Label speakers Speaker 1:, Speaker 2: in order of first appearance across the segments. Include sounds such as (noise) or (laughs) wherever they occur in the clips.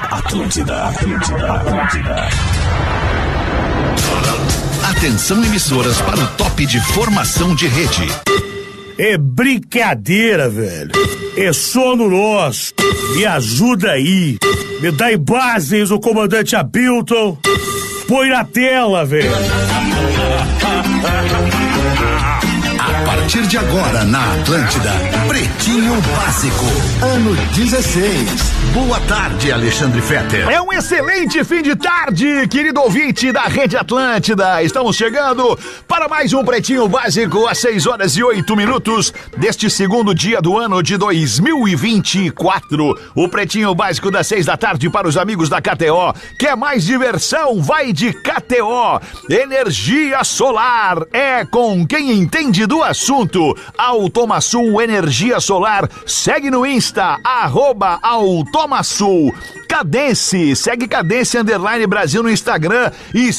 Speaker 1: Atlântida, Atlântida, Atlântida.
Speaker 2: Atenção emissoras para o top de formação de rede.
Speaker 3: É brincadeira, velho. É sono nosso. Me ajuda aí. Me dá em bases o comandante Abilton. Põe na tela, velho.
Speaker 2: A partir de agora na Atlântida, Pretinho Básico, ano 16. Boa tarde, Alexandre Fetter.
Speaker 4: É um excelente fim de tarde, querido ouvinte da Rede Atlântida. Estamos chegando para mais um Pretinho Básico às 6 horas e 8 minutos deste segundo dia do ano de 2024. O Pretinho Básico das 6 da tarde para os amigos da KTO. Quer mais diversão? Vai de KTO. Energia solar é com quem entende do assunto. Automaçul Energia Solar. Segue no Insta, arroba Automaçul. Cadence, segue Cadence Underline Brasil no Instagram e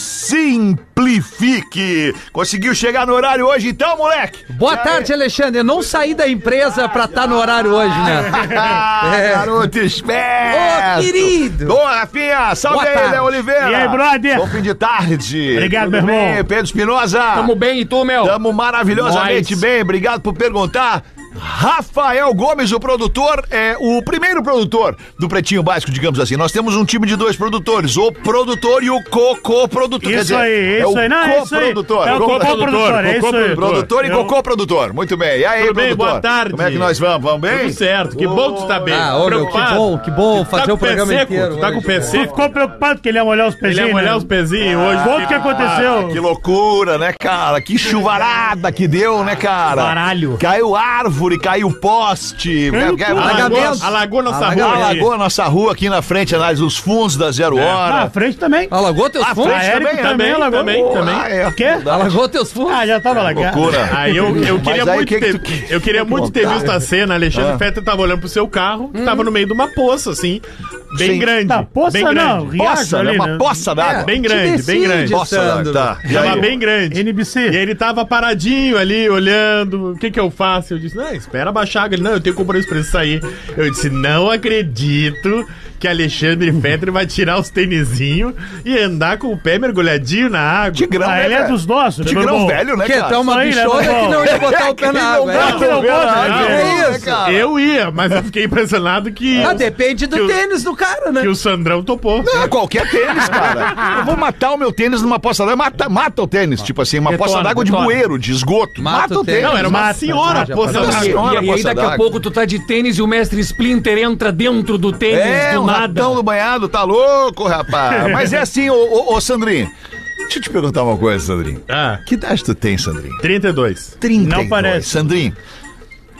Speaker 4: simplifique. Conseguiu chegar no horário hoje então, moleque?
Speaker 5: Boa tarde, Alexandre. Eu não saí da empresa pra estar no horário hoje, né?
Speaker 4: Ah,
Speaker 3: (laughs)
Speaker 5: É.
Speaker 4: Garoto esperto!
Speaker 5: Ô, querido.
Speaker 4: Ô, Rafinha! Salve
Speaker 5: Boa
Speaker 4: aí,
Speaker 5: tarde.
Speaker 4: Léo Oliveira!
Speaker 3: E aí, brother?
Speaker 4: Bom fim de tarde!
Speaker 3: Obrigado,
Speaker 4: Tudo
Speaker 3: meu
Speaker 4: bem?
Speaker 3: irmão.
Speaker 4: Pedro Espinosa!
Speaker 6: Tamo bem e tu, meu?
Speaker 4: Tamo maravilhosamente
Speaker 6: Nós.
Speaker 4: bem, obrigado por perguntar. Rafael Gomes, o produtor, é o primeiro produtor do Pretinho Básico, digamos assim. Nós temos um time de dois produtores, o produtor e o co-co-produtor. Quer
Speaker 3: Isso
Speaker 4: dizer,
Speaker 3: aí,
Speaker 4: é
Speaker 3: isso
Speaker 4: o
Speaker 3: aí. Não, é isso aí.
Speaker 4: co-produtor.
Speaker 3: É o
Speaker 4: Vamos lá.
Speaker 3: coprodutor, é isso aí.
Speaker 4: Produtor e
Speaker 3: Eu-
Speaker 4: co-produtor. Muito bem. E aí,
Speaker 6: Tudo bem?
Speaker 4: produtor?
Speaker 6: Boa tarde.
Speaker 4: Como é que nós vamos? Vamos bem?
Speaker 6: Tudo certo, que bom que tu tá bem.
Speaker 5: Ah, ô, meu, que
Speaker 6: Preocupado?
Speaker 5: bom, que bom
Speaker 6: Tá
Speaker 5: fazer
Speaker 6: com
Speaker 5: o programa
Speaker 6: pé seco?
Speaker 5: inteiro.
Speaker 6: Tu tá com o
Speaker 5: hoje. né?
Speaker 6: pé
Speaker 3: Você
Speaker 6: seco?
Speaker 3: ficou preocupado que ele ia molhar os pezinhos?
Speaker 6: Ele é ia molhar
Speaker 3: né?
Speaker 6: os pezinhos
Speaker 4: Ah,
Speaker 6: hoje.
Speaker 3: Conta o que aconteceu.
Speaker 4: Que loucura, né, cara? Que chuvarada que deu, né, cara?
Speaker 6: Baralho.
Speaker 4: Caiu árvore, caiu poste.
Speaker 3: Caiu
Speaker 4: né?
Speaker 3: tudo.
Speaker 5: Alagamentos.
Speaker 6: Alagou, alagou nossa rua. aqui.
Speaker 4: Alagou a nossa rua aqui na frente, lá nos fundos da Zero
Speaker 3: Ah,
Speaker 4: Hora.
Speaker 3: à frente também.
Speaker 5: Alagou
Speaker 3: Ah,
Speaker 5: teus
Speaker 3: tá,
Speaker 4: À
Speaker 5: fundos?
Speaker 4: frente
Speaker 3: Érico também,
Speaker 6: também,
Speaker 3: alagou.
Speaker 6: também, também.
Speaker 4: Ah, é.
Speaker 3: O quê?
Speaker 5: Alagou teus fundos?
Speaker 3: Ah, já tava lagado.
Speaker 4: Loucura.
Speaker 6: Aí eu, eu queria
Speaker 4: Mas aí,
Speaker 6: muito
Speaker 4: que que
Speaker 6: ter,
Speaker 4: tu- Tá
Speaker 6: eu queria muito ter visto a cena. Alexandre
Speaker 4: Ah. Hum.
Speaker 6: Fetter tava olhando pro seu carro, que tava no meio de uma poça, assim. Bem
Speaker 4: Sim.
Speaker 6: grande.
Speaker 3: Tá, poça
Speaker 6: bem grande.
Speaker 3: não, riacho
Speaker 4: Poça, né?
Speaker 3: ali,
Speaker 4: Uma
Speaker 3: né?
Speaker 4: poça d'água.
Speaker 6: Bem
Speaker 5: É, Te
Speaker 6: grande, bem
Speaker 5: decide,
Speaker 6: grande.
Speaker 4: Poça d'água,
Speaker 5: Sandro.
Speaker 4: tá. E
Speaker 6: Tava
Speaker 4: aí?
Speaker 6: é bem grande. E
Speaker 3: NBC.
Speaker 6: ele tava paradinho ali, olhando, o que que eu faço? Eu disse, não, espera baixar a água. Ele, não, eu tenho compromisso pra isso sair. Eu disse, não acredito que Alexandre Fetter vai tirar os tênisinhos e andar com o pé mergulhadinho na água.
Speaker 4: Tigrão,
Speaker 3: Ah,
Speaker 4: né,
Speaker 3: ele é
Speaker 4: cara?
Speaker 3: dos nossos, né, meu
Speaker 4: Tigrão
Speaker 3: irmão?
Speaker 4: velho, né,
Speaker 5: Que
Speaker 4: cara?
Speaker 5: tá uma
Speaker 3: Isso aí, né,
Speaker 5: bichona
Speaker 3: meu
Speaker 5: que
Speaker 3: irmão?
Speaker 5: não ia botar o pé na água.
Speaker 3: dá, que
Speaker 5: é.
Speaker 3: não gosta,
Speaker 4: Não,
Speaker 6: né,
Speaker 4: é
Speaker 5: cara?
Speaker 4: isso. cara?
Speaker 6: Eu ia, mas eu fiquei impressionado que,
Speaker 5: Ah, depende do
Speaker 6: Que o-
Speaker 5: tênis do cara, né?
Speaker 6: que o Sandrão topou.
Speaker 4: Não, é qualquer tênis, cara. Eu vou matar o meu tênis numa poça d'água. Mata, mata o tênis, tipo assim, uma
Speaker 6: Detona,
Speaker 4: poça d'água de
Speaker 6: detona.
Speaker 4: bueiro, de esgoto.
Speaker 5: Mata
Speaker 4: Mata
Speaker 5: o
Speaker 4: o tênis.
Speaker 6: Não, era uma
Speaker 3: Mata,
Speaker 6: senhora,
Speaker 5: mata,
Speaker 6: poça
Speaker 4: mata.
Speaker 6: d'água.
Speaker 4: Senhora,
Speaker 7: E aí
Speaker 4: poça
Speaker 7: daqui
Speaker 4: d'água.
Speaker 7: a pouco tu tá de tênis e o mestre Splinter entra dentro do tênis
Speaker 4: É,
Speaker 7: do
Speaker 4: um
Speaker 7: nada.
Speaker 4: ratão do banhado, tá louco,
Speaker 6: (laughs)
Speaker 4: rapaz. Mas é assim, ô, ô, ô, Sandrinho. Deixa eu te perguntar uma coisa, Sandrinho.
Speaker 6: Ah,
Speaker 4: Que idade tu tem, Sandrinho?
Speaker 6: 32.
Speaker 4: 30.
Speaker 3: Não parece.
Speaker 4: Sandrinho,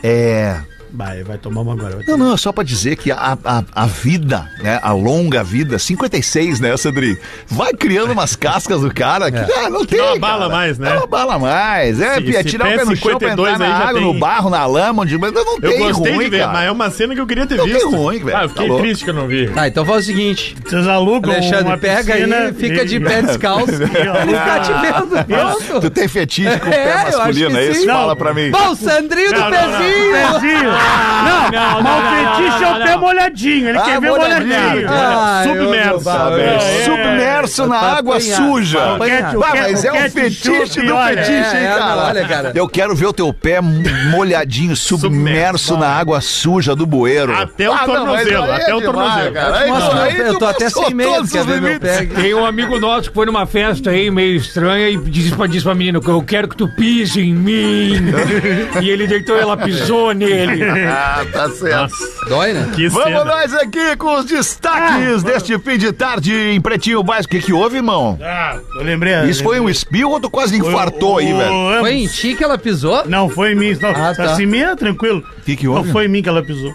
Speaker 4: é...
Speaker 3: Vai, vai tomar uma agora. vai
Speaker 4: Não,
Speaker 3: tomar.
Speaker 4: não, é só pra dizer que a, a, a vida, né, a longa vida, 56, né, Sandrinho? Vai criando umas cascas do cara
Speaker 6: É.
Speaker 4: que ah, não tem.
Speaker 6: não abala
Speaker 4: cara.
Speaker 6: mais, né?
Speaker 4: Não abala mais. É,
Speaker 6: Se-
Speaker 4: pia,
Speaker 6: se
Speaker 4: tirar o
Speaker 6: pé
Speaker 4: pé no chão pra
Speaker 6: 52
Speaker 4: entrar
Speaker 6: aí
Speaker 4: na
Speaker 6: já
Speaker 4: água,
Speaker 6: tem-
Speaker 4: no barro, na lama, onde. Mas não
Speaker 6: Eu
Speaker 4: tem
Speaker 6: gostei
Speaker 4: ruim,
Speaker 6: de ver,
Speaker 4: cara.
Speaker 6: mas é uma cena que eu queria ter
Speaker 4: Não tem
Speaker 6: visto.
Speaker 4: ruim, velho.
Speaker 6: Ah,
Speaker 4: Tá
Speaker 6: eu fiquei
Speaker 4: louco.
Speaker 6: triste que eu não vi.
Speaker 5: Tá, então faz o seguinte.
Speaker 3: Vocês alugam
Speaker 5: Alexandre,
Speaker 3: uma
Speaker 5: pega
Speaker 3: piscina
Speaker 5: aí, fica
Speaker 3: e-
Speaker 5: de pé descalço. Ele tá te vendo. Pronto.
Speaker 4: Ah, Tu tem fetiche com o
Speaker 5: É, eu
Speaker 4: pé
Speaker 5: acho que
Speaker 4: masculino, é isso?
Speaker 5: sim.
Speaker 4: Fala
Speaker 3: Não.
Speaker 4: pra mim.
Speaker 5: Bom, o Sandrinho do
Speaker 6: Não, não, não.
Speaker 5: pezinho.
Speaker 3: Pezinho. Não,
Speaker 7: não,
Speaker 3: mas
Speaker 7: não,
Speaker 3: o
Speaker 7: não,
Speaker 3: fetiche é
Speaker 7: não,
Speaker 3: o
Speaker 7: não,
Speaker 3: pé
Speaker 7: não.
Speaker 3: molhadinho. Ele
Speaker 4: Ah,
Speaker 3: quer ver
Speaker 4: molhadinho.
Speaker 3: molhadinho.
Speaker 5: Ah, eu,
Speaker 6: submerso.
Speaker 5: meu
Speaker 4: Tá
Speaker 5: barulho.
Speaker 4: bem.
Speaker 3: é.
Speaker 4: Submerso na
Speaker 5: Pra
Speaker 4: água
Speaker 5: apanhar, pra
Speaker 4: suja.
Speaker 5: apanhar.
Speaker 3: Quer-
Speaker 4: Ah,
Speaker 3: quer-
Speaker 4: mas é um
Speaker 3: quer
Speaker 4: fetiche
Speaker 3: ketchup,
Speaker 4: do
Speaker 3: olha.
Speaker 4: fetiche,
Speaker 5: É,
Speaker 4: hein,
Speaker 5: é,
Speaker 4: cara?
Speaker 5: não, olha, cara.
Speaker 4: Eu quero ver o teu pé molhadinho, submerso na água suja do bueiro.
Speaker 6: Até o
Speaker 4: não, mas
Speaker 6: tornozelo,
Speaker 4: aí é
Speaker 6: até o tornozelo.
Speaker 4: Cara. Aí,
Speaker 5: Mostra
Speaker 4: tu-
Speaker 5: meu
Speaker 4: aí
Speaker 5: pé,
Speaker 4: tu
Speaker 5: eu tô até
Speaker 4: passou
Speaker 5: sem medo,
Speaker 4: todos
Speaker 5: quer
Speaker 4: os
Speaker 5: ver meu
Speaker 4: limites.
Speaker 5: pé?
Speaker 7: Tem um amigo nosso que foi numa festa aí meio estranha e disse pra, disse pra menina: Eu quero que tu pise em mim. e ele deitou e ela pisou nele.
Speaker 4: (laughs) Ah, tá certo.
Speaker 5: Dói, né?
Speaker 6: Que
Speaker 4: Vamos
Speaker 6: cena.
Speaker 4: nós aqui com os
Speaker 5: Ah.
Speaker 4: destaques deste fim de tarde em Pretinho Básico. O que, que houve, irmão?
Speaker 3: Ah, eu lembrei.
Speaker 4: Isso foi um espirro ou tu quase
Speaker 3: Foi o-
Speaker 4: infartou aí,
Speaker 3: o-
Speaker 4: velho?
Speaker 3: ambos.
Speaker 5: Foi em ti que ela pisou?
Speaker 3: Não, foi em mim. Não,
Speaker 5: Ah, tá.
Speaker 3: Assim mesmo, tranquilo.
Speaker 4: O que, que
Speaker 3: Não
Speaker 4: houve?
Speaker 3: foi em mim que ela pisou.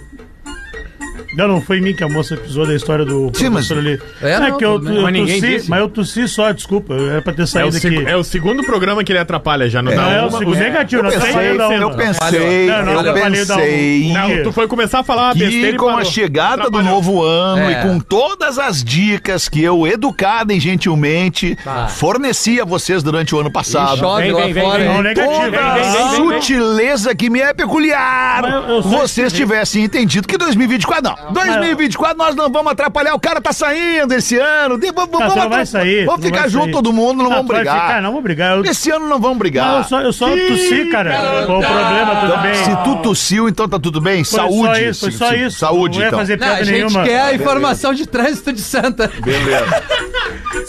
Speaker 3: Não, não foi em mim que a moça pisou da história do
Speaker 4: Sim, mas-
Speaker 3: professor ali.
Speaker 5: É, não,
Speaker 3: que eu,
Speaker 5: tudo bem.
Speaker 3: eu
Speaker 7: Mas ninguém
Speaker 3: tossi,
Speaker 7: disse.
Speaker 3: mas eu tossi só, desculpa. Era pra ter
Speaker 6: É o,
Speaker 3: saído
Speaker 6: seg-
Speaker 3: aqui.
Speaker 6: é o segundo programa que ele atrapalha já, não
Speaker 3: Não,
Speaker 6: dá
Speaker 3: é o
Speaker 6: uma-
Speaker 3: segundo negativo,
Speaker 4: Eu
Speaker 3: não
Speaker 4: pensei,
Speaker 3: saiu não.
Speaker 4: eu
Speaker 3: mano.
Speaker 4: pensei,
Speaker 3: Não, não,
Speaker 4: eu
Speaker 3: eu falei da um.
Speaker 4: pensei.
Speaker 3: Não,
Speaker 6: Tu foi começar a falar uma besteira
Speaker 4: E
Speaker 6: e
Speaker 4: com a
Speaker 6: parou.
Speaker 4: chegada do
Speaker 6: Atrapalhou.
Speaker 4: novo ano
Speaker 5: É.
Speaker 4: e com todas as dicas que eu, educada e gentilmente, forneci a vocês durante o ano
Speaker 5: E
Speaker 4: passado.
Speaker 5: chove
Speaker 7: Vem,
Speaker 5: lá
Speaker 7: vem, vem,
Speaker 5: fora.
Speaker 7: vem.
Speaker 3: Não,
Speaker 5: hein?
Speaker 3: negativo.
Speaker 4: Toda
Speaker 3: Vem, vem,
Speaker 4: a
Speaker 3: vem, vem, vem.
Speaker 4: sutileza que me é peculiar.
Speaker 3: Mas eu- eu sou
Speaker 4: Vocês tivessem entendido que 2024 não. 2024 nós não vamos atrapalhar. O cara tá saindo esse ano. De- vamos
Speaker 3: Tá, tu não
Speaker 4: atrapalhar.
Speaker 3: vai sair. tu
Speaker 4: Vamos
Speaker 3: não
Speaker 4: ficar
Speaker 3: vai
Speaker 4: junto
Speaker 3: sair.
Speaker 4: todo mundo, não
Speaker 3: Ah,
Speaker 4: vamos
Speaker 3: tu vai
Speaker 4: brigar.
Speaker 3: ficar, não vou brigar. Eu,
Speaker 4: Esse ano não vamos brigar. Então,
Speaker 3: Ah, eu só, eu só tossi, cara. Qual o problema? Tudo bem.
Speaker 4: Se tu tossiu, então tá tudo bem.
Speaker 3: Foi
Speaker 4: saúde.
Speaker 3: Só isso, foi
Speaker 4: se-
Speaker 3: só
Speaker 4: se-
Speaker 3: isso.
Speaker 4: Saúde,
Speaker 3: Não ia
Speaker 4: então.
Speaker 3: fazer
Speaker 5: Não, a
Speaker 3: piada
Speaker 5: gente
Speaker 3: nenhuma.
Speaker 5: quer a informação de trânsito de Santa.
Speaker 4: Beleza.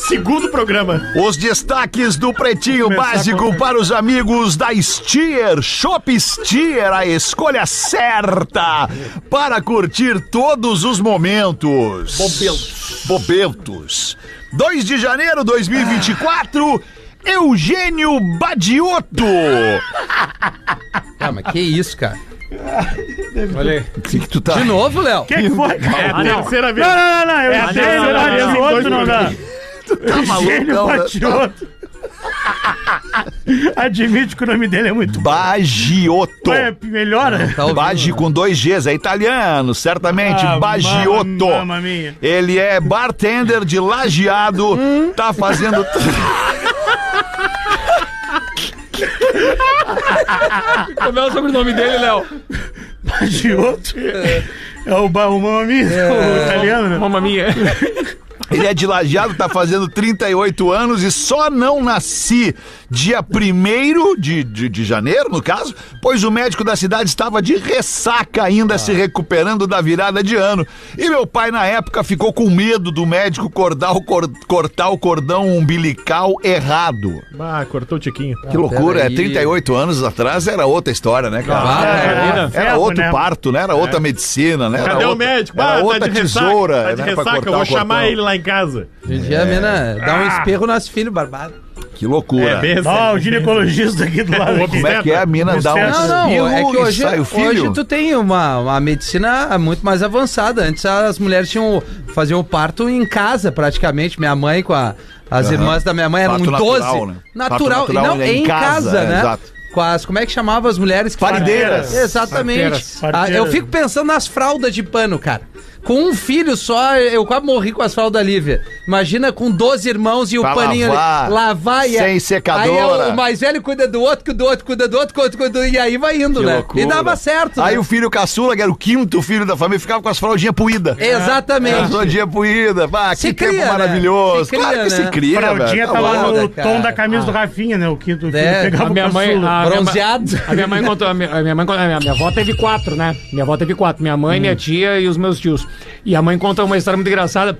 Speaker 6: Segundo programa.
Speaker 4: Os destaques do Pretinho Básico para os amigos da Steer. Shop Steer, a escolha certa para curtir todos os momentos. Bobentos. Bobentos. 2 de janeiro de 2024, Eugênio Badioto.
Speaker 5: Ah, mas que isso, cara.
Speaker 4: O que, que tu tá...
Speaker 5: De novo, Léo?
Speaker 3: Que que foi,
Speaker 6: É a
Speaker 3: cara?
Speaker 6: terceira vez.
Speaker 3: Ah, Não, não, não, não. Eu
Speaker 6: É,
Speaker 3: sei,
Speaker 6: não, não,
Speaker 3: ele
Speaker 6: não,
Speaker 3: bate
Speaker 6: não,
Speaker 3: outro,
Speaker 6: não,
Speaker 3: não dá. é um
Speaker 4: Tá
Speaker 3: Gênio
Speaker 4: malucão, né?
Speaker 3: bate outro. (laughs) Admite que o nome dele é muito bom.
Speaker 4: Bagioto.
Speaker 3: É, melhora.
Speaker 5: Tá ouvindo?
Speaker 4: Bagi com dois Gs, é italiano, certamente.
Speaker 3: Ah,
Speaker 4: Bagioto.
Speaker 3: mamma, mamma mia.
Speaker 4: Ele é bartender de lajeado,
Speaker 3: Hum?
Speaker 4: tá
Speaker 3: (laughs)
Speaker 4: fazendo.
Speaker 8: Como é o sobrenome dele, Léo?
Speaker 3: De outro. É o Baumami,
Speaker 5: É.
Speaker 3: o italiano, né?
Speaker 8: Mamma minha.
Speaker 4: Ele é de lajeado, tá fazendo 38 anos e só não nasci dia 1 de, de, de janeiro, no caso, pois o médico da cidade estava de ressaca
Speaker 3: Ah.
Speaker 4: ainda se recuperando da virada de ano. E meu pai, na época, ficou com medo do médico cortar o, cor- cortar o cordão umbilical errado.
Speaker 6: Ah, cortou o tiquinho.
Speaker 4: Que loucura, é
Speaker 5: peraí.
Speaker 4: 38 anos atrás era outra história, né, cara?
Speaker 5: Ah,
Speaker 3: é,
Speaker 5: é.
Speaker 3: era
Speaker 4: Era
Speaker 3: ferro,
Speaker 4: outro
Speaker 3: né?
Speaker 4: parto, né? Era outra medicina, né? Era
Speaker 6: Cadê o
Speaker 4: outra-
Speaker 6: médico?
Speaker 4: Era outra
Speaker 6: tá de
Speaker 4: tesoura,
Speaker 6: ressaca. Tá de
Speaker 4: né, pra
Speaker 6: ressaca,
Speaker 4: cortar
Speaker 6: eu
Speaker 4: o
Speaker 6: vou chamar
Speaker 4: cordão.
Speaker 6: ele lá em casa.
Speaker 5: Hoje em dia a mina dá
Speaker 6: Ah.
Speaker 5: um espirro nas filhos, barbado.
Speaker 4: Que loucura.
Speaker 6: É, bem
Speaker 3: Ó, o
Speaker 6: assim.
Speaker 3: ginecologista aqui do lado.
Speaker 6: O
Speaker 3: aqui.
Speaker 4: Como é que é a mina dá um
Speaker 5: Não, não, é que
Speaker 4: espirro e
Speaker 5: hoje,
Speaker 4: sai o filho?
Speaker 5: hoje tu tem uma, uma medicina muito mais avançada. Antes as mulheres tinham faziam o parto em casa, praticamente. Minha mãe com a- as irmãs da minha mãe eram
Speaker 4: Parto
Speaker 5: 12.
Speaker 4: natural, né?
Speaker 5: Natural,
Speaker 4: Parto
Speaker 5: e
Speaker 4: natural,
Speaker 5: não
Speaker 4: é em
Speaker 5: em casa,
Speaker 4: casa, é,
Speaker 5: né?
Speaker 4: exato.
Speaker 5: Com as, como é que chamava as mulheres? Que
Speaker 4: Parideiras.
Speaker 5: Exatamente.
Speaker 3: Parteiras. Parteiras.
Speaker 5: Ah, eu fico pensando nas fraldas de pano, cara. Com um filho só, eu quase morri com as fraldas lívia. Imagina com 12 irmãos e o
Speaker 4: Pra
Speaker 5: paninho
Speaker 4: lavar.
Speaker 5: ali. Lavar e
Speaker 4: Sem
Speaker 5: aí
Speaker 4: secadora.
Speaker 5: é o mais velho cuida do outro, que do outro cuida do outro, que o outro cuida do E aí vai indo,
Speaker 4: Que
Speaker 5: né?
Speaker 4: loucura.
Speaker 5: E dava certo.
Speaker 4: Aí
Speaker 5: né?
Speaker 4: o filho caçula, que era o quinto filho da família, ficava com as fraldinhas puídas. As
Speaker 5: Exatamente.
Speaker 4: fraldinhas puídas. Pá,
Speaker 5: Se
Speaker 4: que
Speaker 5: cria,
Speaker 4: tempo
Speaker 5: né?
Speaker 4: maravilhoso.
Speaker 5: Se cria,
Speaker 4: claro que
Speaker 5: né?
Speaker 4: se cria,
Speaker 3: Fraldinha
Speaker 4: velho.
Speaker 3: tá lá
Speaker 5: foda,
Speaker 3: no
Speaker 5: cara.
Speaker 3: tom da camisa do Rafinha, né? O quinto filho
Speaker 5: É,
Speaker 3: pegava
Speaker 8: A minha
Speaker 3: o
Speaker 8: mãe.
Speaker 3: caçula.
Speaker 8: a minha mãe-
Speaker 5: Bronzeado.
Speaker 8: A minha mãe contou. A minha, a minha mãe contou- a minha- minha avó teve quatro, né? Minha avó teve quatro. Minha mãe, minha tia e os meus tios. E a mãe conta uma história muito engraçada.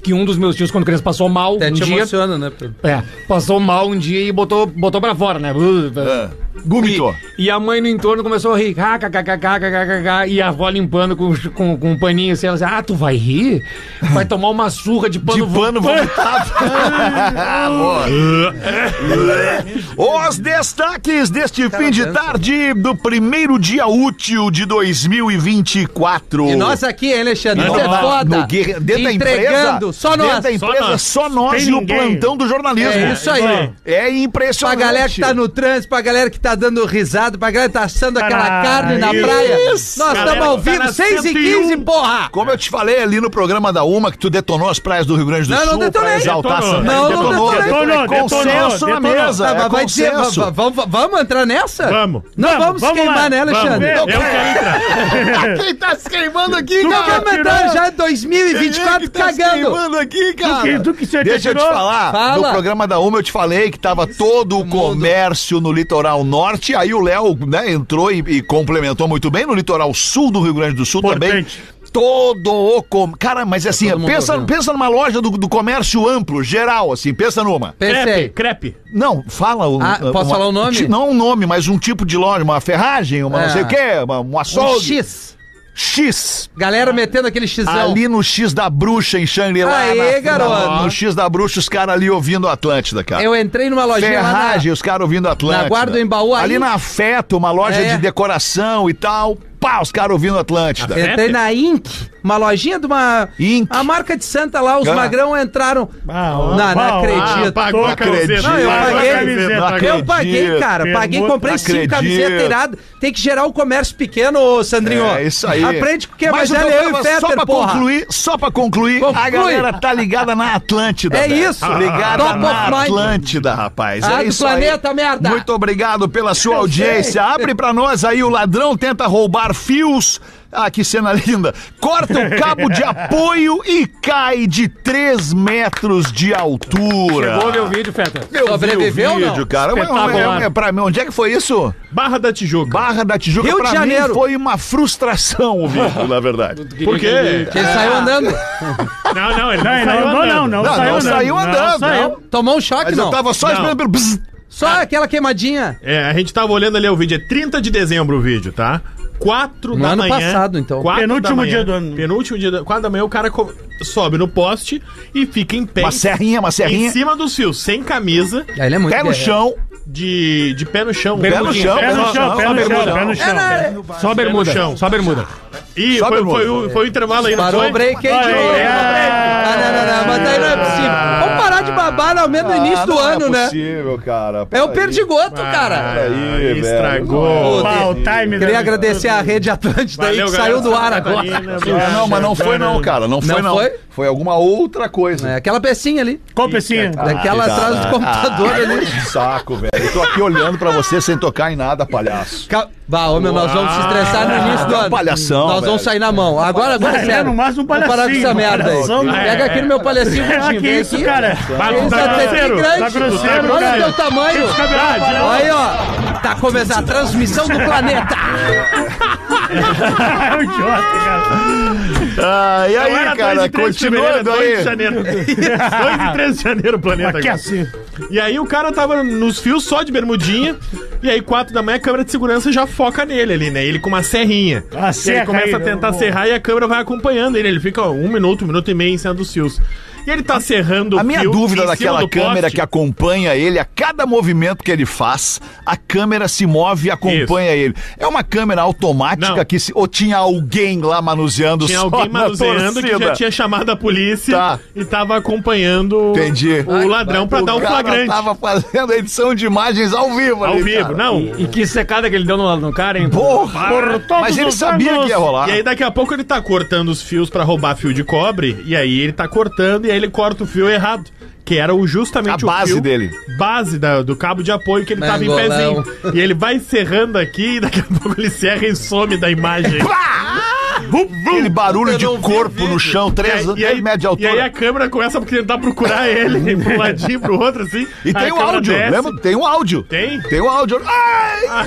Speaker 8: Que um dos meus tios, quando criança, passou mal
Speaker 5: Até
Speaker 8: um
Speaker 5: te
Speaker 8: dia.
Speaker 5: emociona, né? Pedro?
Speaker 8: É, passou mal um dia e botou, botou pra fora, né?
Speaker 4: Ah, Gumito.
Speaker 8: E a mãe no entorno começou a rir. kkkkkkkk, E a avó limpando com, com, com um paninho assim. Ela disse, ah, tu vai rir? Vai tomar uma surra de
Speaker 4: De
Speaker 8: pano.
Speaker 4: pano vomitado. Boa. Os destaques deste fim de tarde do primeiro dia útil de 2024.
Speaker 5: E nós aqui, hein, Alexandre?
Speaker 4: Não,
Speaker 5: Isso é
Speaker 4: não,
Speaker 5: foda.
Speaker 4: no guerre- dentro da
Speaker 5: Entregando,
Speaker 4: empresa,
Speaker 5: só
Speaker 4: dentro
Speaker 5: nós.
Speaker 4: da empresa,
Speaker 6: nós.
Speaker 4: só nós
Speaker 3: Tem
Speaker 4: e o
Speaker 3: ninguém.
Speaker 4: plantão do jornalismo.
Speaker 5: É isso aí.
Speaker 4: É
Speaker 5: Pra
Speaker 4: impressionante.
Speaker 5: galera que tá no trânsito, pra galera que tá dando risada, pra galera que tá assando aquela
Speaker 3: Caralho,
Speaker 5: carne na praia. Nós
Speaker 6: Galera
Speaker 5: estamos
Speaker 6: que
Speaker 5: ao
Speaker 6: tá
Speaker 5: vivo,
Speaker 6: na
Speaker 5: 6 e 15,
Speaker 6: 101.
Speaker 5: porra!
Speaker 4: Como eu te falei ali no programa da UMA, que tu detonou as praias do Rio Grande do
Speaker 5: Não, não
Speaker 4: Sul
Speaker 5: detonei.
Speaker 4: pra exaltar
Speaker 6: Detonou.
Speaker 4: Santa
Speaker 5: Não, não
Speaker 4: detonou,
Speaker 5: detonei.
Speaker 4: detonou,
Speaker 3: Detonou,
Speaker 4: consenso
Speaker 3: detonou,
Speaker 4: na
Speaker 3: detonou.
Speaker 4: mesa.
Speaker 5: Tá,
Speaker 4: é
Speaker 5: mas vai dizer, va-
Speaker 4: consenso. (laughs)
Speaker 5: va- vamos, vamos entrar nessa?
Speaker 6: Vamos.
Speaker 5: Não
Speaker 3: Vamos,
Speaker 5: vamos,
Speaker 3: vamos
Speaker 5: se queimar,
Speaker 3: lá.
Speaker 5: né, Alexandre?
Speaker 3: Vamos.
Speaker 4: Eu quero entrar.
Speaker 6: Quem tá se queimando aqui,
Speaker 5: Não vamos entrar já
Speaker 4: Quem é
Speaker 5: em 2024
Speaker 4: que tá se
Speaker 5: cagando.
Speaker 4: queimando aqui, cara?
Speaker 3: que- do que você
Speaker 4: Deixa eu te
Speaker 3: tirou?
Speaker 4: falar.
Speaker 5: Fala.
Speaker 4: No programa da UMA eu te falei que tava todo o comércio no litoral norte. Aí o Léo né, entrou e, e complementou muito bem no litoral sul do Rio Grande do Sul também.
Speaker 3: Importante.
Speaker 4: Todo o com... Cara, mas assim,
Speaker 5: É todo mundo
Speaker 4: pensa,
Speaker 5: ouvindo.
Speaker 4: pensa numa loja do, do comércio amplo, geral, assim, pensa numa.
Speaker 5: Pensei.
Speaker 6: Crepe, crepe.
Speaker 4: Não, fala o.
Speaker 5: Ah, posso falar o nome?
Speaker 4: ti- Não um nome, mas um tipo de loja, uma ferragem, uma
Speaker 5: É.
Speaker 4: não sei o quê, uma, um
Speaker 5: Um
Speaker 4: açougue.
Speaker 5: X.
Speaker 4: X.
Speaker 5: Galera metendo aquele xão.
Speaker 4: Ali no X da Bruxa, em Shangri-La.
Speaker 5: Aê,
Speaker 4: na-
Speaker 5: garoto.
Speaker 4: No X da Bruxa, os caras ali ouvindo o Atlântida, cara.
Speaker 5: Eu entrei numa lojinha lá na-
Speaker 4: Ferragem, os caras ouvindo Atlântida.
Speaker 5: na Guarda do Embaú, aí-
Speaker 4: Ali na Feto, uma loja
Speaker 5: É.
Speaker 4: de decoração e tal. Pá, os caras ouvindo Atlântida.
Speaker 5: Entrei na Inc, uma lojinha de uma.
Speaker 4: Inc.
Speaker 5: A marca de Santa lá, os
Speaker 4: Ah.
Speaker 5: magrão entraram.
Speaker 3: Ah,
Speaker 5: não, não
Speaker 6: Ah,
Speaker 5: acredito.
Speaker 6: pagou a
Speaker 4: Acredito.
Speaker 6: camiseta.
Speaker 5: Não, eu
Speaker 6: pagou a
Speaker 5: paguei.
Speaker 6: camiseta,
Speaker 4: Não
Speaker 6: pagou.
Speaker 5: eu paguei, cara.
Speaker 3: Permuta.
Speaker 5: Paguei, comprei cinco
Speaker 4: Acredito.
Speaker 5: camisetas iradas. Tem que gerar o comércio pequeno, ô Sandrinho.
Speaker 4: É isso aí.
Speaker 5: Aprende com quem é mais
Speaker 4: Mas o
Speaker 5: velho, eu e
Speaker 4: programa,
Speaker 5: o
Speaker 4: só
Speaker 5: Fetter,
Speaker 4: pra
Speaker 5: porra.
Speaker 4: concluir, só pra concluir, a
Speaker 5: Conclui.
Speaker 4: galera tá ligada na Atlântida.
Speaker 5: É
Speaker 4: velho.
Speaker 5: isso.
Speaker 4: Ligada
Speaker 5: Top
Speaker 4: na
Speaker 5: of mind.
Speaker 4: Atlântida, rapaz.
Speaker 5: Ah,
Speaker 4: é
Speaker 5: do
Speaker 4: isso
Speaker 5: planeta,
Speaker 4: aí.
Speaker 5: merda.
Speaker 4: Muito obrigado pela sua audiência. Abre pra nós aí, o ladrão tenta roubar cortar fios. Ah, que cena (laughs) linda! Corta o cabo de apoio e cai de 3 metros de altura.
Speaker 8: Chegou meu vídeo, Feta.
Speaker 4: Eu vi o
Speaker 5: Sobreviveu ou não?
Speaker 4: vídeo, cara. Mas, mas,
Speaker 8: Espetacular.
Speaker 4: é, é, pra mim, onde é que foi isso?
Speaker 6: Barra da Tijuca.
Speaker 4: Barra da Tijuca.
Speaker 5: Rio de
Speaker 4: pra
Speaker 5: Janeiro.
Speaker 4: mim foi uma frustração o vídeo, na
Speaker 5: (laughs)
Speaker 4: verdade.
Speaker 6: Por quê?
Speaker 5: Que ele saiu andando.
Speaker 4: É.
Speaker 6: Não, não, ele não,
Speaker 3: Não, não,
Speaker 6: saiu
Speaker 3: não, não,
Speaker 6: andando.
Speaker 3: não,
Speaker 4: Não,
Speaker 3: saiu
Speaker 4: não
Speaker 3: andando.
Speaker 4: saiu andando, não.
Speaker 5: Tomou um choque,
Speaker 4: Mas
Speaker 5: não.
Speaker 4: eu tava só esperando pelo. bzz.
Speaker 5: Só aquela queimadinha.
Speaker 6: É, a gente tava olhando ali o vídeo, é 30 de dezembro o vídeo, tá? 4
Speaker 5: No
Speaker 6: da
Speaker 5: ano
Speaker 6: manhã.
Speaker 5: passado, então.
Speaker 6: quatro
Speaker 3: Penúltimo
Speaker 6: da manhã,
Speaker 3: dia do ano.
Speaker 6: Penúltimo dia do ano. 4 da manhã o cara co- sobe no poste e fica em pé.
Speaker 4: Uma serrinha, uma
Speaker 6: em
Speaker 4: serrinha.
Speaker 6: cima dos fios, sem camisa,
Speaker 5: Ah, Ele é muito
Speaker 4: Pé no
Speaker 5: guerreiro.
Speaker 4: chão.
Speaker 6: de, de pé no chão.
Speaker 4: Pé no chão.
Speaker 3: Pé no chão, pé no chão, pé no chão.
Speaker 8: Só bermuda.
Speaker 6: chão.
Speaker 8: Só bermuda.
Speaker 6: Ih,
Speaker 4: Só
Speaker 6: foi,
Speaker 4: bermuda.
Speaker 6: foi o, foi o intervalo aí, não
Speaker 5: Parou
Speaker 6: foi?
Speaker 5: o break, hein, de
Speaker 3: Olha aí,
Speaker 5: novo.
Speaker 3: ah.
Speaker 5: Ah, não, não, não, mas aí não é possível. Vamos parar de babar, ao menos no
Speaker 4: Ah,
Speaker 5: início do
Speaker 4: é
Speaker 5: ano, né?
Speaker 4: possível, cara.
Speaker 5: É o perdigoto, cara.
Speaker 6: Ah, Aí,
Speaker 4: velho.
Speaker 6: estragou.
Speaker 5: Pá,
Speaker 3: o time
Speaker 5: Queria agradecer a Rede Atlântida aí, que
Speaker 6: Valeu,
Speaker 5: saiu
Speaker 6: galera.
Speaker 5: do ar agora.
Speaker 6: Catarina,
Speaker 4: Ah, não, mas não foi não, cara. Não foi não.
Speaker 5: foi?
Speaker 4: Foi alguma outra coisa.
Speaker 5: É, aquela pecinha ali,
Speaker 3: Qual pecinha?
Speaker 6: Ah,
Speaker 5: daquela
Speaker 4: tá,
Speaker 5: atrás
Speaker 4: tá.
Speaker 5: do computador ali.
Speaker 4: Que saco, velho. Eu tô aqui olhando pra você sem tocar em nada, palhaço.
Speaker 5: Ca- Bah, ô, meu, nós vamos
Speaker 6: Ah.
Speaker 5: se estressar no início do ano.
Speaker 4: palhação,
Speaker 5: Nós vamos
Speaker 4: velho.
Speaker 5: sair na mão. Agora, agora,
Speaker 3: É,
Speaker 6: né,
Speaker 5: sério.
Speaker 3: no máximo um
Speaker 5: Vamos parar com
Speaker 3: palhacinho,
Speaker 5: essa
Speaker 3: um
Speaker 5: merda aí.
Speaker 3: palhação, né?
Speaker 5: Pega aqui no meu palhacinho.
Speaker 3: Ah, que
Speaker 5: vem
Speaker 3: isso,
Speaker 5: aqui.
Speaker 3: cara?
Speaker 6: Tá
Speaker 5: Isso
Speaker 3: Tá
Speaker 5: até que é
Speaker 3: grosseiro,
Speaker 5: grande.
Speaker 3: tá grosseiro,
Speaker 5: Olha o
Speaker 3: cara.
Speaker 5: teu tamanho.
Speaker 3: Esse cabelado, né?
Speaker 5: Olha aí, ó. Tá começando a transmissão do planeta.
Speaker 6: (laughs)
Speaker 3: É um idiota, cara.
Speaker 4: Ah, e
Speaker 6: Não era
Speaker 4: aí,
Speaker 6: dois e
Speaker 4: cara,
Speaker 6: três de fevereiro, é
Speaker 4: continuando
Speaker 6: dois de
Speaker 4: aí.
Speaker 6: janeiro. é 2 e 3 de janeiro o planeta.
Speaker 3: Aqui
Speaker 6: cara.
Speaker 3: assim.
Speaker 6: E aí o cara tava nos fios só de bermudinha. E aí, 4 da manhã, a câmera de segurança já foca nele ali, né? Ele com uma serrinha.
Speaker 3: Ah,
Speaker 6: e aí
Speaker 3: serra
Speaker 6: ele começa
Speaker 3: aí, né?
Speaker 6: a tentar
Speaker 3: eu-
Speaker 6: serrar e a câmera vai acompanhando ele. Ele fica ó, um minuto, um minuto e meio em cima dos fios. E ele tá serrando o
Speaker 4: A minha
Speaker 6: fio em
Speaker 4: dúvida
Speaker 6: cima
Speaker 4: daquela
Speaker 6: do
Speaker 4: câmera
Speaker 6: poste.
Speaker 4: que acompanha ele, a cada movimento que ele faz, a câmera se move e acompanha ele. É uma câmera automática
Speaker 6: Não.
Speaker 4: que se, ou tinha alguém lá manuseando
Speaker 6: Tinha
Speaker 4: só
Speaker 6: alguém
Speaker 4: na
Speaker 6: manuseando que já
Speaker 4: torcida?
Speaker 6: tinha chamado a polícia
Speaker 4: Tá.
Speaker 6: e tava acompanhando
Speaker 4: Entendi.
Speaker 6: o ladrão pra dar um
Speaker 4: cara
Speaker 6: flagrante.
Speaker 4: tava fazendo a edição de imagens ao vivo
Speaker 6: Ao
Speaker 4: ali,
Speaker 6: vivo,
Speaker 4: cara.
Speaker 6: não.
Speaker 8: E que secada que ele deu no, no cara, hein?
Speaker 4: Porra!
Speaker 3: Por todos
Speaker 4: Mas ele
Speaker 3: os
Speaker 4: sabia
Speaker 3: anos.
Speaker 4: que ia rolar.
Speaker 6: E aí daqui a pouco ele tá cortando os fios pra roubar fio de cobre, e aí ele tá cortando e aí ele corta o fio errado, que era o justamente
Speaker 4: A
Speaker 6: o
Speaker 4: base
Speaker 6: fio-
Speaker 4: dele.
Speaker 6: Base da- do cabo de apoio que ele tava em
Speaker 5: Mangolão.
Speaker 6: pezinho. E ele vai serrando aqui e daqui a pouco ele serra e some
Speaker 4: (laughs)
Speaker 6: da imagem.
Speaker 4: Aquele barulho de corpo no chão,
Speaker 6: E aí-
Speaker 4: três
Speaker 6: e, aí,
Speaker 4: anos, média
Speaker 6: e aí
Speaker 4: altura.
Speaker 6: a câmera começa a tentar procurar ele (laughs) pra um ladinho, pro outro, assim.
Speaker 4: E,
Speaker 6: Aí
Speaker 4: tem
Speaker 6: a
Speaker 4: o
Speaker 6: câmera
Speaker 4: áudio,
Speaker 6: desce.
Speaker 4: lembra? Tem o áudio.
Speaker 6: Tem?
Speaker 4: Tem o áudio. Ai!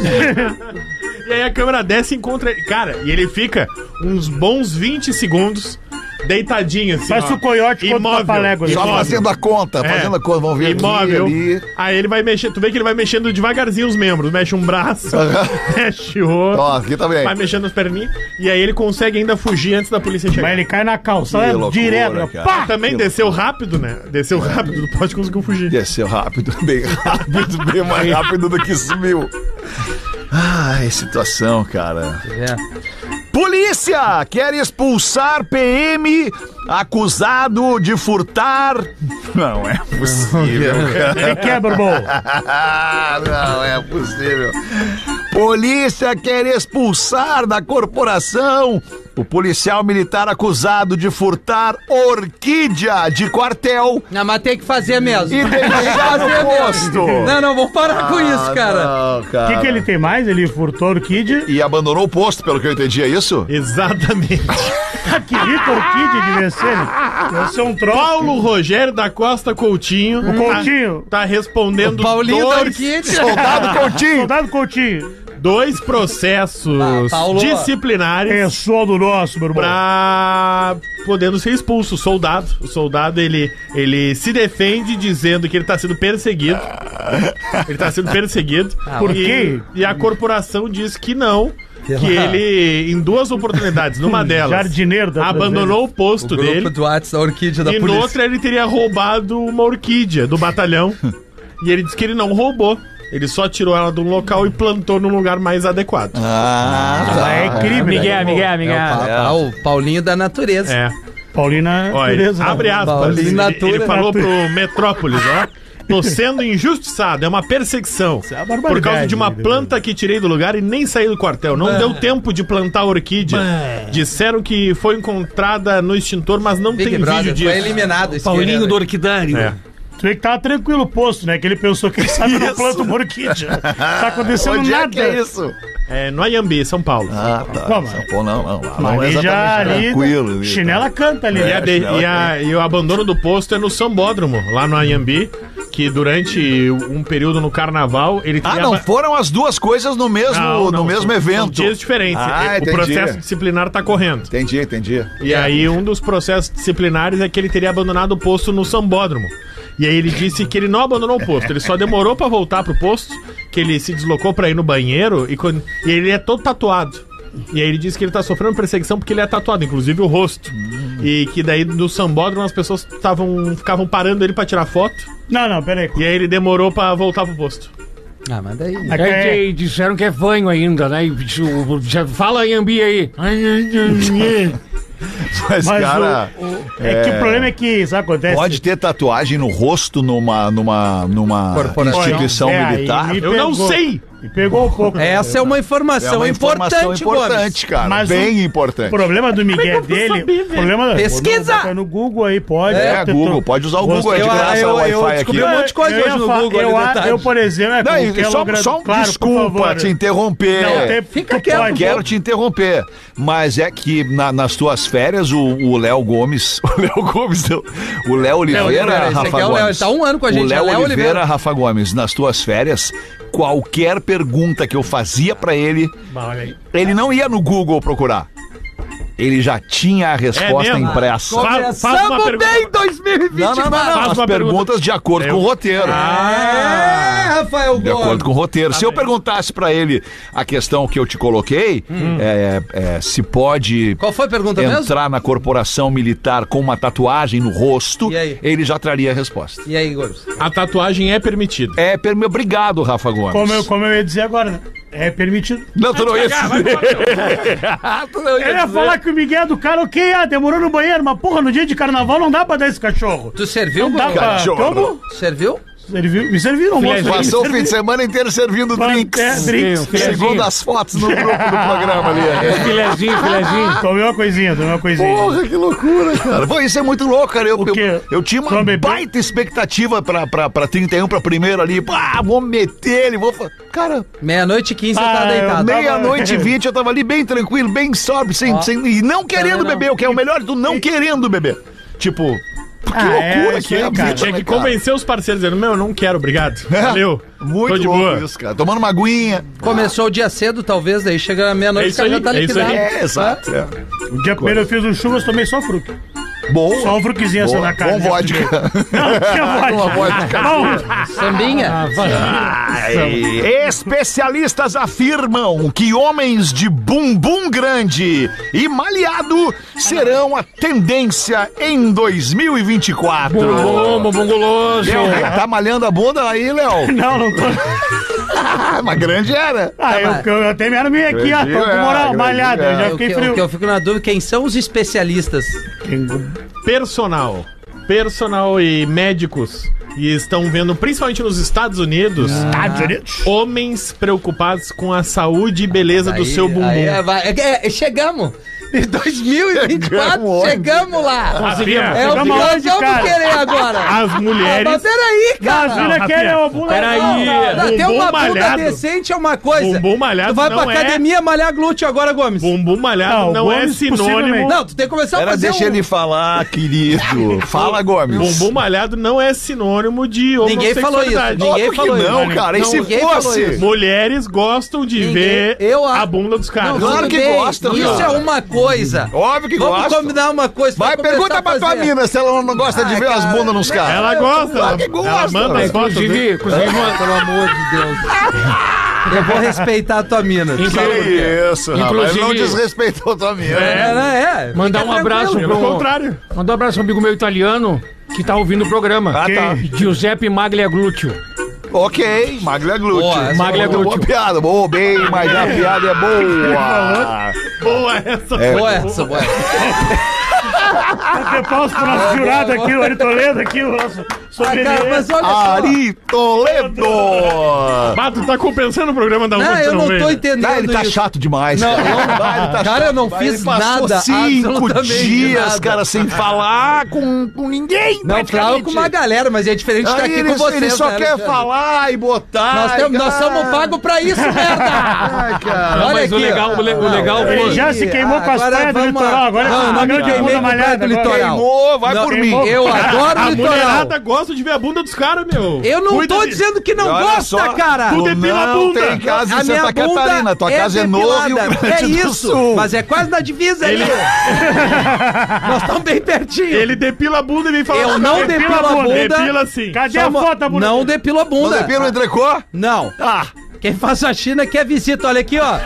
Speaker 6: (laughs) E aí a câmera desce e encontra ele. Cara, e ele fica uns bons 20 segundos deitadinho, assim.
Speaker 3: Parece
Speaker 6: ó.
Speaker 3: o coiote contra o
Speaker 6: Imóvel,
Speaker 3: Papaléguas.
Speaker 4: Só
Speaker 6: imóvel. É.
Speaker 4: fazendo a conta, fazendo a conta. Vão ver
Speaker 6: Imóvel.
Speaker 4: ali, ali.
Speaker 6: Aí ele vai mexer, tu vê que ele vai mexendo devagarzinho os membros. Mexe um braço, (laughs) mexe o outro,
Speaker 4: Ó, aqui tá também.
Speaker 6: vai mexendo as perninhas. E aí ele consegue ainda fugir antes da polícia chegar.
Speaker 3: Mas ele cai na
Speaker 4: Que
Speaker 3: calçada
Speaker 4: loucura,
Speaker 3: direto.
Speaker 4: cara.
Speaker 3: Pá!
Speaker 6: Também desceu rápido, né? Desceu rápido, o poste conseguiu fugir.
Speaker 4: Desceu rápido, (laughs) bem rápido, bem mais rápido do que subiu. Ai, situação, cara.
Speaker 5: É.
Speaker 4: Polícia quer expulsar PM acusado de furtar. Não é possível, cara.
Speaker 3: Ele quebra o bolo.
Speaker 4: Ah, (laughs) não é possível. Polícia quer expulsar da corporação o policial militar acusado de furtar orquídea de quartel
Speaker 5: Não, Ah, mas tem que fazer mesmo.
Speaker 4: e deixar
Speaker 5: (laughs)
Speaker 4: no posto.
Speaker 5: Não, não, vamos parar com isso, cara.
Speaker 4: Ah, não,
Speaker 3: O
Speaker 4: cara.
Speaker 3: que, que ele tem mais? Ele furtou o Kid.
Speaker 4: E abandonou o posto, pelo que eu entendi, é isso?
Speaker 6: Exatamente. (laughs)
Speaker 3: Que Vitor Kid devia ser. ele. Deve ser um troço.
Speaker 6: Paulo Rogério da Costa Coutinho.
Speaker 3: O Coutinho.
Speaker 6: Tá, tá respondendo
Speaker 5: Paulinho tá da
Speaker 6: dois,
Speaker 5: Orquídea.
Speaker 4: Soldado Coutinho!
Speaker 3: (laughs) Soldado Coutinho.
Speaker 6: dois processos
Speaker 5: Ah, Paulo.
Speaker 6: disciplinares.
Speaker 3: É sono nosso, meu irmão.
Speaker 6: pra podendo ser expulso. O soldado, o soldado ele, ele se defende dizendo que ele tá sendo perseguido. Ele tá
Speaker 5: (laughs)
Speaker 6: sendo perseguido.
Speaker 5: Ah,
Speaker 3: Por
Speaker 6: E-
Speaker 3: quê?
Speaker 6: E a corporação diz que não.
Speaker 5: Sei
Speaker 6: Que
Speaker 5: lá.
Speaker 6: ele, em duas
Speaker 3: (laughs)
Speaker 6: oportunidades, numa delas,
Speaker 3: Jardineiro da
Speaker 6: abandonou o
Speaker 5: O
Speaker 6: posto
Speaker 5: grupo
Speaker 6: dele
Speaker 5: do WhatsApp da Orquídea da
Speaker 6: e é
Speaker 5: Polícia.
Speaker 6: noutra ele teria roubado uma orquídea
Speaker 5: (laughs)
Speaker 6: do batalhão. e ele diz que ele não roubou. Ele só tirou ela de um local e plantou num lugar mais adequado.
Speaker 4: Ah,
Speaker 3: Ah, é crime.
Speaker 8: Miguel, Miguel,
Speaker 5: É o, Pa-
Speaker 8: Miguel.
Speaker 5: Pa- o Paulinho da Natureza.
Speaker 6: É.
Speaker 3: Paulina.
Speaker 6: Ó, ele-
Speaker 3: Beleza.
Speaker 6: abre aspas.
Speaker 5: Paulinho
Speaker 6: Ele,
Speaker 5: Natura,
Speaker 6: ele falou
Speaker 3: Natura.
Speaker 6: pro Metrópolis, ó. Tô sendo injustiçado, é uma perseguição.
Speaker 3: é uma barbaridade,
Speaker 6: por causa de uma
Speaker 3: né,
Speaker 6: planta que tirei do lugar e nem saí do quartel. Não deu tempo de plantar a orquídea. Disseram que foi encontrada no extintor, mas não
Speaker 5: Big
Speaker 6: tem vídeo
Speaker 5: Brother. Foi
Speaker 6: disso.
Speaker 5: eliminado esse né?
Speaker 8: Paulinho
Speaker 5: guerreiro
Speaker 8: do
Speaker 5: aí.
Speaker 8: Orquidário.
Speaker 6: É.
Speaker 3: Tu vê que tava tranquilo o posto, né? Que ele pensou que ele sabe no planto uma orquídea. Tá acontecendo
Speaker 4: onde
Speaker 3: nada.
Speaker 4: é que é isso?
Speaker 6: É, no Ayambi, São Paulo.
Speaker 4: Ah, tá.
Speaker 3: Não, mas-
Speaker 4: São Paulo não, não. Lá
Speaker 3: Mas
Speaker 4: não é
Speaker 3: ali já
Speaker 4: exatamente
Speaker 3: ali. né?
Speaker 4: tranquilo. ali,
Speaker 3: chinela canta ali.
Speaker 6: E, a de-
Speaker 4: chinela
Speaker 6: e a- e o abandono do posto é no Sambódromo, lá no Ayambi, que durante um período no carnaval ele
Speaker 4: Ah,
Speaker 6: criava-
Speaker 4: não foram as duas coisas no mesmo,
Speaker 6: Não,
Speaker 4: no
Speaker 6: não,
Speaker 4: mesmo
Speaker 6: são- São
Speaker 4: evento.
Speaker 6: dias diferentes.
Speaker 4: Ah,
Speaker 6: É, o
Speaker 4: entendi. É.
Speaker 6: processo disciplinar tá correndo.
Speaker 4: Entendi, entendi.
Speaker 6: E aí um dos processos disciplinares é que ele teria abandonado o posto no Sambódromo. E aí ele disse que ele não abandonou o posto, ele só demorou pra voltar pro posto, que ele se deslocou pra ir no banheiro e, quando- e ele é todo tatuado. E aí ele disse que ele tá sofrendo perseguição porque ele é tatuado, inclusive o rosto.
Speaker 4: Hum.
Speaker 6: E que daí no sambódromo as pessoas tavam, ficavam parando ele pra tirar foto.
Speaker 3: Não, não, peraí.
Speaker 6: E aí ele demorou pra voltar pro posto.
Speaker 5: Ah, mas daí.
Speaker 3: É que-
Speaker 8: É, e disseram que é fanho ainda, né? E se o- já Fala Ayambi aí.
Speaker 4: Mas,
Speaker 3: Mas
Speaker 4: cara,
Speaker 3: o, o- é, que o problema é que, sabe o que acontece?
Speaker 4: pode ter tatuagem no rosto numa, numa, numa
Speaker 5: Corporação.
Speaker 4: instituição
Speaker 3: É, aí
Speaker 4: militar?
Speaker 3: me
Speaker 6: Eu não
Speaker 3: pegou.
Speaker 6: sei!
Speaker 3: Me pegou um pouco.
Speaker 5: Essa é uma informação, importante, Gomes.
Speaker 4: cara.
Speaker 3: Mas um
Speaker 4: bem
Speaker 3: o-
Speaker 4: importante.
Speaker 3: O problema do Miguel dele. o problema da-
Speaker 5: Pesquisa!
Speaker 3: Botar no Google aí, pode.
Speaker 4: É,
Speaker 3: Eu tô-
Speaker 4: Google, pode usar o
Speaker 3: Você-
Speaker 4: Google aí de
Speaker 5: Eu,
Speaker 4: graça, o
Speaker 5: eu, eu
Speaker 4: Wi-Fi aqui.
Speaker 5: descobri um monte de coisa
Speaker 3: Eu, ia
Speaker 5: hoje no
Speaker 3: fa-
Speaker 5: Google.
Speaker 3: eu,
Speaker 5: ali,
Speaker 3: a-
Speaker 5: detalhe.
Speaker 3: eu, por exemplo, é
Speaker 4: Não,
Speaker 3: com
Speaker 4: e
Speaker 3: Kelo
Speaker 4: só,
Speaker 3: Grande-
Speaker 4: só um
Speaker 3: Claro, por
Speaker 4: desculpa
Speaker 3: favor.
Speaker 4: te interromper.
Speaker 3: Não, tem-
Speaker 5: Fica
Speaker 3: tu
Speaker 5: quieto,
Speaker 3: pode-
Speaker 4: Quero te interromper, mas é que na- nas tuas férias o o Léo Gomes, (laughs) o Léo Gomes, não, o Léo Oliveira,
Speaker 5: Oliveira, esse
Speaker 4: Rafa
Speaker 5: aqui é o Léo,
Speaker 4: Gomes.
Speaker 5: ele tá um ano com a gente,
Speaker 4: O
Speaker 5: é
Speaker 4: Léo
Speaker 5: Léo
Speaker 4: Oliveira,
Speaker 5: Oliveira.
Speaker 4: Rafa Gomes, nas tuas férias, qualquer pergunta que eu fazia pra ele, ele não ia no Google procurar. Ele já tinha a
Speaker 5: É
Speaker 4: resposta
Speaker 6: mesmo?
Speaker 4: impressa.
Speaker 6: Fa- faz uma
Speaker 5: Começamos
Speaker 6: pergunta.
Speaker 5: bem 2020,
Speaker 4: Não, não, não, não.
Speaker 6: Faz
Speaker 4: As
Speaker 6: uma
Speaker 4: perguntas
Speaker 6: pergunta.
Speaker 4: de acordo
Speaker 6: Eu-
Speaker 4: com o roteiro.
Speaker 5: É, Rafael
Speaker 4: De acordo com
Speaker 5: Gomes.
Speaker 4: o roteiro. Se eu perguntasse pra ele a questão que eu te coloquei,
Speaker 5: Hum.
Speaker 4: é, é, se pode
Speaker 5: Qual foi a pergunta Tá mesmo?
Speaker 4: entrar na corporação militar com uma tatuagem no rosto,
Speaker 5: E aí?
Speaker 4: ele já traria a resposta.
Speaker 5: E aí, Gomes?
Speaker 6: A tatuagem é permitida.
Speaker 4: É, per- obrigado, Rafa Gomes.
Speaker 3: Como eu, como eu ia dizer agora, né? É permitido.
Speaker 4: Não, tu não ia dizer. Tu não ia
Speaker 3: Eu ia
Speaker 4: dizer.
Speaker 3: falar que o Miguel é do cara, ok, ah, demorou no banheiro, mas porra, no dia de carnaval não dá pra dar esse cachorro.
Speaker 5: Tu serviu,
Speaker 3: Não dá
Speaker 5: Gomes?
Speaker 3: pra.
Speaker 4: Cachorro.
Speaker 3: Como?
Speaker 5: Serviu?
Speaker 3: Serviu, me serviram, moço.
Speaker 4: Passou o fim de semana inteiro servindo
Speaker 3: É,
Speaker 4: drinks.
Speaker 3: drinks.
Speaker 4: Segundo
Speaker 8: Filezinho.
Speaker 4: as fotos no grupo do programa ali. né?
Speaker 8: Filezinho, filezinho.
Speaker 3: Tomei uma coisinha, tomei uma coisinha.
Speaker 4: Porra, que loucura, cara. Pô, isso é muito louco, cara. Eu,
Speaker 3: O quê?
Speaker 4: eu, eu tinha uma
Speaker 3: Pra beber?
Speaker 4: baita expectativa pra, pra, pra 31, pra primeira ali. Ah, vou meter ele, vou. fa- Cara,
Speaker 5: Meia-noite e 15 eu tava
Speaker 3: Ah, eu
Speaker 5: deitado.
Speaker 3: tava- (laughs)
Speaker 4: meia-noite e 20 eu tava ali bem tranquilo, bem sóbrio, sem,
Speaker 5: Ó.
Speaker 4: sem, e
Speaker 3: tá
Speaker 4: não querendo
Speaker 5: Também não.
Speaker 4: beber, o que é o melhor do não querendo beber. Tipo, que
Speaker 3: Ah, é,
Speaker 4: loucura
Speaker 3: isso
Speaker 4: que é
Speaker 3: aí,
Speaker 4: a
Speaker 3: cara.
Speaker 4: vida,
Speaker 6: Tinha que
Speaker 4: né, cara?
Speaker 6: convencer os parceiros dizendo, meu, eu não
Speaker 4: (laughs)
Speaker 6: quero, obrigado.
Speaker 4: É,
Speaker 6: Valeu.
Speaker 4: Muito
Speaker 6: Tô de
Speaker 4: louco
Speaker 6: boa.
Speaker 4: isso, cara. Tomando uma aguinha.
Speaker 5: Começou o dia cedo, talvez, daí chega a
Speaker 6: É
Speaker 5: meia-noite e o
Speaker 6: isso
Speaker 5: cara já
Speaker 6: aí,
Speaker 5: tá
Speaker 6: é isso
Speaker 5: liquidado.
Speaker 6: aí.
Speaker 4: É, exato. é.
Speaker 3: O dia primeiro eu fiz um churras, tomei só fruque.
Speaker 4: Boa.
Speaker 3: Só um fruquezinho assim
Speaker 4: boa.
Speaker 3: na cara.
Speaker 4: Bom (laughs)
Speaker 3: (laughs)
Speaker 4: vodka.
Speaker 3: Não, tinha
Speaker 4: Uma vodka.
Speaker 3: vodka. Não,
Speaker 6: Ah,
Speaker 5: Sambinha.
Speaker 4: Ai, especialistas afirmam que homens de bumbum grande e maleado serão a tendência em 2024.
Speaker 8: Bumbum, bumbum guloso.
Speaker 4: Léo, tá malhando a bunda aí,
Speaker 5: (laughs)
Speaker 4: Léo?
Speaker 3: não, não tô.
Speaker 4: Ah, uma grande era.
Speaker 3: Ah, eu, eu até me armei aqui, ah, tô com moral,
Speaker 4: Grandinho,
Speaker 3: malhada, eu
Speaker 4: é.
Speaker 3: já
Speaker 5: O que,
Speaker 3: fiquei
Speaker 5: o
Speaker 3: frio.
Speaker 5: que eu fico na dúvida, quem são os especialistas?
Speaker 6: Personal. Personal e médicos. E estão vendo, principalmente nos Estados Unidos,
Speaker 5: Ah.
Speaker 3: Estados Unidos?
Speaker 6: homens preocupados com a saúde e beleza do
Speaker 5: Aí-
Speaker 6: seu bumbum.
Speaker 5: aí é- vai- é- é- chegamos! Em 2024,
Speaker 4: Chegamos
Speaker 5: chegamos,
Speaker 4: onde?
Speaker 5: lá!
Speaker 6: Rafinha,
Speaker 5: É o que
Speaker 3: Chegamos
Speaker 5: nós
Speaker 3: aonde,
Speaker 5: vamos
Speaker 3: cara?
Speaker 5: querer agora!
Speaker 6: As
Speaker 5: Ah, mas
Speaker 6: mulheres.
Speaker 5: peraí,
Speaker 3: As
Speaker 5: cara!
Speaker 3: minas
Speaker 6: Rafinha,
Speaker 3: querem uma bunda.
Speaker 8: peraí.
Speaker 5: Não, não, ter
Speaker 6: bumbum
Speaker 5: uma bunda
Speaker 6: malhado.
Speaker 5: decente é uma coisa.
Speaker 6: Bumbum malhado
Speaker 5: tu vai pra
Speaker 6: não é-
Speaker 5: academia malhar glúteo agora, Gomes.
Speaker 6: Bumbum malhado
Speaker 3: Não,
Speaker 6: não, é
Speaker 3: Gomes,
Speaker 6: sinônimo.
Speaker 3: possivelmente.
Speaker 5: Não, tu tem que começar a
Speaker 4: Era,
Speaker 5: fazer
Speaker 4: deixa
Speaker 5: um...
Speaker 4: ele falar, querido.
Speaker 5: (laughs)
Speaker 4: Fala, Gomes.
Speaker 6: Bumbum malhado não é sinônimo de
Speaker 5: Ninguém falou isso.
Speaker 6: homossexualidade.
Speaker 5: Ninguém
Speaker 4: Óbvio que
Speaker 5: falou isso. né?
Speaker 4: não, cara, e se
Speaker 5: ninguém falou
Speaker 4: fosse?
Speaker 5: isso.
Speaker 6: Mulheres gostam de
Speaker 5: Ninguém-
Speaker 6: ver
Speaker 5: eu
Speaker 6: a
Speaker 5: acho-
Speaker 6: bunda dos caras.
Speaker 5: Não,
Speaker 4: Claro
Speaker 5: tudo
Speaker 4: que
Speaker 5: bem.
Speaker 4: gostam,
Speaker 5: Isso
Speaker 4: cara.
Speaker 5: é uma coisa.
Speaker 4: Óbvio que
Speaker 5: Vamos
Speaker 4: gosta.
Speaker 5: combinar uma coisa.
Speaker 4: Vai,
Speaker 5: vamos começar
Speaker 4: pergunta
Speaker 5: a
Speaker 4: pra tua
Speaker 5: fazer.
Speaker 4: mina se ela não gosta de
Speaker 5: Ah,
Speaker 4: ver as
Speaker 5: cara,
Speaker 4: bundas nos
Speaker 5: não.
Speaker 4: caras.
Speaker 6: Ela gosta.
Speaker 4: Claro que
Speaker 6: ela- ela
Speaker 4: gosta,
Speaker 6: manda
Speaker 4: velho.
Speaker 6: as fotos. né?
Speaker 8: Inclusive, inclusive,
Speaker 5: Ah, Pelo amor de Deus. Eu vou respeitar a tua mina.
Speaker 8: Inclusive-
Speaker 4: Que isso, rapaz.
Speaker 8: Inclusive-
Speaker 4: Não desrespeitou tua mina.
Speaker 5: É, né? é.
Speaker 8: Mandar
Speaker 5: Fica
Speaker 8: um abraço
Speaker 5: tranquilo.
Speaker 6: Pelo
Speaker 8: Bom.
Speaker 6: contrário.
Speaker 8: Manda um abraço pro amigo meu italiano que tá ouvindo o programa. é
Speaker 4: Ah, tá.
Speaker 8: Giuseppe Maglia Glúteo.
Speaker 4: Ok, Maglia Glúteo.
Speaker 5: Boa, essa
Speaker 8: Maglia
Speaker 4: Maglia
Speaker 8: é
Speaker 4: Glúteo.
Speaker 8: boa.
Speaker 4: Boa piada. Boa, bem, mas a
Speaker 5: (laughs)
Speaker 4: piada é boa.
Speaker 6: Boa essa.
Speaker 4: É.
Speaker 5: Boa essa, boa essa.
Speaker 9: Bater palmas pro nosso jurado aqui, o Ari Toledo aqui, o nosso
Speaker 6: é
Speaker 5: Ah, cara,
Speaker 9: sommelier.
Speaker 5: mas olha só.
Speaker 4: Ari Toledo!
Speaker 6: Bah, tu tá compensando o programa da outra
Speaker 5: Não,
Speaker 6: que
Speaker 5: eu
Speaker 6: tu
Speaker 5: não
Speaker 6: veio.
Speaker 5: tô entendendo
Speaker 4: Ah, ele tá
Speaker 5: isso.
Speaker 4: chato demais.
Speaker 5: Não, não.
Speaker 4: Ah, ele tá
Speaker 5: Cara, eu não
Speaker 4: demais.
Speaker 5: fiz
Speaker 4: Ele passou
Speaker 5: nada,
Speaker 4: cinco
Speaker 5: absolutamente
Speaker 4: dias,
Speaker 5: nada.
Speaker 4: cara, sem falar com, com ninguém.
Speaker 5: Não, falo com uma galera, mas é diferente estar
Speaker 4: Aí
Speaker 5: aqui
Speaker 4: Ah, ele,
Speaker 5: com vocês.
Speaker 4: ele só
Speaker 5: né,
Speaker 4: quer
Speaker 5: Alexandre?
Speaker 4: falar e botar.
Speaker 5: Nós, temos, nós somos pagos pra
Speaker 4: (laughs)
Speaker 5: isso, merda!
Speaker 4: Ah, cara.
Speaker 5: Olha
Speaker 6: mas o
Speaker 5: aqui,
Speaker 6: legal-
Speaker 5: ó.
Speaker 6: o le- o legal
Speaker 5: Não,
Speaker 9: foi- Ele já se queimou com as
Speaker 5: agora
Speaker 9: praias do
Speaker 5: vamos lá.
Speaker 9: litoral,
Speaker 4: é
Speaker 9: agora
Speaker 5: não,
Speaker 9: ele
Speaker 5: não
Speaker 9: pagou
Speaker 5: me
Speaker 9: de
Speaker 5: queimei
Speaker 9: bunda
Speaker 5: com o praia
Speaker 9: malhada
Speaker 5: do
Speaker 9: agora.
Speaker 5: litoral.
Speaker 4: Queimou, vai
Speaker 5: Não,
Speaker 4: por
Speaker 9: queimou.
Speaker 4: mim. (laughs) tá
Speaker 5: Eu adoro o
Speaker 6: A
Speaker 5: litoral.
Speaker 6: mulherada gosta de ver a bunda dos caras, meu.
Speaker 5: Eu não
Speaker 6: Cuida
Speaker 5: tô
Speaker 6: de-
Speaker 5: dizendo que não
Speaker 4: Olha
Speaker 5: gosta,
Speaker 4: só,
Speaker 5: cara.
Speaker 6: Tu depila a bunda.
Speaker 4: Tem casa
Speaker 5: A
Speaker 4: em
Speaker 5: minha
Speaker 4: Santa
Speaker 5: bunda
Speaker 4: Catarina. Tua casa é nova e o
Speaker 5: depilada. É isso, mas é quase na divisa ali. (laughs) Nós estamos bem pertinho.
Speaker 6: Ele depila a bunda e vem falar.
Speaker 5: Eu não depilo a bunda.
Speaker 6: Depila sim.
Speaker 9: Cadê
Speaker 5: Só
Speaker 9: a
Speaker 5: uma-
Speaker 9: foto da bunda?
Speaker 5: Não depilo a
Speaker 4: Não
Speaker 5: bunda.
Speaker 4: depila o entrecô?
Speaker 5: Não.
Speaker 4: Ah,
Speaker 5: Quem faz a China quer visita. Olha aqui, ó.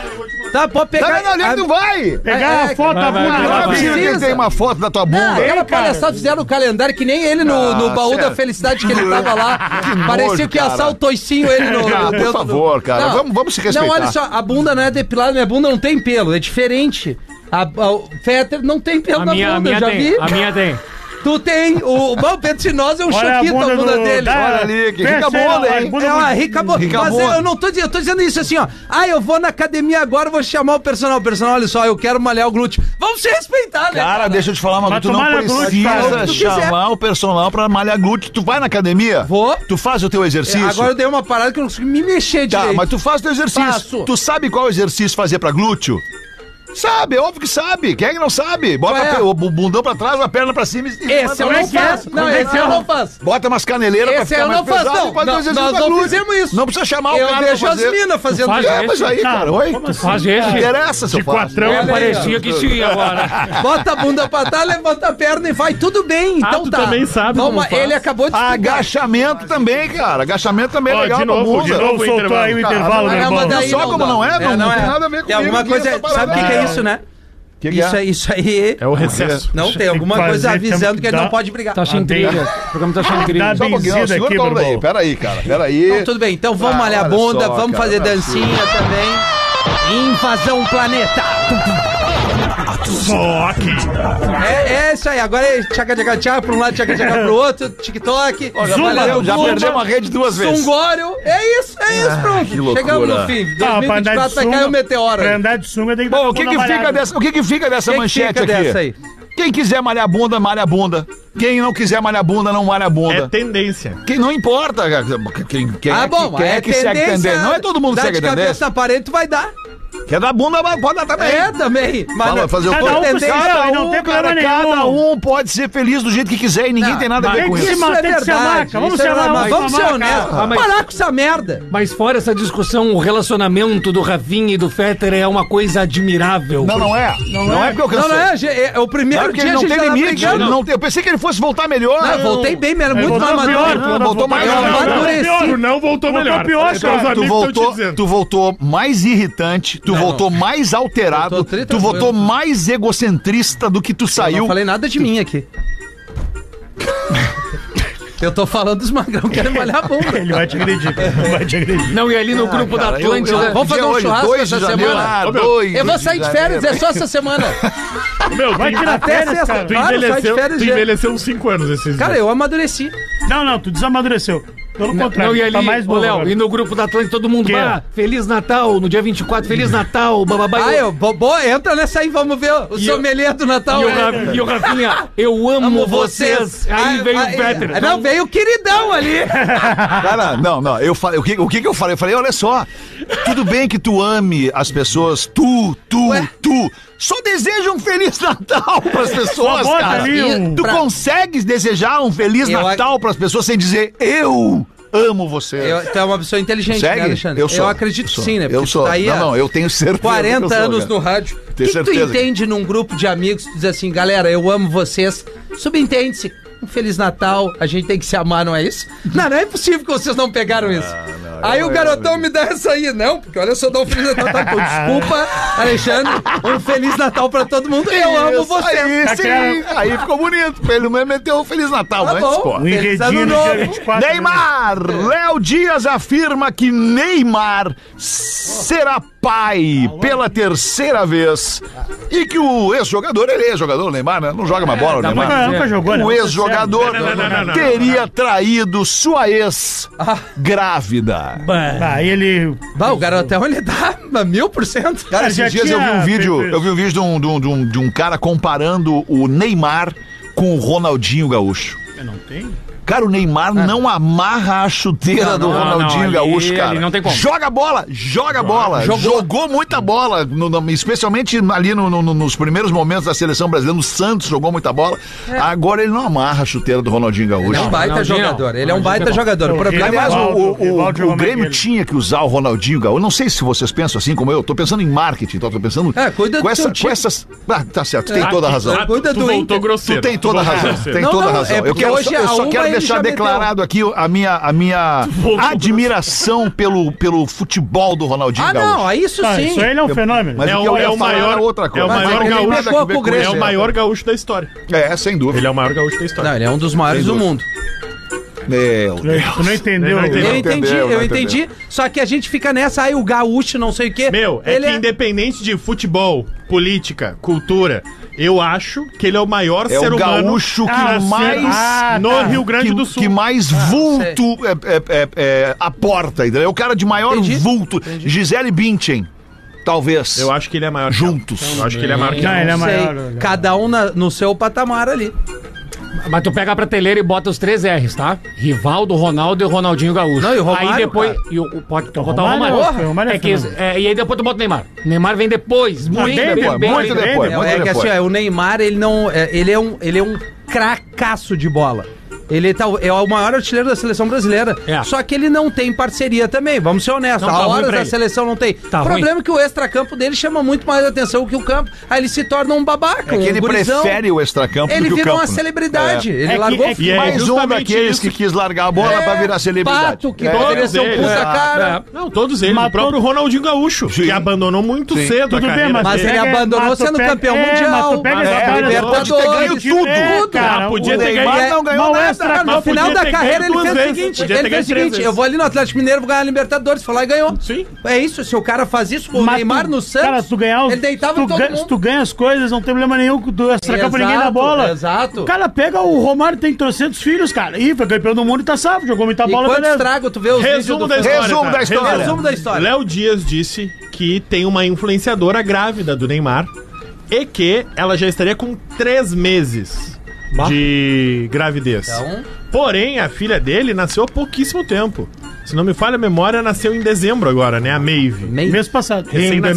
Speaker 5: Tá, pode
Speaker 4: tá
Speaker 5: pegar.
Speaker 4: vendo ali?
Speaker 5: a-
Speaker 4: Não vai.
Speaker 5: É,
Speaker 9: Pegar
Speaker 5: é,
Speaker 9: a foto da
Speaker 6: vai,
Speaker 9: bunda
Speaker 6: vai,
Speaker 9: lá,
Speaker 5: vai.
Speaker 9: bicho.
Speaker 4: Imagina que
Speaker 5: precisa.
Speaker 4: ele tem uma foto da tua
Speaker 5: Não,
Speaker 4: bunda.
Speaker 5: Ah, aquela
Speaker 9: Ei, cara.
Speaker 5: palhaçada fizeram o calendário que nem ele no, no
Speaker 4: Ah,
Speaker 5: baú da
Speaker 4: sério.
Speaker 5: felicidade que ele tava lá.
Speaker 4: (laughs)
Speaker 5: Parecia que ia
Speaker 4: cara.
Speaker 5: assar o toicinho ele no.
Speaker 4: (laughs) Ah,
Speaker 5: no
Speaker 4: por
Speaker 5: dentro do-
Speaker 4: favor, cara, vamos- vamos se respeitar.
Speaker 5: Não, olha só, a bunda não é depilada, minha bunda não tem pelo, é diferente. A, a, o Fetter não tem pelo
Speaker 8: A
Speaker 5: na
Speaker 8: minha, a
Speaker 5: tá bunda, eu
Speaker 8: minha
Speaker 5: já
Speaker 8: tem,
Speaker 5: vi.
Speaker 8: a minha tem.
Speaker 5: Tu tem, o, o Bom Pedro Sinosa é um
Speaker 9: Olha a
Speaker 5: choquito a
Speaker 9: bunda
Speaker 5: bunda
Speaker 9: do-
Speaker 5: dele.
Speaker 9: da-
Speaker 4: Olha ali, que
Speaker 9: Pensa
Speaker 4: rica
Speaker 9: aí,
Speaker 4: bunda,
Speaker 9: ó,
Speaker 4: hein?
Speaker 9: bunda
Speaker 5: É uma
Speaker 9: muito-
Speaker 5: rica boa.
Speaker 4: rica
Speaker 5: Mas
Speaker 4: boa.
Speaker 5: eu não tô dizendo, eu tô dizendo isso assim, ó. Ah, eu vou na academia agora, vou chamar o personal. O personal, olha só, eu quero malhar o glúteo. Vamos se respeitar, né?
Speaker 4: Cara, deixa eu te falar,
Speaker 9: Vai
Speaker 4: mano. Tu não
Speaker 9: tomar na glúteo,
Speaker 4: precisa
Speaker 9: cara.
Speaker 5: Tu quiser.
Speaker 4: chamar o personal pra malhar glúteo. Tu vai na academia?
Speaker 5: Vou.
Speaker 4: Tu faz o teu exercício?
Speaker 5: é, Agora eu dei uma parada que eu não consigo me mexer
Speaker 4: Tá,
Speaker 5: direito.
Speaker 4: mas tu faz o teu exercício.
Speaker 5: Faço.
Speaker 4: Tu sabe qual exercício fazer pra glúteo? Sabe, é óbvio que sabe. Quem é que não sabe? Bota
Speaker 5: Qual é?
Speaker 4: a pe- o bu- bundão pra trás, a perna pra cima e...
Speaker 5: Esse eu
Speaker 4: manda-
Speaker 5: não faço. Não,
Speaker 9: é
Speaker 5: esse
Speaker 9: que
Speaker 5: eu
Speaker 9: é?
Speaker 5: não faço.
Speaker 4: Bota umas caneleiras pra
Speaker 5: Esse
Speaker 4: ficar
Speaker 5: eu
Speaker 4: mais
Speaker 5: não faço,
Speaker 4: pesado
Speaker 5: não.
Speaker 4: e faz o
Speaker 5: Não,
Speaker 4: exercício
Speaker 5: nós
Speaker 4: pra
Speaker 5: não
Speaker 4: glúteo.
Speaker 5: fizemos isso.
Speaker 4: Não precisa chamar o
Speaker 5: Eu
Speaker 4: cara
Speaker 5: deixo
Speaker 4: pra
Speaker 5: as
Speaker 4: fazer.
Speaker 5: minas fazendo
Speaker 8: faz
Speaker 5: isso.
Speaker 4: É, mas aí, cara, oi?
Speaker 9: Como assim?
Speaker 8: Faz esse.
Speaker 4: Não interessa É se eu
Speaker 6: De
Speaker 4: faço.
Speaker 6: quatrão
Speaker 5: Olha
Speaker 6: eu
Speaker 5: aí,
Speaker 8: Parecia que sim agora.
Speaker 5: Bota a bunda pra trás, levanta a perna e vai. Tudo bem, então
Speaker 6: tu
Speaker 5: tá.
Speaker 6: também sabe
Speaker 5: Vamos,
Speaker 6: como faz.
Speaker 5: ele acabou de explicar.
Speaker 4: Agachamento também, cara. Agachamento também é
Speaker 6: Ó,
Speaker 4: legal
Speaker 6: de
Speaker 4: pra
Speaker 6: novo, de
Speaker 4: bunda.
Speaker 9: Não
Speaker 6: novo,
Speaker 9: soltou aí o
Speaker 4: Cara,
Speaker 9: intervalo, meu
Speaker 4: mas
Speaker 5: Ah,
Speaker 9: irmão.
Speaker 5: mas daí
Speaker 4: Só como não é, não- não tem nada a ver comigo
Speaker 5: Tem alguma
Speaker 4: aqui,
Speaker 5: coisa.
Speaker 4: essa parada.
Speaker 5: Sabe o que, que é isso, né?
Speaker 4: Que que
Speaker 5: isso,
Speaker 4: é?
Speaker 5: aí- isso aí.
Speaker 6: É o recesso.
Speaker 5: Não, tem
Speaker 9: que
Speaker 5: alguma
Speaker 9: fazer,
Speaker 5: coisa
Speaker 9: temos
Speaker 5: avisando
Speaker 9: que
Speaker 5: que ele não
Speaker 9: dar-
Speaker 5: pode brigar.
Speaker 8: Tá achando
Speaker 9: Adei.
Speaker 8: incrível. O programa
Speaker 5: Ah,
Speaker 8: tá achando
Speaker 9: Dá
Speaker 8: incrível.
Speaker 9: bem.
Speaker 4: Porque, ó,
Speaker 9: Benzida
Speaker 4: segura
Speaker 9: aqui,
Speaker 4: o Paulo
Speaker 9: meu
Speaker 4: aí,
Speaker 9: irmão.
Speaker 4: peraí, cara, peraí.
Speaker 5: Então, tudo bem, então vamos
Speaker 4: Ah,
Speaker 5: malhar a
Speaker 4: olha
Speaker 5: bunda,
Speaker 4: só,
Speaker 5: vamos
Speaker 4: cara,
Speaker 5: fazer
Speaker 4: não é
Speaker 5: dancinha também. Invasão Planeta.
Speaker 9: Só aqui.
Speaker 5: É, é isso aí, agora é tchaca tchaca tchaca pra um lado, tchaca tchaca pro outro, TikTok.
Speaker 4: Ó, já
Speaker 5: vai lá
Speaker 4: perdeu,
Speaker 5: no
Speaker 4: já
Speaker 5: Zumba,
Speaker 4: perdeu uma rede duas vezes. Ah,
Speaker 5: Sungório, é isso, é isso, pronto.
Speaker 4: loucura.
Speaker 5: Chegamos no fim.
Speaker 9: Tá, pra andar de
Speaker 5: 2024 vai cair
Speaker 9: sunga.
Speaker 5: o um meteoro.
Speaker 9: Pra andar de sunga tem que
Speaker 4: Bom,
Speaker 9: dar
Speaker 4: o que
Speaker 9: uma
Speaker 4: que fica
Speaker 9: malhada.
Speaker 4: dessa, o que que fica dessa
Speaker 5: O que que
Speaker 4: manchete
Speaker 5: fica
Speaker 4: aqui?
Speaker 5: dessa aí?
Speaker 4: Quem quiser malhar bunda, malha a bunda. Quem não quiser malhar bunda, não malha a
Speaker 6: É
Speaker 4: bunda.
Speaker 6: tendência.
Speaker 4: Quem não importa, cara, quem, quem é
Speaker 5: Ah,
Speaker 4: que-
Speaker 5: bom,
Speaker 4: quem é que segue tendência. Não é todo mundo que
Speaker 5: dá
Speaker 4: segue
Speaker 5: de cabeça
Speaker 4: tendência.
Speaker 5: na parede, tu vai dar.
Speaker 4: Quer dar bunda, mas pode dar também.
Speaker 5: É, também. Mas
Speaker 4: Fala,
Speaker 5: não-
Speaker 4: fazer o
Speaker 9: Cada
Speaker 4: todo.
Speaker 9: um com seu,
Speaker 4: cada
Speaker 9: e
Speaker 4: um,
Speaker 9: não tem
Speaker 4: cara,
Speaker 9: problema
Speaker 4: cada
Speaker 9: nenhum.
Speaker 4: um pode ser feliz do jeito que quiser e ninguém
Speaker 5: Não,
Speaker 4: tem nada a
Speaker 5: mas
Speaker 4: ver
Speaker 9: tem
Speaker 4: com
Speaker 9: que
Speaker 4: isso.
Speaker 9: se
Speaker 5: Isso
Speaker 9: matar,
Speaker 5: é
Speaker 9: tem que ser
Speaker 5: verdade.
Speaker 9: marca. Vamos ser
Speaker 5: isso é verdade,
Speaker 9: marca,
Speaker 5: mas Vamos ser
Speaker 9: marca.
Speaker 5: honestos.
Speaker 9: Ah,
Speaker 8: mas-
Speaker 5: Parar com essa merda.
Speaker 8: Mas fora essa discussão, o relacionamento do Rafinha e do Fetter é uma coisa admirável.
Speaker 4: Não, não é. Não, é. porque eu
Speaker 5: Não,
Speaker 4: cansei.
Speaker 5: não é, é, é o
Speaker 4: É
Speaker 5: primeiro
Speaker 4: porque
Speaker 5: dia
Speaker 4: ele
Speaker 5: a
Speaker 4: não
Speaker 5: gente
Speaker 4: tem
Speaker 5: já tá
Speaker 4: limite.
Speaker 5: brigando.
Speaker 4: Ele não tem- Eu pensei que ele fosse voltar melhor.
Speaker 5: Não, eu voltei bem, era muito
Speaker 9: voltou
Speaker 5: mais
Speaker 9: pior,
Speaker 5: maduro.
Speaker 9: tu
Speaker 4: Não, voltou mais
Speaker 5: Eu
Speaker 4: não, não.
Speaker 5: amadureci.
Speaker 6: O não voltou
Speaker 9: Voltou
Speaker 6: melhor.
Speaker 4: Então,
Speaker 9: pior,
Speaker 6: Os
Speaker 9: cara.
Speaker 6: amigos
Speaker 4: Tu
Speaker 6: tão te
Speaker 4: voltou,
Speaker 6: dizendo.
Speaker 4: tu voltou mais irritante, tu voltou mais alterado,
Speaker 5: Eu tô tri-
Speaker 4: tu voltou
Speaker 5: tranquilo.
Speaker 4: mais egocentrista do que tu
Speaker 5: Eu
Speaker 4: saiu.
Speaker 5: não falei nada de mim aqui. Eu tô falando dos magrão querem malhar a bunda.
Speaker 3: é
Speaker 9: Ele vai te
Speaker 5: (laughs)
Speaker 9: agredir. Ele vai te agredir.
Speaker 8: Não, e ali no grupo da Atlântida.
Speaker 5: eu- Vamos fazer
Speaker 4: Dia
Speaker 5: um churrasco
Speaker 4: dois
Speaker 5: essa
Speaker 4: de janeiro.
Speaker 5: semana?
Speaker 4: Ah,
Speaker 6: Ô, meu,
Speaker 4: dois
Speaker 5: Eu vou sair de
Speaker 4: janeiro.
Speaker 5: férias, é só essa semana.
Speaker 6: Meu,
Speaker 9: Vai
Speaker 6: tu-
Speaker 9: tirar
Speaker 5: Até
Speaker 9: férias,
Speaker 5: sexta.
Speaker 9: cara.
Speaker 6: Tu
Speaker 5: Claro, sai de
Speaker 6: envelheceu,
Speaker 5: férias
Speaker 6: tu
Speaker 5: já.
Speaker 6: envelheceu uns 5 anos esses
Speaker 5: Cara,
Speaker 6: dias.
Speaker 5: eu amadureci.
Speaker 9: Não, não, tu desamadureceu. Pelo contrário,
Speaker 8: Não, e
Speaker 9: tu
Speaker 8: ali,
Speaker 9: tá mais
Speaker 8: ô,
Speaker 9: novo.
Speaker 8: Léo,
Speaker 3: né?
Speaker 9: agora.
Speaker 8: e no grupo da Atlântida, todo mundo,
Speaker 9: Que?
Speaker 8: bah, Feliz Natal, no dia 24, Feliz Natal, bababá.
Speaker 5: Ah,
Speaker 8: E
Speaker 5: eu, bo, bo- entra nessa aí, vamos ver o sommelier do Natal.
Speaker 8: E o,
Speaker 5: né?
Speaker 8: Ra- e o Rafinha, eu amo,
Speaker 5: Amo
Speaker 8: vocês.
Speaker 5: vocês.
Speaker 8: Aí
Speaker 5: Ah,
Speaker 8: veio
Speaker 5: ah,
Speaker 8: o Petter.
Speaker 5: ah, Não, veio o queridão ali.
Speaker 4: Cara, não, não. Eu falei, o que, o que que eu falei? Eu falei, olha só. Tudo bem que tu ame as pessoas, tu, tu,
Speaker 5: Ué?
Speaker 4: tu. Só deseja um Feliz Natal pras pessoas,
Speaker 9: bota
Speaker 4: cara.
Speaker 9: ali um-
Speaker 4: Tu
Speaker 5: Pra-
Speaker 4: consegues desejar um Feliz
Speaker 5: Eu ac-
Speaker 4: Natal pras pessoas sem dizer eu amo você.
Speaker 5: Eu, tu é uma pessoa inteligente, né, Alexandre?
Speaker 4: Eu sou.
Speaker 5: acredito
Speaker 4: Eu sou.
Speaker 5: sim, né?
Speaker 4: Eu
Speaker 5: Porque
Speaker 4: sou.
Speaker 5: tu tá aí
Speaker 4: não,
Speaker 5: há
Speaker 4: não, eu tenho certeza.
Speaker 5: 40
Speaker 4: que eu sou,
Speaker 5: anos
Speaker 4: cara.
Speaker 5: no rádio. O
Speaker 4: Tenho
Speaker 5: que, que tu
Speaker 4: certeza que-
Speaker 5: entende num grupo de amigos? Tu diz assim, galera, eu amo vocês. Subentende-se. Um Feliz Natal, a gente tem que se amar, não é isso? Não, não é possível que vocês não
Speaker 4: Ah,
Speaker 5: pegaram isso. aí o garotão me dá essa aí, não, porque olha, eu só dou um Feliz Natal. Tá, pô, desculpa, Alexandre, um Feliz Natal pra todo mundo. Eu amo
Speaker 4: Isso,
Speaker 5: vocês.
Speaker 4: Aí, sim,
Speaker 9: criando-
Speaker 4: aí ficou bonito. Pelo menos meteu um Feliz Natal
Speaker 5: Tá
Speaker 4: antes,
Speaker 5: bom.
Speaker 4: pô.
Speaker 9: Um
Speaker 5: Feliz
Speaker 9: enredinho
Speaker 5: ano
Speaker 9: no dia
Speaker 5: novo.
Speaker 3: né?
Speaker 9: 24.
Speaker 4: Neymar! Léo Dias afirma que Neymar será pai pela terceira vez. E que o ex-jogador, ele é jogador, Neymar, né? Não joga mais bola, o
Speaker 8: dá
Speaker 4: Neymar.
Speaker 8: pra-
Speaker 3: Não, nunca jogou, né?
Speaker 4: O ex-jogador
Speaker 6: Não, não, não, não, não, não.
Speaker 4: teria traído sua ex grávida.
Speaker 3: Ah, ele.
Speaker 5: Bah, o garotão ele dá mil por cento.
Speaker 4: Cara,
Speaker 3: Cara,
Speaker 4: esses
Speaker 3: É, já
Speaker 4: dias eu vi um
Speaker 3: tinha
Speaker 4: vídeo,
Speaker 3: feito
Speaker 4: eu vi um vídeo de um, de um- de um- de um cara comparando o Neymar com o Ronaldinho Gaúcho.
Speaker 3: Não tem?
Speaker 4: Cara, o Neymar não amarra a chuteira do
Speaker 8: Ah. não, não,
Speaker 4: Ronaldinho
Speaker 8: ali-
Speaker 4: Gaúcho, cara.
Speaker 8: ali não tem como.
Speaker 4: Joga bola, joga bola. Jogou, muita bola, no- no- especialmente ali no- no- no- nos primeiros momentos da seleção brasileira. O Santos jogou muita bola.
Speaker 8: É.
Speaker 4: Agora ele não amarra a chuteira do Ronaldinho
Speaker 5: Ele é
Speaker 4: Gaúcho.
Speaker 5: um baita
Speaker 8: Ronaldinho,
Speaker 5: jogador. Ele é um
Speaker 8: Ronaldinho
Speaker 5: baita
Speaker 8: tá bom.
Speaker 5: jogador. O
Speaker 3: Horrível.
Speaker 5: problema
Speaker 4: Aliás, o,
Speaker 5: é.
Speaker 3: Rivaldo,
Speaker 4: o- o-
Speaker 3: Rivaldo
Speaker 4: o
Speaker 6: um
Speaker 3: jogou mais que
Speaker 4: Grêmio
Speaker 3: ele.
Speaker 4: tinha que usar o Ronaldinho Gaúcho. Eu Não sei se vocês pensam assim como eu. Eu tô pensando em marketing, então eu tô pensando.
Speaker 5: É, cuida
Speaker 4: com
Speaker 5: do teu
Speaker 4: essa,
Speaker 5: time.
Speaker 4: com essas. Ah, tá certo, tu tem toda a razão.
Speaker 5: Ah, cuida
Speaker 6: tu
Speaker 5: do
Speaker 6: voltou
Speaker 5: Inter.
Speaker 6: grosseiro.
Speaker 4: Tu tem toda a
Speaker 6: voltou
Speaker 4: razão.
Speaker 6: grosseiro.
Speaker 4: Tem
Speaker 5: Não,
Speaker 4: toda a
Speaker 5: não,
Speaker 4: razão.
Speaker 5: é
Speaker 4: eu
Speaker 5: porque
Speaker 4: quero,
Speaker 5: hoje
Speaker 4: só, eu
Speaker 5: a
Speaker 4: só
Speaker 5: uma
Speaker 4: quero
Speaker 5: ele já
Speaker 4: deixar
Speaker 5: meteu.
Speaker 4: declarado aqui a minha, a minha
Speaker 6: voltou
Speaker 4: admiração pelo, pelo futebol do Ronaldinho
Speaker 5: Ah,
Speaker 4: Gaúcho.
Speaker 5: não, isso
Speaker 3: Ah,
Speaker 5: sim.
Speaker 3: isso aí ele é um fenômeno.
Speaker 4: Mas
Speaker 6: É
Speaker 4: o que
Speaker 6: o-
Speaker 4: eu ia
Speaker 6: é o
Speaker 4: falar
Speaker 6: maior-
Speaker 4: era outra coisa.
Speaker 6: é o
Speaker 4: Mas
Speaker 6: maior
Speaker 4: não tem
Speaker 6: gaúcho.
Speaker 4: nada a
Speaker 5: Pegou
Speaker 4: ver
Speaker 5: pro
Speaker 4: com
Speaker 5: Grêmio.
Speaker 6: É o
Speaker 4: isso.
Speaker 6: maior gaúcho da história.
Speaker 4: É, sem
Speaker 6: Ele
Speaker 4: dúvida.
Speaker 6: é o maior gaúcho da história.
Speaker 5: Não, ele é um dos maiores do mundo.
Speaker 6: é-
Speaker 4: Meu Deus.
Speaker 3: Tu não entendeu?
Speaker 6: Não entendeu.
Speaker 4: entendeu,
Speaker 5: Eu entendi, eu
Speaker 4: não
Speaker 5: entendi.
Speaker 4: entendeu.
Speaker 5: Só que a gente fica nessa, aí o gaúcho, não sei o quê.
Speaker 6: Meu, é
Speaker 5: ele
Speaker 6: que independente de futebol, política, cultura, eu acho que ele é o maior
Speaker 4: É
Speaker 6: ser
Speaker 4: o
Speaker 6: humano
Speaker 4: gaúcho que
Speaker 3: Ah, sim.
Speaker 4: mais
Speaker 3: Ah,
Speaker 6: no
Speaker 3: tá.
Speaker 6: Rio Grande
Speaker 4: que,
Speaker 6: do Sul. Ah,
Speaker 4: que mais vulto é, é, é, é, aporta, entendeu? É o cara de maior
Speaker 5: Entendi.
Speaker 4: vulto. Gisele Bündchen, talvez.
Speaker 6: Eu acho que ele é maior. que ela.
Speaker 4: Juntos.
Speaker 6: Eu acho que ele é maior. que
Speaker 3: Não,
Speaker 6: ela.
Speaker 3: ele é
Speaker 5: Não sei,
Speaker 3: maior.
Speaker 5: cada um na- no seu patamar ali.
Speaker 8: Mas tu pega a prateleira e bota os três R's, tá? Rivaldo, Ronaldo e Ronaldinho Gaúcho.
Speaker 5: Não, e o Romário,
Speaker 8: Aí depois.
Speaker 5: cara.
Speaker 8: E o, o- pode então, botar o
Speaker 3: Romário,
Speaker 8: Romário.
Speaker 3: porra, o Romário é
Speaker 8: É que-
Speaker 3: fenômeno.
Speaker 8: é, e aí depois tu bota o Neymar. Neymar vem depois. Muito
Speaker 3: bem
Speaker 8: depois.
Speaker 3: depois,
Speaker 8: bem
Speaker 4: muito
Speaker 8: depois.
Speaker 4: depois,
Speaker 5: É,
Speaker 6: né?
Speaker 4: muito
Speaker 5: é que assim,
Speaker 4: depois.
Speaker 5: ó, o Neymar, ele não. é, ele, é um, ele é um cracaço de bola. Ele tá, é o maior artilheiro da seleção brasileira.
Speaker 8: É.
Speaker 5: Só que ele não tem parceria também, vamos ser honestos.
Speaker 8: Não, tá
Speaker 5: a
Speaker 8: ruim
Speaker 5: horas
Speaker 8: pra
Speaker 5: da
Speaker 8: ele.
Speaker 5: seleção não tem.
Speaker 8: Tá
Speaker 5: o problema
Speaker 8: ruim.
Speaker 5: é que o extracampo dele chama muito mais atenção que o campo. Aí ele se torna um babaca,
Speaker 4: É
Speaker 5: um
Speaker 4: que ele
Speaker 5: gurizão.
Speaker 4: prefere o extracampo
Speaker 5: Ele
Speaker 4: do que o
Speaker 5: virou
Speaker 4: campo.
Speaker 5: uma
Speaker 4: né?
Speaker 5: celebridade. Ele
Speaker 3: É que-
Speaker 5: largou
Speaker 3: é que-
Speaker 6: E é
Speaker 4: Mais um
Speaker 6: justamente
Speaker 4: daqueles
Speaker 6: isso
Speaker 4: que quis largar a bola pra virar celebridade.
Speaker 5: Pato, É que
Speaker 4: É.
Speaker 5: poderia
Speaker 6: todos
Speaker 5: ser um
Speaker 6: eles.
Speaker 5: puta
Speaker 6: É,
Speaker 5: cara.
Speaker 6: Não, todos eles.
Speaker 3: Mas
Speaker 6: o próprio Ronaldinho Gaúcho, que abandonou muito cedo
Speaker 3: Tudo
Speaker 6: a
Speaker 3: bem,
Speaker 6: carreira.
Speaker 3: mas,
Speaker 5: Mas
Speaker 3: tu
Speaker 5: ele
Speaker 3: pega-
Speaker 5: abandonou
Speaker 3: mas tu
Speaker 5: sendo
Speaker 3: pega-
Speaker 5: campeão
Speaker 3: é,
Speaker 5: mundial.
Speaker 3: Mas tu pega
Speaker 5: Mas
Speaker 3: essa
Speaker 4: é, ele
Speaker 3: história do-
Speaker 4: pode ter ganho
Speaker 5: Libertadores,
Speaker 4: tudo.
Speaker 3: É,
Speaker 6: Ah,
Speaker 3: cara,
Speaker 6: podia
Speaker 3: o-
Speaker 6: ter
Speaker 4: Neymar
Speaker 6: ganhado.
Speaker 5: É,
Speaker 4: não ganhou
Speaker 3: não é
Speaker 4: nada.
Speaker 3: extra-
Speaker 5: Cara, no
Speaker 6: Mas
Speaker 5: final
Speaker 6: podia
Speaker 5: da
Speaker 6: ter
Speaker 5: carreira
Speaker 6: ganho
Speaker 5: ele
Speaker 6: duas
Speaker 5: fez o
Speaker 6: vezes,
Speaker 5: seguinte:
Speaker 6: podia
Speaker 5: ele fez
Speaker 6: ter
Speaker 5: o
Speaker 6: ganho três
Speaker 5: seguinte,
Speaker 6: vezes.
Speaker 5: eu vou ali no Atlético Mineiro, vou ganhar a Libertadores. Foi lá e ganhou.
Speaker 6: Sim.
Speaker 5: É isso, se o cara faz isso com o
Speaker 3: Mas tu-
Speaker 5: Neymar no Santos,
Speaker 3: Cara, se tu ganhar os,
Speaker 5: ele deitava
Speaker 3: se
Speaker 5: em
Speaker 3: tu,
Speaker 5: todo
Speaker 3: ganha,
Speaker 5: mundo.
Speaker 3: se tu ganha as coisas, não tem problema nenhum com tu extracar pra ninguém na
Speaker 5: Exato,
Speaker 3: bola.
Speaker 5: exato.
Speaker 3: O cara pega o Romário, tem 300 filhos, cara. Ih, foi campeão do mundo e tá salvo, jogou muita
Speaker 5: E
Speaker 3: bola,
Speaker 5: quanto
Speaker 3: beleza.
Speaker 5: estrago tu vê os
Speaker 6: Resumo
Speaker 5: vídeos do
Speaker 6: da história.
Speaker 4: Resumo
Speaker 6: tá?
Speaker 4: da história.
Speaker 6: Resumo.
Speaker 5: Resumo da história.
Speaker 6: Léo Dias disse que tem uma influenciadora grávida do Neymar e que ela já estaria com três meses de gravidez.
Speaker 5: Então,
Speaker 6: Porém, a filha dele nasceu há pouquíssimo tempo. Se não me falha a memória, nasceu em dezembro agora, né? A Maeve.
Speaker 5: nem-
Speaker 3: Mês passado.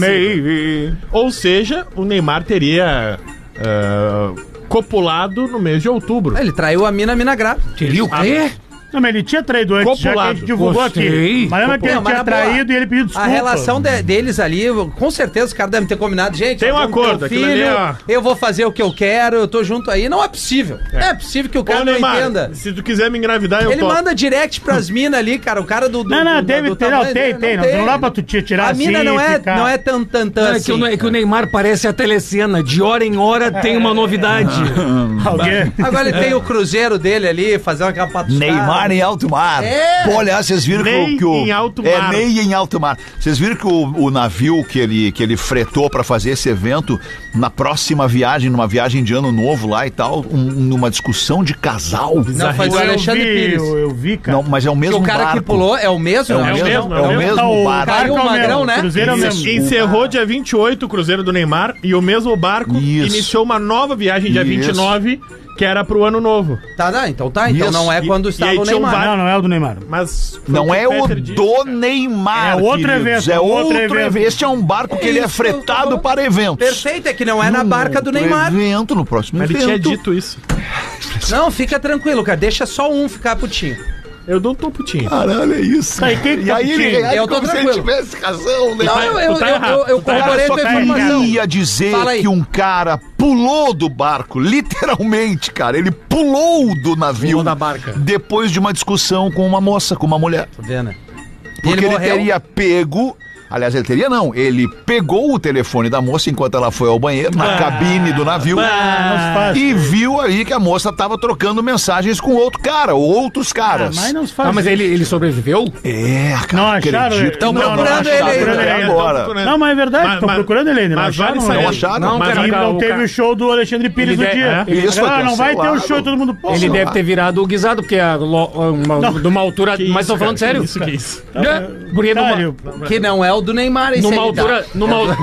Speaker 6: Recém-nascida. Ou seja, o Neymar teria ah, copulado no mês de outubro.
Speaker 5: Ele traiu a mina, a mina grávida.
Speaker 8: Teria Ah, é o quê?
Speaker 3: Não, mas ele tinha traído antes, já que a
Speaker 6: Copulado.
Speaker 3: gente divulgou
Speaker 8: Gostei.
Speaker 3: aqui. Mas lembra que
Speaker 5: Não,
Speaker 3: ele
Speaker 5: mas na
Speaker 3: tinha
Speaker 5: boa,
Speaker 3: traído e ele pediu desculpa.
Speaker 5: A relação de- deles ali, eu- com certeza os caras devem ter combinado. Gente,
Speaker 6: Tem um
Speaker 5: eu vou ter
Speaker 6: acordo, aquilo ali
Speaker 5: filho,
Speaker 6: é uma-
Speaker 5: eu vou fazer o que eu quero, eu tô junto aí. Não é possível. Não é possível que o cara
Speaker 6: Ô,
Speaker 5: não
Speaker 6: Neymar,
Speaker 5: entenda.
Speaker 6: se tu quiser me engravidar, eu
Speaker 5: Ele
Speaker 6: topo.
Speaker 5: manda direct pras minas ali, cara. O cara do. do
Speaker 3: Não, não,
Speaker 5: do-
Speaker 3: teve,
Speaker 5: do
Speaker 3: tem, não,
Speaker 5: tamanho
Speaker 3: tem,
Speaker 5: dele,
Speaker 3: tem. Não, não dá pra tu te tirar
Speaker 5: A mina
Speaker 3: assim
Speaker 5: não
Speaker 3: e
Speaker 5: é,
Speaker 3: ficar.
Speaker 5: não é tan tan tan.
Speaker 8: Não, é, que
Speaker 5: assim.
Speaker 8: o, Ne- é que o Neymar parece a telecena. De hora em hora tem uma novidade.
Speaker 3: Alguém.
Speaker 5: Agora ele tem o cruzeiro dele ali, fazendo aquela patuscada.
Speaker 4: Neymar em alto mar.
Speaker 5: É.
Speaker 4: Pô, aliás, vocês viram que
Speaker 6: Ney
Speaker 4: o- que o.
Speaker 6: em alto mar.
Speaker 4: É Ney em alto mar. Vocês viram que o, o navio que ele, que ele fretou pra fazer esse evento, na próxima viagem, numa viagem de ano novo lá e tal, um- numa discussão de casal.
Speaker 5: Não, foi o
Speaker 3: Eu
Speaker 5: Alexandre
Speaker 3: vi,
Speaker 5: Pires.
Speaker 3: eu, eu vi, cara.
Speaker 4: Não, mas é o mesmo
Speaker 5: o cara que
Speaker 4: barco.
Speaker 5: pulou é o mesmo?
Speaker 4: É o
Speaker 5: né?
Speaker 4: mesmo,
Speaker 6: mesmo,
Speaker 4: é o mesmo
Speaker 3: Tá,
Speaker 4: barco.
Speaker 5: Caiu o
Speaker 3: barco é
Speaker 5: magrão, né?
Speaker 3: O Cruzeiro é o
Speaker 4: Isso.
Speaker 3: mesmo.
Speaker 6: Encerrou dia 28 o Cruzeiro do Neymar e o mesmo barco
Speaker 4: Isso.
Speaker 6: iniciou uma nova viagem dia
Speaker 4: Isso.
Speaker 6: 29, que era pro ano novo.
Speaker 5: Tá, tá, então tá. Então
Speaker 4: Isso.
Speaker 5: não é
Speaker 6: E-
Speaker 5: quando
Speaker 6: e
Speaker 5: estava
Speaker 6: aí
Speaker 5: o
Speaker 6: tinha um
Speaker 5: Neymar.
Speaker 6: VAR.
Speaker 3: Não, não é o do Neymar.
Speaker 6: Mas foi
Speaker 4: Não
Speaker 6: o que
Speaker 4: é o
Speaker 6: Peter disse,
Speaker 4: do
Speaker 6: cara.
Speaker 4: Neymar.
Speaker 3: É outro
Speaker 4: queridos.
Speaker 3: evento,
Speaker 4: É
Speaker 3: outro
Speaker 4: outro
Speaker 3: evento.
Speaker 4: evento. Este é um barco que ele é
Speaker 5: Isso, tá
Speaker 4: fretado
Speaker 5: bom.
Speaker 4: para eventos.
Speaker 5: Perfeito, é que não é na
Speaker 4: Num
Speaker 5: barca do
Speaker 4: outro
Speaker 5: Neymar.
Speaker 4: Evento, no próximo
Speaker 6: Mas ele tinha
Speaker 4: evento.
Speaker 6: dito isso.
Speaker 5: Não, fica tranquilo, cara. Deixa só um ficar putinho.
Speaker 6: Eu
Speaker 3: um
Speaker 6: não tô putinho.
Speaker 4: Caralho, é isso.
Speaker 3: Tá, e quem que
Speaker 4: e
Speaker 3: tá
Speaker 4: aí ele
Speaker 3: pedindo?
Speaker 4: reage
Speaker 5: Eu tô
Speaker 4: como se ele
Speaker 5: tranquilo.
Speaker 4: tivesse razão, né?
Speaker 5: Não, eu, eu,
Speaker 6: tá
Speaker 5: eu,
Speaker 6: errado.
Speaker 5: eu, eu corroborei
Speaker 4: É, só
Speaker 5: com a
Speaker 4: queria
Speaker 5: informação.
Speaker 4: dizer
Speaker 5: Fala aí.
Speaker 4: que um cara pulou do barco, literalmente, cara. Ele pulou do navio
Speaker 5: Pulou da barca.
Speaker 4: depois de uma discussão com uma moça, com uma mulher.
Speaker 5: Vê, né? E
Speaker 4: Porque ele, teria pego Aliás, ele teria não. Ele pegou o telefone da moça enquanto ela foi ao banheiro, na cabine do navio.
Speaker 3: Ah, não se faz.
Speaker 4: E viu aí que a moça tava trocando mensagens com outro cara, ou outros caras.
Speaker 3: Mas não se faz.
Speaker 8: Ah, mas ele, ele sobreviveu?
Speaker 4: É, cara,
Speaker 3: Não acharam
Speaker 4: acredito.
Speaker 3: ele?
Speaker 4: que
Speaker 3: Tão
Speaker 4: não, não
Speaker 5: procurando
Speaker 4: acharam
Speaker 5: ele ainda.
Speaker 4: até
Speaker 6: É, tão
Speaker 4: agora.
Speaker 6: procurando.
Speaker 3: Não, mas é verdade,
Speaker 6: Mas-
Speaker 3: estão
Speaker 6: mas-
Speaker 3: procurando ele ainda. Não
Speaker 6: mas vale
Speaker 3: acharam,
Speaker 6: saber.
Speaker 3: né?
Speaker 4: Não acharam?
Speaker 8: Não,
Speaker 3: Mas
Speaker 8: cara,
Speaker 3: e
Speaker 8: o
Speaker 3: não
Speaker 8: cara-
Speaker 3: teve o show do Alexandre Pires
Speaker 8: Ele
Speaker 3: no
Speaker 8: de-
Speaker 3: dia.
Speaker 8: é.
Speaker 3: Ele
Speaker 4: Isso,
Speaker 3: falou, ah, não vai ter o
Speaker 4: cancelado.
Speaker 3: show, todo mundo... Pô,
Speaker 8: Ele
Speaker 3: não,
Speaker 8: deve ter virado o guisado, porque a, lo- uma,
Speaker 3: Não.
Speaker 8: de uma altura.
Speaker 6: Que
Speaker 8: mas
Speaker 6: isso,
Speaker 8: tá, tô falando
Speaker 6: cara,
Speaker 8: sério.
Speaker 6: que
Speaker 3: é
Speaker 6: Isso que isso. Tá,
Speaker 8: É, porque numa,
Speaker 3: Otário.
Speaker 5: Que não é o do Neymar, esse
Speaker 8: numa
Speaker 5: aí dá.
Speaker 8: altura. Numa
Speaker 6: Tá,
Speaker 8: altura.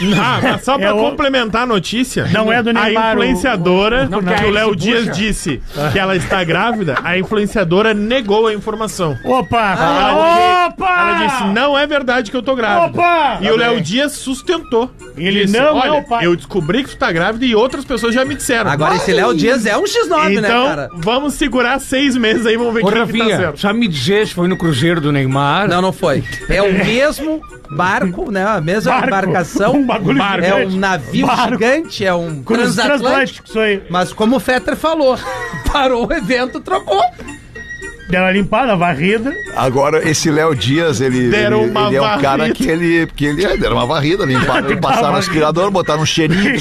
Speaker 6: (laughs) Ah, mas só pra
Speaker 3: É o-
Speaker 6: complementar a notícia.
Speaker 3: Não é do Neymar,
Speaker 6: A influenciadora
Speaker 8: Não,
Speaker 6: que o
Speaker 8: cara,
Speaker 6: Léo
Speaker 8: isso
Speaker 6: Dias
Speaker 8: puxa.
Speaker 6: disse que ela está grávida, a influenciadora negou a informação.
Speaker 3: Opa!
Speaker 6: ela
Speaker 3: opa!
Speaker 6: Ela disse, não é verdade que eu tô grávida.
Speaker 3: Ah! Opa!
Speaker 6: E o Léo Dias sustentou.
Speaker 3: Ele
Speaker 6: Disse,
Speaker 3: não é
Speaker 6: "Olha,
Speaker 3: o pai."
Speaker 6: Eu descobri que tu tá grávida e outras pessoas já me disseram.
Speaker 5: Agora, esse Léo Dias é um X9, né,
Speaker 6: então,
Speaker 5: cara?
Speaker 6: vamos segurar seis meses aí, vamos ver
Speaker 8: Ô,
Speaker 6: quem que tá
Speaker 8: Rafinha,
Speaker 6: certo.
Speaker 8: já me dizes, foi no Cruzeiro do Neymar.
Speaker 5: Não, não foi. É
Speaker 3: (laughs)
Speaker 5: o mesmo barco, né? A mesma
Speaker 3: Barco.
Speaker 5: embarcação.
Speaker 3: Um bagulho
Speaker 5: É um
Speaker 3: gigante.
Speaker 5: navio
Speaker 3: Barco.
Speaker 5: gigante, é um
Speaker 3: Cruz
Speaker 5: transatlântico.
Speaker 3: transatlântico, isso aí.
Speaker 5: Mas como o Fetter falou, (laughs) parou o evento, trocou.
Speaker 3: Dela limpada, varrida.
Speaker 4: Agora, esse Léo Dias, ele,
Speaker 6: Deram
Speaker 4: ele,
Speaker 6: uma
Speaker 4: ele é um cara
Speaker 6: varrida.
Speaker 4: que ele, que ele é, deram uma varrida, limparam, passaram aspirador, botaram um cheirinho,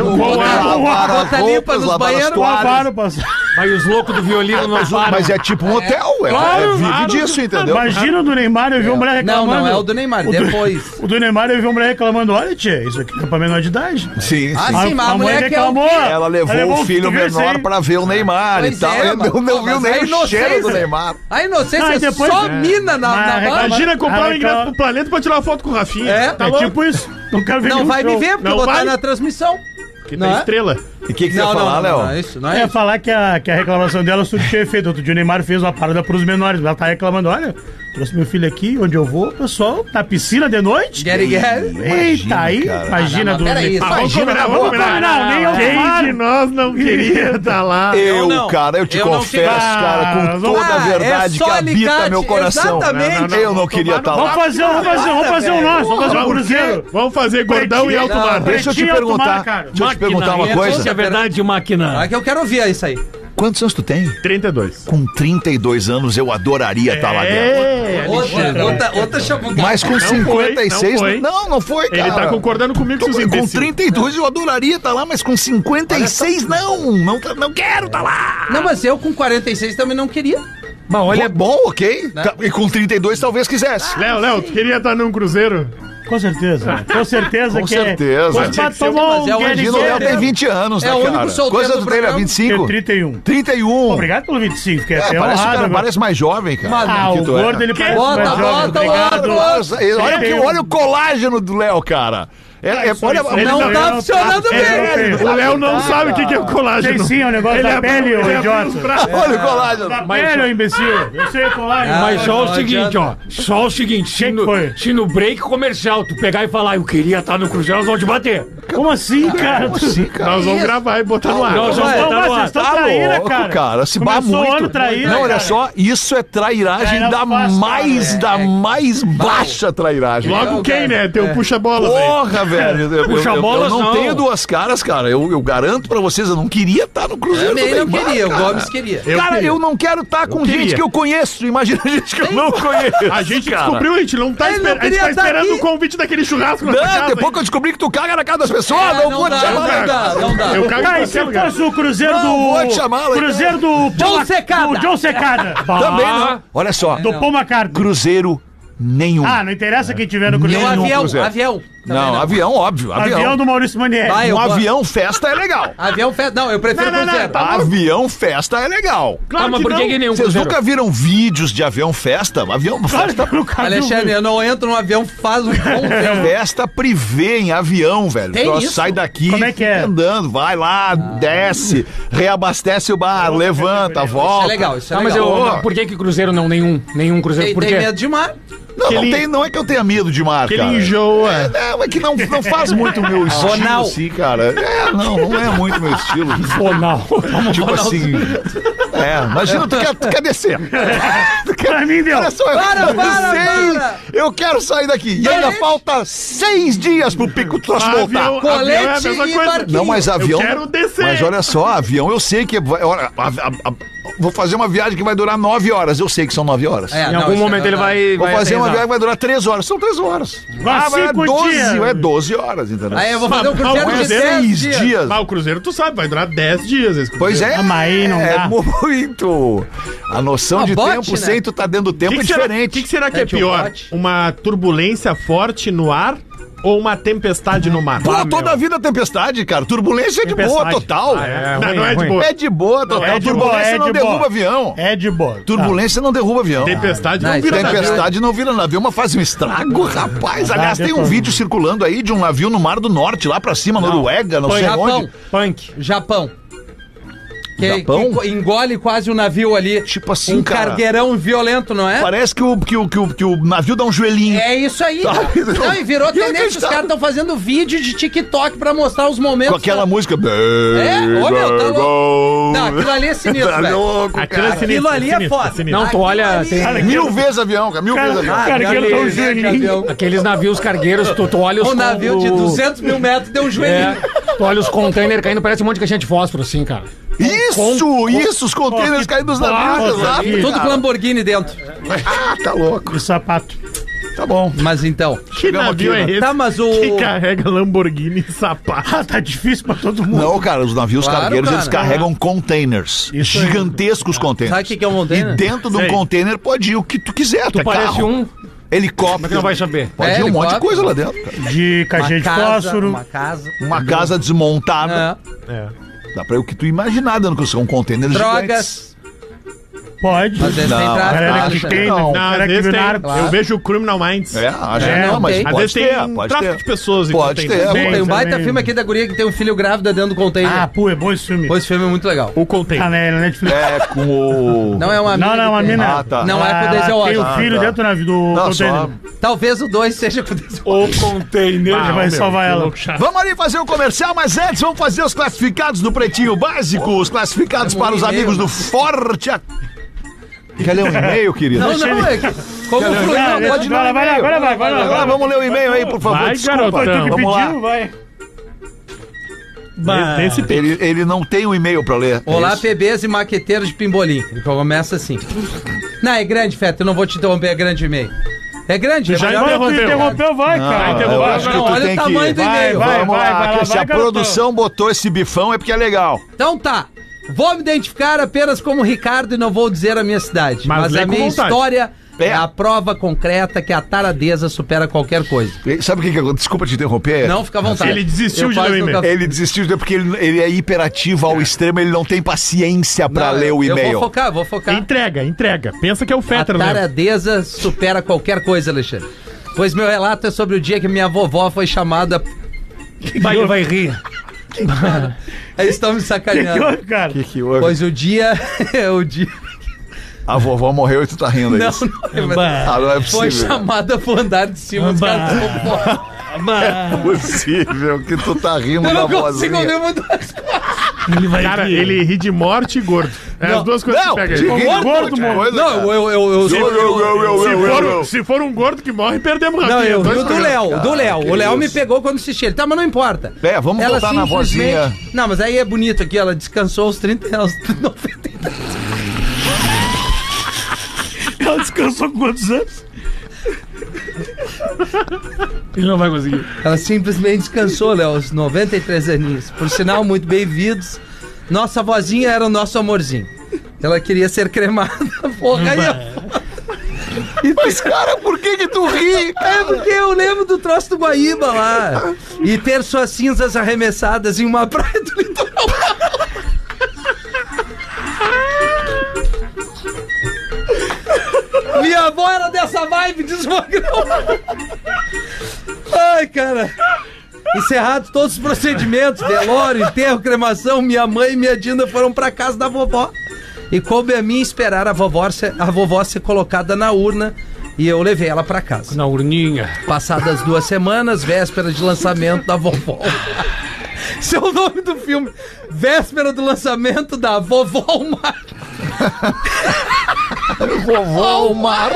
Speaker 4: um lavaram
Speaker 5: Bota
Speaker 4: as
Speaker 5: tá limpa
Speaker 4: roupas,
Speaker 5: nos
Speaker 4: lavaram as
Speaker 5: banheiros,
Speaker 3: Lavaram,
Speaker 4: toalhas.
Speaker 3: passou.
Speaker 8: Aí os loucos do violino não param.
Speaker 4: Mas é tipo um hotel, é, é, vive
Speaker 6: claro.
Speaker 4: disso, entendeu?
Speaker 3: Imagina o do Neymar, eu vi uma mulher
Speaker 5: Não,
Speaker 3: reclamando.
Speaker 5: não é o do Neymar,
Speaker 3: O do- (laughs)
Speaker 5: depois.
Speaker 3: O do Neymar, eu vi uma mulher reclamando, olha, tia, isso aqui é pra menor de idade.
Speaker 4: Sim, sim.
Speaker 5: Ah, sim, mas a mulher que é o-
Speaker 3: Ah,
Speaker 4: Ela levou o filho menor pra ver o Neymar
Speaker 5: Pois
Speaker 4: e tal.
Speaker 5: é,
Speaker 4: eu
Speaker 5: mano.
Speaker 4: não, não
Speaker 5: Pô,
Speaker 4: viu
Speaker 5: mas é
Speaker 4: nem o cheiro do
Speaker 5: inocência.
Speaker 4: Neymar.
Speaker 5: A
Speaker 3: Não,
Speaker 5: inocência
Speaker 3: e depois-
Speaker 5: só
Speaker 3: É.
Speaker 5: mina na,
Speaker 3: Mas
Speaker 5: na barra.
Speaker 3: imagina-
Speaker 6: Imagina comprar
Speaker 3: Ah,
Speaker 6: o ingresso
Speaker 3: então-
Speaker 6: pro planeta pra tirar uma foto com o Rafinha.
Speaker 5: É?
Speaker 6: tá
Speaker 3: É
Speaker 6: louco?
Speaker 3: tipo isso. Não quero ver
Speaker 5: Não
Speaker 3: nenhum
Speaker 5: vai me
Speaker 3: show.
Speaker 5: ver, porque
Speaker 6: Não
Speaker 5: eu vou
Speaker 6: vai?
Speaker 5: estar na transmissão.
Speaker 6: que
Speaker 5: não
Speaker 6: tem
Speaker 5: é?
Speaker 6: tá estrela.
Speaker 4: E o que, que você ia
Speaker 5: Não, não,
Speaker 4: falar,
Speaker 5: não, não,
Speaker 4: Léo?
Speaker 5: não, é isso, não
Speaker 3: Eu
Speaker 5: é
Speaker 3: ia
Speaker 5: isso.
Speaker 3: falar que a, que a reclamação dela surtiu efeito. Outro dia o Neymar fez uma parada pros menores. Ela tá reclamando, olha, trouxe meu filho aqui, onde eu vou, pessoal, na piscina de noite.
Speaker 5: Get it,
Speaker 4: é,
Speaker 5: get it.
Speaker 3: Eita, aí,
Speaker 4: cara.
Speaker 3: imagina
Speaker 5: Ah, não,
Speaker 3: do
Speaker 5: mas peraí,
Speaker 3: Neymar.
Speaker 5: só-
Speaker 3: vamos combinar, vamos combinar, nem eu
Speaker 6: Quem de
Speaker 3: Neymar.
Speaker 6: nós
Speaker 3: (laughs)
Speaker 6: não queria estar lá?
Speaker 4: Eu,
Speaker 5: Ah, não.
Speaker 4: cara, eu te
Speaker 5: Eu não
Speaker 4: confesso,
Speaker 5: queria.
Speaker 4: cara, com toda a
Speaker 5: Ah, é
Speaker 4: verdade
Speaker 5: só
Speaker 4: que habita
Speaker 5: alicate,
Speaker 4: meu coração.
Speaker 5: exatamente.
Speaker 4: Eu não queria estar
Speaker 3: Vamos
Speaker 4: lá.
Speaker 3: fazer, vamos fazer, vamos fazer o
Speaker 5: velho.
Speaker 3: nosso, vamos fazer um o Cruzeiro.
Speaker 6: Vamos fazer gordão e
Speaker 3: Pretinho,
Speaker 6: alto
Speaker 5: não.
Speaker 6: mar.
Speaker 4: Deixa eu te
Speaker 3: Pretinho,
Speaker 4: perguntar,
Speaker 3: tomara, cara.
Speaker 4: deixa eu te perguntar uma
Speaker 5: é
Speaker 4: coisa.
Speaker 5: doce.
Speaker 8: É verdade,
Speaker 5: Ah,
Speaker 8: máquina.
Speaker 5: que eu quero ouvir isso aí.
Speaker 4: Quantos anos tu tem?
Speaker 3: um
Speaker 6: 32.
Speaker 4: Com 32 anos eu adoraria estar lá dentro.
Speaker 6: É,
Speaker 5: Outra, outra, outra chamugada.
Speaker 4: Mas com 56...
Speaker 6: foi.
Speaker 4: Não, não foi, cara.
Speaker 6: ele tá concordando comigo,
Speaker 4: Tô
Speaker 6: seus
Speaker 4: com, com
Speaker 6: imbecis.
Speaker 4: 32 eu adoraria estar lá, mas com 56 não, não, tá- não quero estar lá.
Speaker 5: Não, mas eu com 46 também não queria.
Speaker 8: Bom,
Speaker 4: Olha, é
Speaker 8: olha,
Speaker 4: bom, ok? Tá- E com 32 talvez quisesse.
Speaker 5: Ah,
Speaker 6: Léo, Léo, tu queria estar num cruzeiro?
Speaker 3: Com certeza, né? com certeza
Speaker 4: Com
Speaker 3: que
Speaker 4: certeza.
Speaker 3: é. Mas pra
Speaker 6: Mas tinha que
Speaker 3: tomar
Speaker 5: ser- mas
Speaker 3: um
Speaker 5: é
Speaker 3: Guedes
Speaker 5: o
Speaker 4: Imagina, o Léo tem 20 anos,
Speaker 5: É
Speaker 4: né,
Speaker 5: o único
Speaker 4: cara?
Speaker 5: solteiro
Speaker 4: Coisa
Speaker 5: do
Speaker 4: tu teve, é
Speaker 5: programa.
Speaker 4: 25?
Speaker 3: 31.
Speaker 4: 31.
Speaker 3: Obrigado pelo 25, que é,
Speaker 4: É,
Speaker 3: até
Speaker 4: parece,
Speaker 3: honrado.
Speaker 4: cara,
Speaker 3: agora.
Speaker 4: parece mais jovem, cara.
Speaker 5: Mano,
Speaker 3: Ah,
Speaker 4: que
Speaker 3: o
Speaker 4: tu é.
Speaker 3: gordo ele tá parece
Speaker 5: Bota,
Speaker 3: mais jovem.
Speaker 5: bota, bota,
Speaker 3: Obrigado.
Speaker 4: Nossa, olha, que,
Speaker 3: 31.
Speaker 4: olha o colágeno do Léo, cara. É, é,
Speaker 3: Isso,
Speaker 4: olha,
Speaker 3: isso, ele É
Speaker 5: não tá funcionando
Speaker 3: ele não
Speaker 5: bem.
Speaker 3: fez.
Speaker 6: O Léo não sabe o que que é o
Speaker 3: Sei
Speaker 6: colágeno.
Speaker 3: tá sim, é o negócio da pele, ô idiota.
Speaker 4: olha o colágeno.
Speaker 3: Da pele, ô imbecil. Eu sei é,
Speaker 5: Ah,
Speaker 3: colar.
Speaker 8: mas
Speaker 5: não
Speaker 8: só o seguinte,
Speaker 5: adianta.
Speaker 8: ó. Só o seguinte, se
Speaker 3: Que
Speaker 8: no,
Speaker 3: foi?
Speaker 8: se no break comercial tu pegar e falar, eu queria estar no Cruzeiro, nós vamos te bater.
Speaker 3: Como assim, cara? Como assim, cara?
Speaker 6: Nós vamos
Speaker 5: Isso.
Speaker 6: gravar e botar no ar.
Speaker 8: Nós vamos
Speaker 5: Ué,
Speaker 8: botar no
Speaker 3: vocês
Speaker 8: ar.
Speaker 3: estão
Speaker 4: Tá
Speaker 3: traíra,
Speaker 4: louco, cara.
Speaker 3: cara.
Speaker 4: Se bah
Speaker 3: Começou o
Speaker 4: muito.
Speaker 3: ano traíra,
Speaker 4: não, olha
Speaker 3: cara.
Speaker 4: só, isso é trairagem
Speaker 3: Traíra
Speaker 4: da
Speaker 3: fácil,
Speaker 4: mais,
Speaker 5: cara.
Speaker 4: da
Speaker 5: É.
Speaker 4: mais baixa trairagem.
Speaker 6: Logo quem, né? Teu puxa-bola, velho.
Speaker 4: Porra, velho. Eu, eu-
Speaker 8: Puxa
Speaker 4: eu- eu
Speaker 8: bolas,
Speaker 4: não
Speaker 8: não.
Speaker 4: tenho duas caras, cara. Eu, eu garanto pra vocês, eu não queria estar no Cruzeiro.
Speaker 5: Também
Speaker 4: do
Speaker 5: não
Speaker 4: Neymar,
Speaker 5: queria, o
Speaker 4: cara.
Speaker 5: Gomes queria.
Speaker 6: Eu
Speaker 4: cara,
Speaker 6: queria.
Speaker 4: eu não quero estar com gente
Speaker 6: queria.
Speaker 4: que eu conheço. Imagina gente
Speaker 5: É
Speaker 4: que eu não conheço.
Speaker 6: A gente
Speaker 4: cara.
Speaker 6: descobriu, a gente não tá,
Speaker 5: Ele
Speaker 6: esper...
Speaker 5: não
Speaker 6: a gente
Speaker 5: queria
Speaker 6: tá
Speaker 5: tá
Speaker 6: esperando
Speaker 5: aqui.
Speaker 6: o convite daquele churrasco na tua
Speaker 4: Não,
Speaker 6: casa.
Speaker 4: depois
Speaker 6: hein?
Speaker 4: que eu descobri que tu caga na casa das pessoas,
Speaker 5: Ah,
Speaker 4: não, vou te
Speaker 5: dá,
Speaker 4: chamar lá.
Speaker 5: não
Speaker 4: em
Speaker 5: dá,
Speaker 4: casa.
Speaker 5: não dá.
Speaker 6: Eu cago em
Speaker 3: Cara, Tá, e
Speaker 6: qualquer
Speaker 3: se eu
Speaker 6: lugar.
Speaker 3: fosse o Cruzeiro
Speaker 4: Não, vou te
Speaker 3: do.
Speaker 4: chamar, Leandro.
Speaker 3: Cruzeiro do.
Speaker 5: John
Speaker 3: Paul-
Speaker 5: Secada.
Speaker 3: Do John Secada.
Speaker 4: Também não. Olha só,
Speaker 3: Ah. Do Paul McCartney.
Speaker 4: Cruzeiro nenhum.
Speaker 3: Ah, não interessa quem tiver no
Speaker 5: Eu
Speaker 3: Cruzeiro.
Speaker 4: Nenhum
Speaker 5: avião,
Speaker 4: cruzeiro.
Speaker 5: avião. Também
Speaker 4: não, avião, óbvio, avião.
Speaker 3: Avião do Maurício Manieri.
Speaker 5: Vai, eu
Speaker 4: Um
Speaker 5: gosto.
Speaker 4: avião festa é legal.
Speaker 5: Avião festa. Não, eu prefiro
Speaker 6: Não, não, não,
Speaker 5: cruzeiro.
Speaker 6: tá
Speaker 4: Avião festa é legal.
Speaker 8: Tá, mas por que que nenhum
Speaker 4: Vocês
Speaker 8: Cruzeiro?
Speaker 4: nunca viram vídeos de avião festa? Avião festa,
Speaker 5: Alexandre, eu não entro num avião faz um bom
Speaker 4: (laughs)
Speaker 5: tempo.
Speaker 4: festa privê em avião, velho.
Speaker 5: Tem
Speaker 4: Então,
Speaker 5: isso? Ah.
Speaker 4: Sai daqui,
Speaker 3: Como é que é?
Speaker 4: fica andando, vai lá, desce, reabastece o bar, levanta, volta.
Speaker 5: Isso é legal, isso é
Speaker 8: Tá, mas eu,
Speaker 5: legal.
Speaker 4: Ó.
Speaker 8: por que que Cruzeiro não? Nenhum, nenhum Cruzeiro,
Speaker 5: Tem,
Speaker 8: por
Speaker 5: tem
Speaker 8: quê?
Speaker 5: medo de mar.
Speaker 4: Não, não,
Speaker 6: Aquele-
Speaker 4: tem, não é que eu tenha medo de mar,
Speaker 6: Aquele
Speaker 4: cara.
Speaker 6: enjoa.
Speaker 4: Não, é que não, não faz muito meu estilo,
Speaker 5: (laughs) Ronaldo.
Speaker 4: assim, cara. É, não, não é muito meu
Speaker 5: (laughs)
Speaker 4: estilo.
Speaker 8: Pô, não.
Speaker 4: tipo assim. É, imagina, tu quer, tu quer descer. Tu quer-
Speaker 3: Pra mim, deu.
Speaker 4: Olha só, eu
Speaker 5: Para,
Speaker 4: quero
Speaker 5: para,
Speaker 4: seis-
Speaker 5: para.
Speaker 4: Eu quero sair daqui. E ainda falta seis dias pro pico do troço voltar.
Speaker 6: Avião, avião é a
Speaker 5: Colete
Speaker 6: mesma
Speaker 5: e
Speaker 6: coisa.
Speaker 5: barquinho.
Speaker 4: Não, mas avião.
Speaker 6: Eu quero descer.
Speaker 4: Mas olha só, avião eu sei que. Olha, a- a- a- vou fazer uma viagem que vai durar nove horas. Eu sei que são nove horas.
Speaker 5: É,
Speaker 8: Em
Speaker 5: não,
Speaker 8: algum
Speaker 5: isso é
Speaker 8: momento ele
Speaker 5: verdade.
Speaker 8: vai.
Speaker 4: Vou
Speaker 8: vai
Speaker 4: fazer uma
Speaker 8: aterrissar.
Speaker 4: viagem que vai durar três horas. São três horas.
Speaker 3: Vai
Speaker 4: vai
Speaker 3: cinco dias.
Speaker 4: é 12 horas, entendeu?
Speaker 5: Aí eu vou fazer um
Speaker 6: Mas
Speaker 5: cruzeiro de
Speaker 6: cruzeiro
Speaker 5: 10
Speaker 4: Seis
Speaker 5: dias.
Speaker 4: dias.
Speaker 6: Ah, o Cruzeiro, tu sabe, vai durar 10 dias esse
Speaker 4: Pois é.
Speaker 3: Ah, mas aí não
Speaker 4: é
Speaker 3: dá.
Speaker 4: muito. A noção
Speaker 5: Uma
Speaker 4: de
Speaker 5: bote,
Speaker 4: tempo
Speaker 5: né?
Speaker 4: sem tu tá dentro do tempo
Speaker 6: que
Speaker 4: é
Speaker 6: que será-
Speaker 4: diferente.
Speaker 6: que, que será que é,
Speaker 5: É, tio
Speaker 6: pior?
Speaker 5: Pote.
Speaker 6: Uma turbulência forte no ar ou uma tempestade no mar?
Speaker 4: Pô,
Speaker 6: Ah, meu.
Speaker 4: toda a vida tempestade, cara. Turbulência é de boa,
Speaker 3: Tempestade.
Speaker 4: total.
Speaker 3: Ah, é,
Speaker 6: Não,
Speaker 3: ruim,
Speaker 6: não é de
Speaker 3: ruim.
Speaker 6: boa.
Speaker 4: É de boa, total.
Speaker 3: é de
Speaker 4: turbulência
Speaker 3: boa, é
Speaker 4: não
Speaker 3: de
Speaker 4: derruba
Speaker 3: boa.
Speaker 4: avião.
Speaker 3: É de boa.
Speaker 4: Turbulência não derruba avião.
Speaker 6: Tempestade não,
Speaker 5: Não,
Speaker 6: vira
Speaker 5: isso é
Speaker 6: tempestade.
Speaker 5: verdade.
Speaker 4: Tempestade não vira navio, mas faz um estrago, rapaz. Aliás, tem um
Speaker 3: detonando.
Speaker 4: vídeo circulando aí de um navio no Mar do Norte, lá pra cima, Noruega, não
Speaker 5: Põe
Speaker 4: sei
Speaker 5: Japão.
Speaker 4: onde.
Speaker 8: Punk.
Speaker 5: Japão. Que,
Speaker 4: Japão?
Speaker 5: que engole quase o navio ali.
Speaker 4: Tipo assim,
Speaker 5: um
Speaker 4: cara.
Speaker 5: cargueirão violento, não é?
Speaker 4: Parece que o, que, o, que, o, que o navio dá um joelhinho.
Speaker 5: É isso aí.
Speaker 4: Tá.
Speaker 5: cara. Não, e virou tendência. Os caras estão fazendo vídeo de TikTok pra mostrar os momentos.
Speaker 4: Com aquela
Speaker 5: da-
Speaker 4: música.
Speaker 5: É, ô, meu, tá louco. Não, aquilo ali é sinistro,
Speaker 4: Tá
Speaker 5: velho.
Speaker 4: louco,
Speaker 3: Ah,
Speaker 6: A
Speaker 4: cara.
Speaker 6: criança-
Speaker 5: Aquilo ali é
Speaker 6: Sinistro,
Speaker 5: foda.
Speaker 6: sinistro.
Speaker 8: Não, tu
Speaker 5: Aquilo
Speaker 8: olha.
Speaker 5: ali-
Speaker 8: Tem...
Speaker 3: Cara,
Speaker 4: Mil vezes avião, cara. Mil
Speaker 3: Cara,
Speaker 4: vezes avião.
Speaker 3: cara, que ele tá um
Speaker 5: Aquele-
Speaker 3: joelhinho.
Speaker 8: Aqueles navios cargueiros, tu, tu olha os.
Speaker 5: Um navio de
Speaker 8: o-
Speaker 5: 200 mil metros deu um
Speaker 8: É,
Speaker 5: joelhinho.
Speaker 8: tu olha os containers caindo, parece um monte de caixinha de fósforo, assim, cara.
Speaker 4: Isso, isso, os
Speaker 3: Ó,
Speaker 4: containers
Speaker 3: que
Speaker 4: caindo dos
Speaker 3: bosta,
Speaker 4: navios, exato.
Speaker 3: velho.
Speaker 5: Tudo com Lamborghini dentro.
Speaker 4: Ah, tá louco.
Speaker 3: E sapato. (laughs)
Speaker 4: Tá bom.
Speaker 5: Mas então.
Speaker 6: Que
Speaker 4: Chegamos
Speaker 6: navio
Speaker 4: aqui,
Speaker 6: é
Speaker 4: né?
Speaker 6: esse
Speaker 5: Tá, mas o-
Speaker 6: que é carrega Lamborghini e sapato?
Speaker 3: Ah, tá difícil pra todo mundo.
Speaker 4: Não, cara, os navios
Speaker 5: Claro,
Speaker 4: cargueiros,
Speaker 5: cara. é.
Speaker 4: eles carregam containers.
Speaker 3: Isso aí.
Speaker 4: gigantescos containers.
Speaker 5: Sabe o que que é um container?
Speaker 4: E dentro de um
Speaker 6: Sei.
Speaker 4: container pode ir o que tu quiser. Tu
Speaker 8: Parece
Speaker 4: carro,
Speaker 8: um. Como é que
Speaker 4: Helicóptero.
Speaker 8: não vai saber?
Speaker 4: Pode
Speaker 5: É,
Speaker 4: ir um monte de
Speaker 5: helicóptero.
Speaker 4: coisa lá dentro. cara.
Speaker 3: De caixinha de fósforo.
Speaker 5: uma casa.
Speaker 4: Uma casa desmontada.
Speaker 5: É.
Speaker 4: Dá pra ir o que tu imaginar dentro que são containers gigantes.
Speaker 5: Drogas.
Speaker 3: Pode.
Speaker 5: Mas esse tem
Speaker 4: Não,
Speaker 5: tráfico.
Speaker 3: Galera que
Speaker 5: acha.
Speaker 3: tem,
Speaker 4: Não,
Speaker 3: não,
Speaker 6: Não,
Speaker 3: cara
Speaker 6: às
Speaker 3: que
Speaker 6: vezes
Speaker 3: viu
Speaker 6: tem.
Speaker 3: nada.
Speaker 5: Claro.
Speaker 6: Eu vejo o Criminal Minds.
Speaker 4: É, acho que
Speaker 3: É,
Speaker 4: não, mas
Speaker 5: tem.
Speaker 6: Às
Speaker 4: pode
Speaker 6: vezes
Speaker 4: ter,
Speaker 6: tem um
Speaker 4: pode
Speaker 6: tráfico de
Speaker 4: ter.
Speaker 6: pessoas então né? em
Speaker 4: Pode
Speaker 6: containers.
Speaker 4: ter.
Speaker 3: Bem,
Speaker 5: Tem um baita
Speaker 3: também.
Speaker 5: filme aqui da guria que tem um filho grávido dentro do
Speaker 3: Ah,
Speaker 5: container.
Speaker 3: pô, é bom esse filme.
Speaker 5: Pô, esse filme é muito legal.
Speaker 6: O container.
Speaker 3: Tá na na Netflix.
Speaker 4: É, com o...
Speaker 5: Não é uma
Speaker 3: Não, não,
Speaker 5: que
Speaker 3: uma
Speaker 5: tem.
Speaker 3: mina.
Speaker 4: Ah, tá.
Speaker 5: Não é com o
Speaker 3: Ela
Speaker 5: Denzel
Speaker 3: Tem
Speaker 5: Washington.
Speaker 3: o filho
Speaker 4: Ah, tá.
Speaker 3: dentro do navio do
Speaker 4: Não, só-
Speaker 3: container.
Speaker 5: Talvez o 2 seja com o Denzel
Speaker 8: O container.
Speaker 3: Ele vai salvar ela.
Speaker 4: Vamos ali fazer o comercial, mas antes vamos fazer os classificados do Pretinho Básico, os classificados para os
Speaker 5: e-mail,
Speaker 4: amigos do
Speaker 5: né?
Speaker 4: Forte. A- Quer ler um e-mail, querido?
Speaker 5: Não, não, é que. Como fluiu,
Speaker 3: Ah,
Speaker 5: né?
Speaker 3: Agora vai, vai, agora vai, agora
Speaker 4: Agora
Speaker 3: vai.
Speaker 4: vamos ler o e-mail aí, por favor.
Speaker 6: Vai,
Speaker 4: Desculpa.
Speaker 3: Foi tu que
Speaker 4: vamos lá.
Speaker 3: pediu, vai.
Speaker 6: Tem esse pe-
Speaker 4: Ele, ele não tem o e-mail pra ler. É
Speaker 5: Olá,
Speaker 4: isso.
Speaker 5: PBs e maqueteiros de Pimbolim. Ele começa assim. Não, é grande, Feta, eu não vou te interromper, é grande e-mail. É grande, é
Speaker 6: já
Speaker 5: maior-
Speaker 6: interrompeu.
Speaker 3: Agora tu interrompeu, vai,
Speaker 4: Não,
Speaker 3: cara.
Speaker 4: Ah, eu
Speaker 6: interrompeu,
Speaker 4: acho que
Speaker 5: não,
Speaker 4: tu
Speaker 5: olha
Speaker 4: tem
Speaker 5: o
Speaker 4: que...
Speaker 5: tamanho do e-mail.
Speaker 3: Vai,
Speaker 4: Vamos
Speaker 3: vai,
Speaker 4: lá,
Speaker 3: vai
Speaker 4: que
Speaker 3: lá,
Speaker 4: se
Speaker 3: vai,
Speaker 4: a (laughs)
Speaker 3: garotão.
Speaker 4: produção botou esse bifão é porque é legal.
Speaker 5: Então tá. Vou me identificar apenas como Ricardo e não vou dizer a minha cidade.
Speaker 6: Mas
Speaker 5: Mas,
Speaker 6: lê
Speaker 5: a
Speaker 6: com
Speaker 5: minha
Speaker 6: vontade.
Speaker 5: história
Speaker 4: É.
Speaker 5: é. a prova concreta que a taradeza supera qualquer coisa.
Speaker 4: E Sabe o que que aconteceu? Desculpa te interromper.
Speaker 5: Não, fica à vontade.
Speaker 6: É. Ele desistiu
Speaker 5: Eu
Speaker 6: de
Speaker 5: quase
Speaker 6: ler o
Speaker 5: nunca-
Speaker 4: Ele desistiu de- porque ele, ele é hiperativo ao extremo, ele não tem paciência pra
Speaker 5: Não,
Speaker 4: ler o
Speaker 5: Eu
Speaker 4: e-mail.
Speaker 5: vou focar, vou focar.
Speaker 6: Entrega, entrega. Pensa que é o
Speaker 5: Tá. A
Speaker 6: Fetter, né?
Speaker 5: taradeza supera qualquer coisa, Alexandre. Pois meu relato é sobre o dia que minha vovó foi chamada.
Speaker 8: Vai,
Speaker 5: (laughs)
Speaker 8: vai rir.
Speaker 5: Eles estão me sacaneando.
Speaker 3: Que cara.
Speaker 4: Que que houve?
Speaker 5: Pois o dia. (laughs) o dia.
Speaker 4: A vovó morreu e tu tá rindo aí.
Speaker 5: Não, não, mas
Speaker 4: Ah, não é
Speaker 5: Foi
Speaker 4: possível.
Speaker 5: chamada pro andar de cima. Os caras estão fora.
Speaker 4: Não é possível que tu tá rindo da
Speaker 5: Eu não consigo
Speaker 4: vozinha.
Speaker 5: ouvir muito.
Speaker 6: Ele vai Cara, ele ri de morte e gordo. É as duas coisas
Speaker 4: Não,
Speaker 6: que pega
Speaker 4: de
Speaker 6: ele.
Speaker 4: rir,
Speaker 3: gordo,
Speaker 4: pô,
Speaker 3: mano.
Speaker 4: coisa, cara.
Speaker 5: Não, eu. eu, eu,
Speaker 4: Eu, eu, eu, eu,
Speaker 6: Se
Speaker 4: eu, eu,
Speaker 6: for,
Speaker 4: eu.
Speaker 6: se for um gordo que morre, perdemos o
Speaker 5: Não,
Speaker 6: Rafinha.
Speaker 5: eu vi
Speaker 6: Dois
Speaker 5: o do
Speaker 6: programas.
Speaker 5: Léo, do Léo.
Speaker 4: que
Speaker 5: O Léo me
Speaker 4: isso.
Speaker 5: pegou quando assisti ele. Tá, mas não importa.
Speaker 4: É, vamos botar na
Speaker 5: simplesmente-
Speaker 4: vozinha.
Speaker 5: Não, mas aí é bonito aqui, ela descansou os (laughs) 30 anos. 90 e-
Speaker 3: Ela descansou com quantos anos?
Speaker 8: Ele não vai conseguir.
Speaker 5: Ela simplesmente descansou, Léo, os 93 aninhos. Por sinal, muito bem-vindos. Nossa vozinha era o nosso amorzinho. Ela queria ser cremada. (laughs) Porra, aí eu-
Speaker 4: Mas, cara, por que que tu ri?
Speaker 5: É porque eu lembro do troço do Guaíba lá. E ter suas cinzas arremessadas em uma (laughs) praia do litoral. Minha avó era dessa vibe, diz o Magrão. Ai, cara. Encerrados todos os procedimentos, velório, enterro, cremação, minha mãe e minha Dinda foram pra casa da vovó. E coube a mim esperar a vovó ser, a vovó ser colocada na urna e eu levei ela pra casa.
Speaker 8: Na urninha.
Speaker 5: Passadas duas semanas, véspera de lançamento da vovó. Esse é o nome do filme. Véspera do lançamento da Vovó ao Mar.
Speaker 4: Vovó, o mar.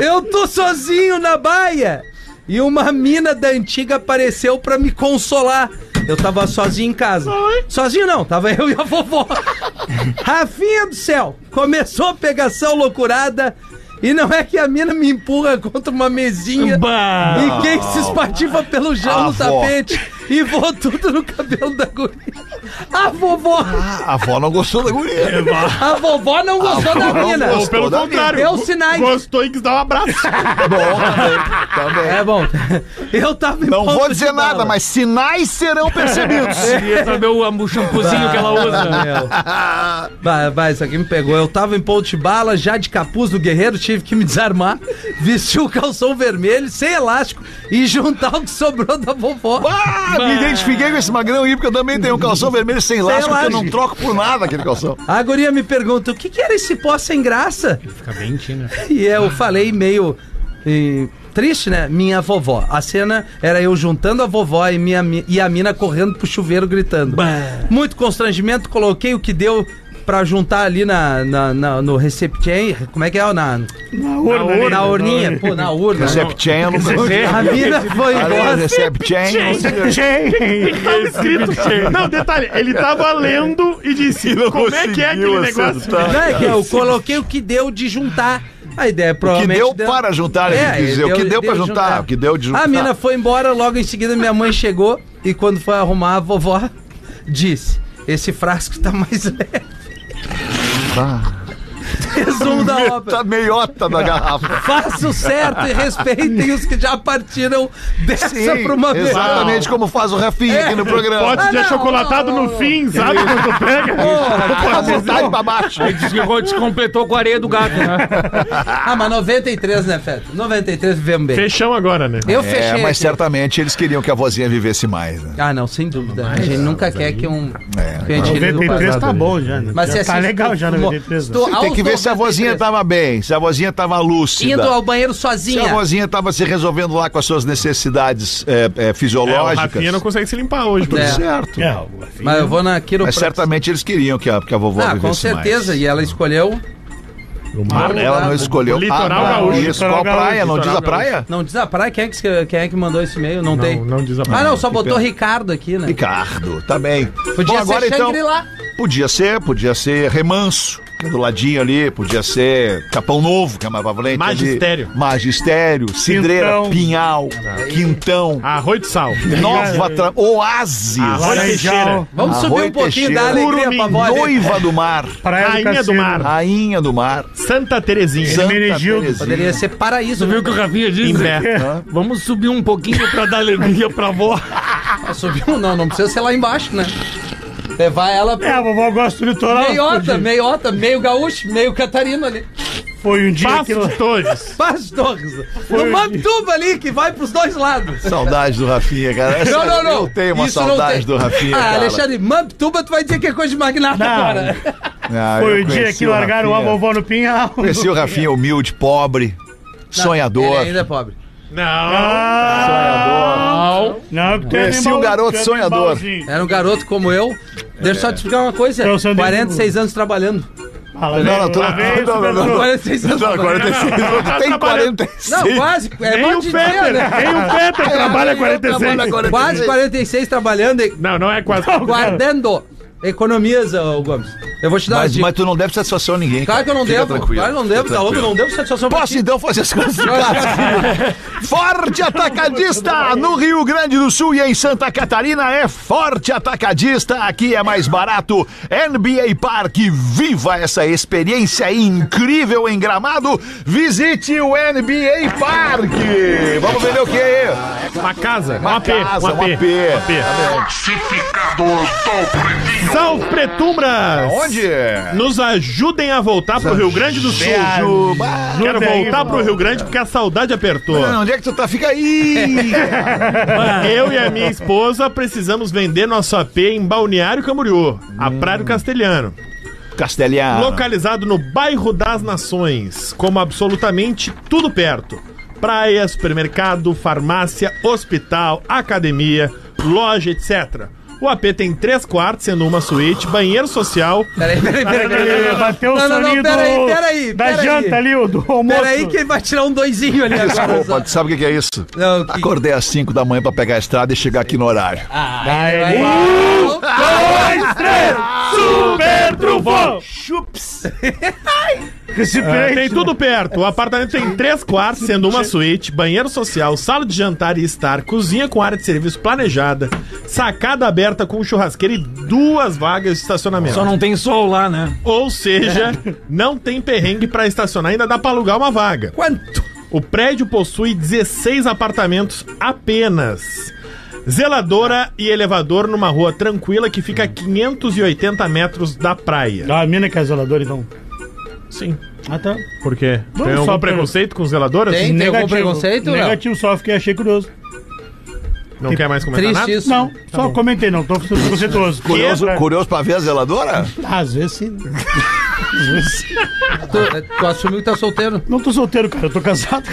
Speaker 5: Eu tô sozinho na baia. E uma mina da antiga apareceu pra me consolar. Eu tava sozinho em casa. Sozinho não, tava eu e a vovó. (laughs) Rafinha do céu, começou a pegação loucurada. E não é que a mina me empurra contra uma mesinha e quem se espatifa pelo chão no
Speaker 4: Avó.
Speaker 5: tapete e voa tudo no cabelo da guria. A vovó,
Speaker 4: A avó não gostou da
Speaker 5: É,
Speaker 4: guria.
Speaker 5: a vovó não gostou da
Speaker 4: vovó Ah, não
Speaker 5: mina.
Speaker 4: gostou.
Speaker 6: Pelo
Speaker 4: Toda
Speaker 6: contrário.
Speaker 5: Deu sinais.
Speaker 6: Gostou e quis dar
Speaker 5: (laughs)
Speaker 6: um abraço.
Speaker 4: Tá Bom, também. também.
Speaker 5: É bom. Eu tava em
Speaker 4: Não
Speaker 5: ponto
Speaker 4: vou
Speaker 5: de
Speaker 4: dizer nada,
Speaker 5: bala.
Speaker 4: mas sinais serão percebidos.
Speaker 5: É.
Speaker 8: Queria saber é o, o shampoozinho que ela usa.
Speaker 5: Ah, meu. (laughs) Vai, vai, isso aqui me pegou. Eu tava em ponto de bala, já de capuz do guerreiro, tive que me desarmar, (laughs) vestir o calção vermelho, sem elástico, e juntar o que sobrou da vovó.
Speaker 4: Ah, me identifiquei com esse magrão aí, porque eu também tenho um calção vermelho sem elástico, que eu não
Speaker 5: elástico.
Speaker 4: troco por nada aquele calção.
Speaker 5: A guria me pergunta, o que que era esse pó sem graça?
Speaker 8: Fica bem tímido.
Speaker 5: E eu falei meio eh, triste, né? Minha vovó. A cena era eu juntando a vovó e, minha, mi- e a mina correndo pro chuveiro gritando. Muito constrangimento, coloquei o que deu pra juntar ali na, na- na- no receptien. Como é que é? Na,
Speaker 3: Na urna, né?
Speaker 5: na urninha. Pô, na urna.
Speaker 4: Receptchain, eu não
Speaker 5: A mina foi
Speaker 4: Olha,
Speaker 5: embora.
Speaker 4: Receptchain.
Speaker 3: Gente,
Speaker 6: Tava escrito. Não, detalhe, ele tava lendo
Speaker 3: (laughs)
Speaker 6: e disse: Como é que é aquele
Speaker 4: conseguiu tá
Speaker 6: negócio?
Speaker 4: acertar.
Speaker 5: Não é que eu coloquei o que deu de juntar. A ideia é
Speaker 4: Que
Speaker 5: provavelmente.
Speaker 4: deu para juntar, ele
Speaker 5: É,
Speaker 4: quis dizer. O que
Speaker 5: deu-
Speaker 4: deu pra
Speaker 5: deu
Speaker 4: juntar,
Speaker 5: juntar.
Speaker 4: o que deu de juntar.
Speaker 5: A mina foi embora, logo em seguida minha mãe chegou e quando foi arrumar a vovó disse: "Esse frasco tá mais (laughs) leve".
Speaker 4: Ah.
Speaker 5: Resumo
Speaker 4: (laughs)
Speaker 5: da
Speaker 4: Tá
Speaker 5: obra.
Speaker 4: meiota da garrafa.
Speaker 5: Faça o certo e respeitem os que já partiram dessa
Speaker 4: Sim,
Speaker 5: (laughs) pra uma vez.
Speaker 4: exatamente como faz o Rafinha aqui no programa. Tá
Speaker 6: Pote de
Speaker 5: Ah, não,
Speaker 6: achocolatado
Speaker 5: não,
Speaker 6: no fim, sabe? Quando pega.
Speaker 4: Pode botar pra baixo.
Speaker 8: Desligou, descompletou com a areia do gato, né?
Speaker 5: Ah, mas 93, né, Feto? 93 vivemos bem.
Speaker 6: Fechão agora, né?
Speaker 5: Eu
Speaker 4: É,
Speaker 5: fechei.
Speaker 4: mas
Speaker 5: aqui.
Speaker 4: certamente eles queriam que a vozinha vivesse mais, né?
Speaker 5: Ah, não, sem dúvida. a gente nunca quer que um.
Speaker 4: É.
Speaker 5: que a gente liga o
Speaker 3: 93
Speaker 5: passado.
Speaker 3: tá bom já, né?
Speaker 5: Mas
Speaker 3: Já
Speaker 5: se
Speaker 3: tá
Speaker 5: assim,
Speaker 3: legal já,
Speaker 5: tu-
Speaker 3: 93. né?
Speaker 5: tu-
Speaker 4: Tem
Speaker 5: aos
Speaker 4: que ver se a
Speaker 5: 93,
Speaker 4: vozinha tava bem, se a vozinha tava lúcida.
Speaker 5: Indo ao banheiro
Speaker 4: Se a
Speaker 5: sozinha.
Speaker 4: vozinha estava se resolvendo lá com as suas necessidades é, é,
Speaker 6: É, o
Speaker 4: fisiológicas.
Speaker 6: Rafinha não consegue se limpar hoje, por
Speaker 4: Tudo
Speaker 5: É.
Speaker 6: isso.
Speaker 4: certo.
Speaker 3: É, o- enfim,
Speaker 5: Mas eu vou na
Speaker 4: Mas
Speaker 5: quiropraxia.
Speaker 4: certamente eles queriam que a, que a vovó
Speaker 5: Ah,
Speaker 4: vivesse
Speaker 5: com certeza.
Speaker 4: mais.
Speaker 5: E um ela escolheu.
Speaker 4: Ah, Ela não escolheu.
Speaker 6: O litoral
Speaker 4: ah, não,
Speaker 6: gaúcho,
Speaker 4: Isso,
Speaker 3: litoral
Speaker 4: qual
Speaker 3: gaúcho,
Speaker 4: praia? Não diz
Speaker 6: litoral
Speaker 4: a praia?
Speaker 5: Não diz a praia. Quem é que, quem é que mandou esse e-mail? Não, tem.
Speaker 6: não diz a
Speaker 5: Ah,
Speaker 6: praia.
Speaker 5: não. Só botou Ricardo aqui, né?
Speaker 4: Ricardo, tá bem.
Speaker 5: Podia
Speaker 4: Bom,
Speaker 5: ser
Speaker 4: agora então,
Speaker 5: Shangri-La.
Speaker 4: podia ser, podia ser Remanso, que é do ladinho ali, podia ser Capão Novo, que é mais pra frente ali.
Speaker 6: Magistério.
Speaker 4: Magistério, Cidreira,
Speaker 3: Quintão.
Speaker 4: Pinhal, Quintão,
Speaker 6: Arroz de sal.
Speaker 4: Nova, Tra- Oásis,
Speaker 3: Ah,
Speaker 6: Arroz de
Speaker 3: Laranjal.
Speaker 6: Teixeira.
Speaker 5: Vamos subir
Speaker 4: Arroio
Speaker 5: um pouquinho
Speaker 4: Teixeira.
Speaker 5: da alegria pra
Speaker 6: Curumim,
Speaker 5: vó. né? Ale-
Speaker 4: Noiva do Mar,
Speaker 3: Praia
Speaker 6: Rainha do
Speaker 3: Cassino.
Speaker 6: Mar.
Speaker 4: Rainha do Mar,
Speaker 6: Santa Terezinha.
Speaker 4: Santa
Speaker 3: Hermenegildo.
Speaker 4: Terezinha.
Speaker 5: Poderia ser paraíso. né?
Speaker 8: Tu viu o que o Rafinha disse?
Speaker 6: Imbé.
Speaker 8: Vamos subir um pouquinho pra dar alegria pra vó.
Speaker 5: Ah, Subiu? Não, não precisa ser lá embaixo, né? Levar ela
Speaker 3: É,
Speaker 5: pra.
Speaker 3: a vovó gosta do litoral.
Speaker 5: Meiota, meiota, meio gaúcho, meio catarino ali.
Speaker 3: Foi um dia que...
Speaker 6: Passo de Torres.
Speaker 5: Paz Torres. No Mambituba ali, que vai pros dois lados.
Speaker 4: Saudade do Rafinha, cara. Essa-
Speaker 5: Não, não, não.
Speaker 4: Eu tenho uma
Speaker 5: Isso não
Speaker 4: saudade
Speaker 5: tem.
Speaker 4: do Rafinha.
Speaker 5: Ah,
Speaker 4: cara.
Speaker 5: Alexandre, Mambituba, tu vai dizer que é coisa de magnata
Speaker 3: Não.
Speaker 5: agora.
Speaker 4: Ah,
Speaker 3: Foi
Speaker 4: eu
Speaker 3: o dia
Speaker 4: conheci
Speaker 3: que largaram a
Speaker 4: Rafinha.
Speaker 3: vovó no pinhal.
Speaker 4: Conheci o Rafinha humilde, pobre,
Speaker 5: Ele
Speaker 4: sonhador.
Speaker 5: ainda é pobre.
Speaker 6: Não.
Speaker 3: Ah, (laughs) Não, que tu é
Speaker 4: Conheci
Speaker 3: animal-
Speaker 4: o garoto
Speaker 3: tu é
Speaker 4: sonhador.
Speaker 3: animalzinho.
Speaker 5: Era um garoto como eu. Deixa eu só te explicar uma coisa.
Speaker 3: Eu sou um
Speaker 5: 46 anos trabalhando.
Speaker 3: Ah, lá
Speaker 4: Não, não, tô-
Speaker 3: vem- lá vem
Speaker 4: não, não,
Speaker 3: o
Speaker 4: não.
Speaker 3: Pedro.
Speaker 5: 46 anos
Speaker 4: Não,
Speaker 5: trabalhando.
Speaker 4: 46.
Speaker 3: Tá
Speaker 4: Tem 46.
Speaker 5: Não, quase. É
Speaker 6: Nem
Speaker 5: bom
Speaker 6: o
Speaker 5: de dizer,
Speaker 6: Peter.
Speaker 5: né? (laughs)
Speaker 6: Nem o Peter trabalha
Speaker 4: Ele trabalha
Speaker 6: 46.
Speaker 4: 46.
Speaker 5: Quase 46 trabalhando e
Speaker 6: Não, não é quase.
Speaker 5: guardando economias, ô Gomes. Eu vou te dar uma
Speaker 4: Mas,
Speaker 5: dica.
Speaker 4: mas tu não deve satisfação a ninguém.
Speaker 5: Claro que eu não
Speaker 4: Fica
Speaker 5: devo.
Speaker 4: Tranquilo.
Speaker 5: Claro que eu não devo,
Speaker 4: Fica
Speaker 5: tá louco? Eu
Speaker 4: tranquilo.
Speaker 5: Não devo satisfação pra
Speaker 4: Posso
Speaker 5: ti.
Speaker 4: então fazer as coisas de casa? Forte Atacadista no Rio Grande do Sul e em Santa Catarina é Forte Atacadista. Aqui é mais barato. NBA Parque, viva essa experiência incrível em Gramado. Visite o NBA Parque. Vamos vender o quê?
Speaker 6: Uma casa.
Speaker 4: Uma
Speaker 6: Uma AP.
Speaker 4: casa, um
Speaker 6: Uma
Speaker 4: AP.
Speaker 6: AP. Salve Pretumbras.
Speaker 4: Onde?
Speaker 6: Nos ajudem a voltar pro Rio Grande do Sul.
Speaker 4: Juba.
Speaker 6: Quero
Speaker 3: Ajudem,
Speaker 6: voltar pro Rio Grande porque a saudade apertou.
Speaker 4: Não, Onde é que tu tá? Fica aí.
Speaker 6: (laughs) Eu e a minha esposa precisamos vender nosso AP em Balneário Camboriú, a Praia do Castelhano.
Speaker 4: Castelhano.
Speaker 6: Localizado no bairro das Nações, como absolutamente tudo perto. Praia, supermercado, farmácia, hospital, academia, loja, etc. O AP tem três quartos, sendo uma suíte, banheiro social.
Speaker 5: Peraí, peraí, peraí.
Speaker 3: Ele bateu o
Speaker 5: Não, não, não,
Speaker 3: soninho
Speaker 5: peraí,
Speaker 3: do-
Speaker 5: peraí.
Speaker 3: da
Speaker 5: peraí.
Speaker 3: janta ali, o do almoço.
Speaker 5: Peraí que ele vai tirar um doisinho ali agora.
Speaker 4: Desculpa, tu sabe o que que é isso?
Speaker 5: Não, que-
Speaker 4: Acordei às 5 da manhã pra pegar a estrada e chegar aqui no horário.
Speaker 3: Super trufão! Chups!
Speaker 4: É,
Speaker 3: Recipiente.
Speaker 6: Tem tudo perto. O apartamento tem três quartos, sendo uma suíte, banheiro social, sala de jantar e estar, cozinha com área de serviço planejada, sacada aberta com churrasqueira e duas vagas de estacionamento.
Speaker 8: Só não tem sol lá, né? É.
Speaker 6: Ou seja, não tem perrengue pra estacionar, ainda dá pra alugar uma vaga.
Speaker 5: Quanto?
Speaker 6: O prédio possui 16 apartamentos apenas. Zeladora e elevador numa rua tranquila que fica a 580 metros da praia.
Speaker 3: Ah, a mina que é zeladora, então.
Speaker 6: Sim.
Speaker 3: Ah, tá.
Speaker 6: Por quê?
Speaker 3: Não,
Speaker 6: tem
Speaker 3: só
Speaker 6: algum
Speaker 3: pra-
Speaker 6: preconceito com zeladoras?
Speaker 5: Tem, tem algum preconceito? Não.
Speaker 3: Negativo, só fiquei, achei curioso.
Speaker 6: Não quer mais comentar
Speaker 5: Triste
Speaker 6: nada?
Speaker 5: isso.
Speaker 3: Não, só comentei, não. Tô preconceituoso.
Speaker 4: Tá Curioso,
Speaker 3: Pra-
Speaker 4: curioso pra ver a zeladora?
Speaker 3: Ah, Às vezes sim.
Speaker 5: Tu, tu assumiu que tá solteiro.
Speaker 3: Não tô solteiro, cara. Eu tô casado.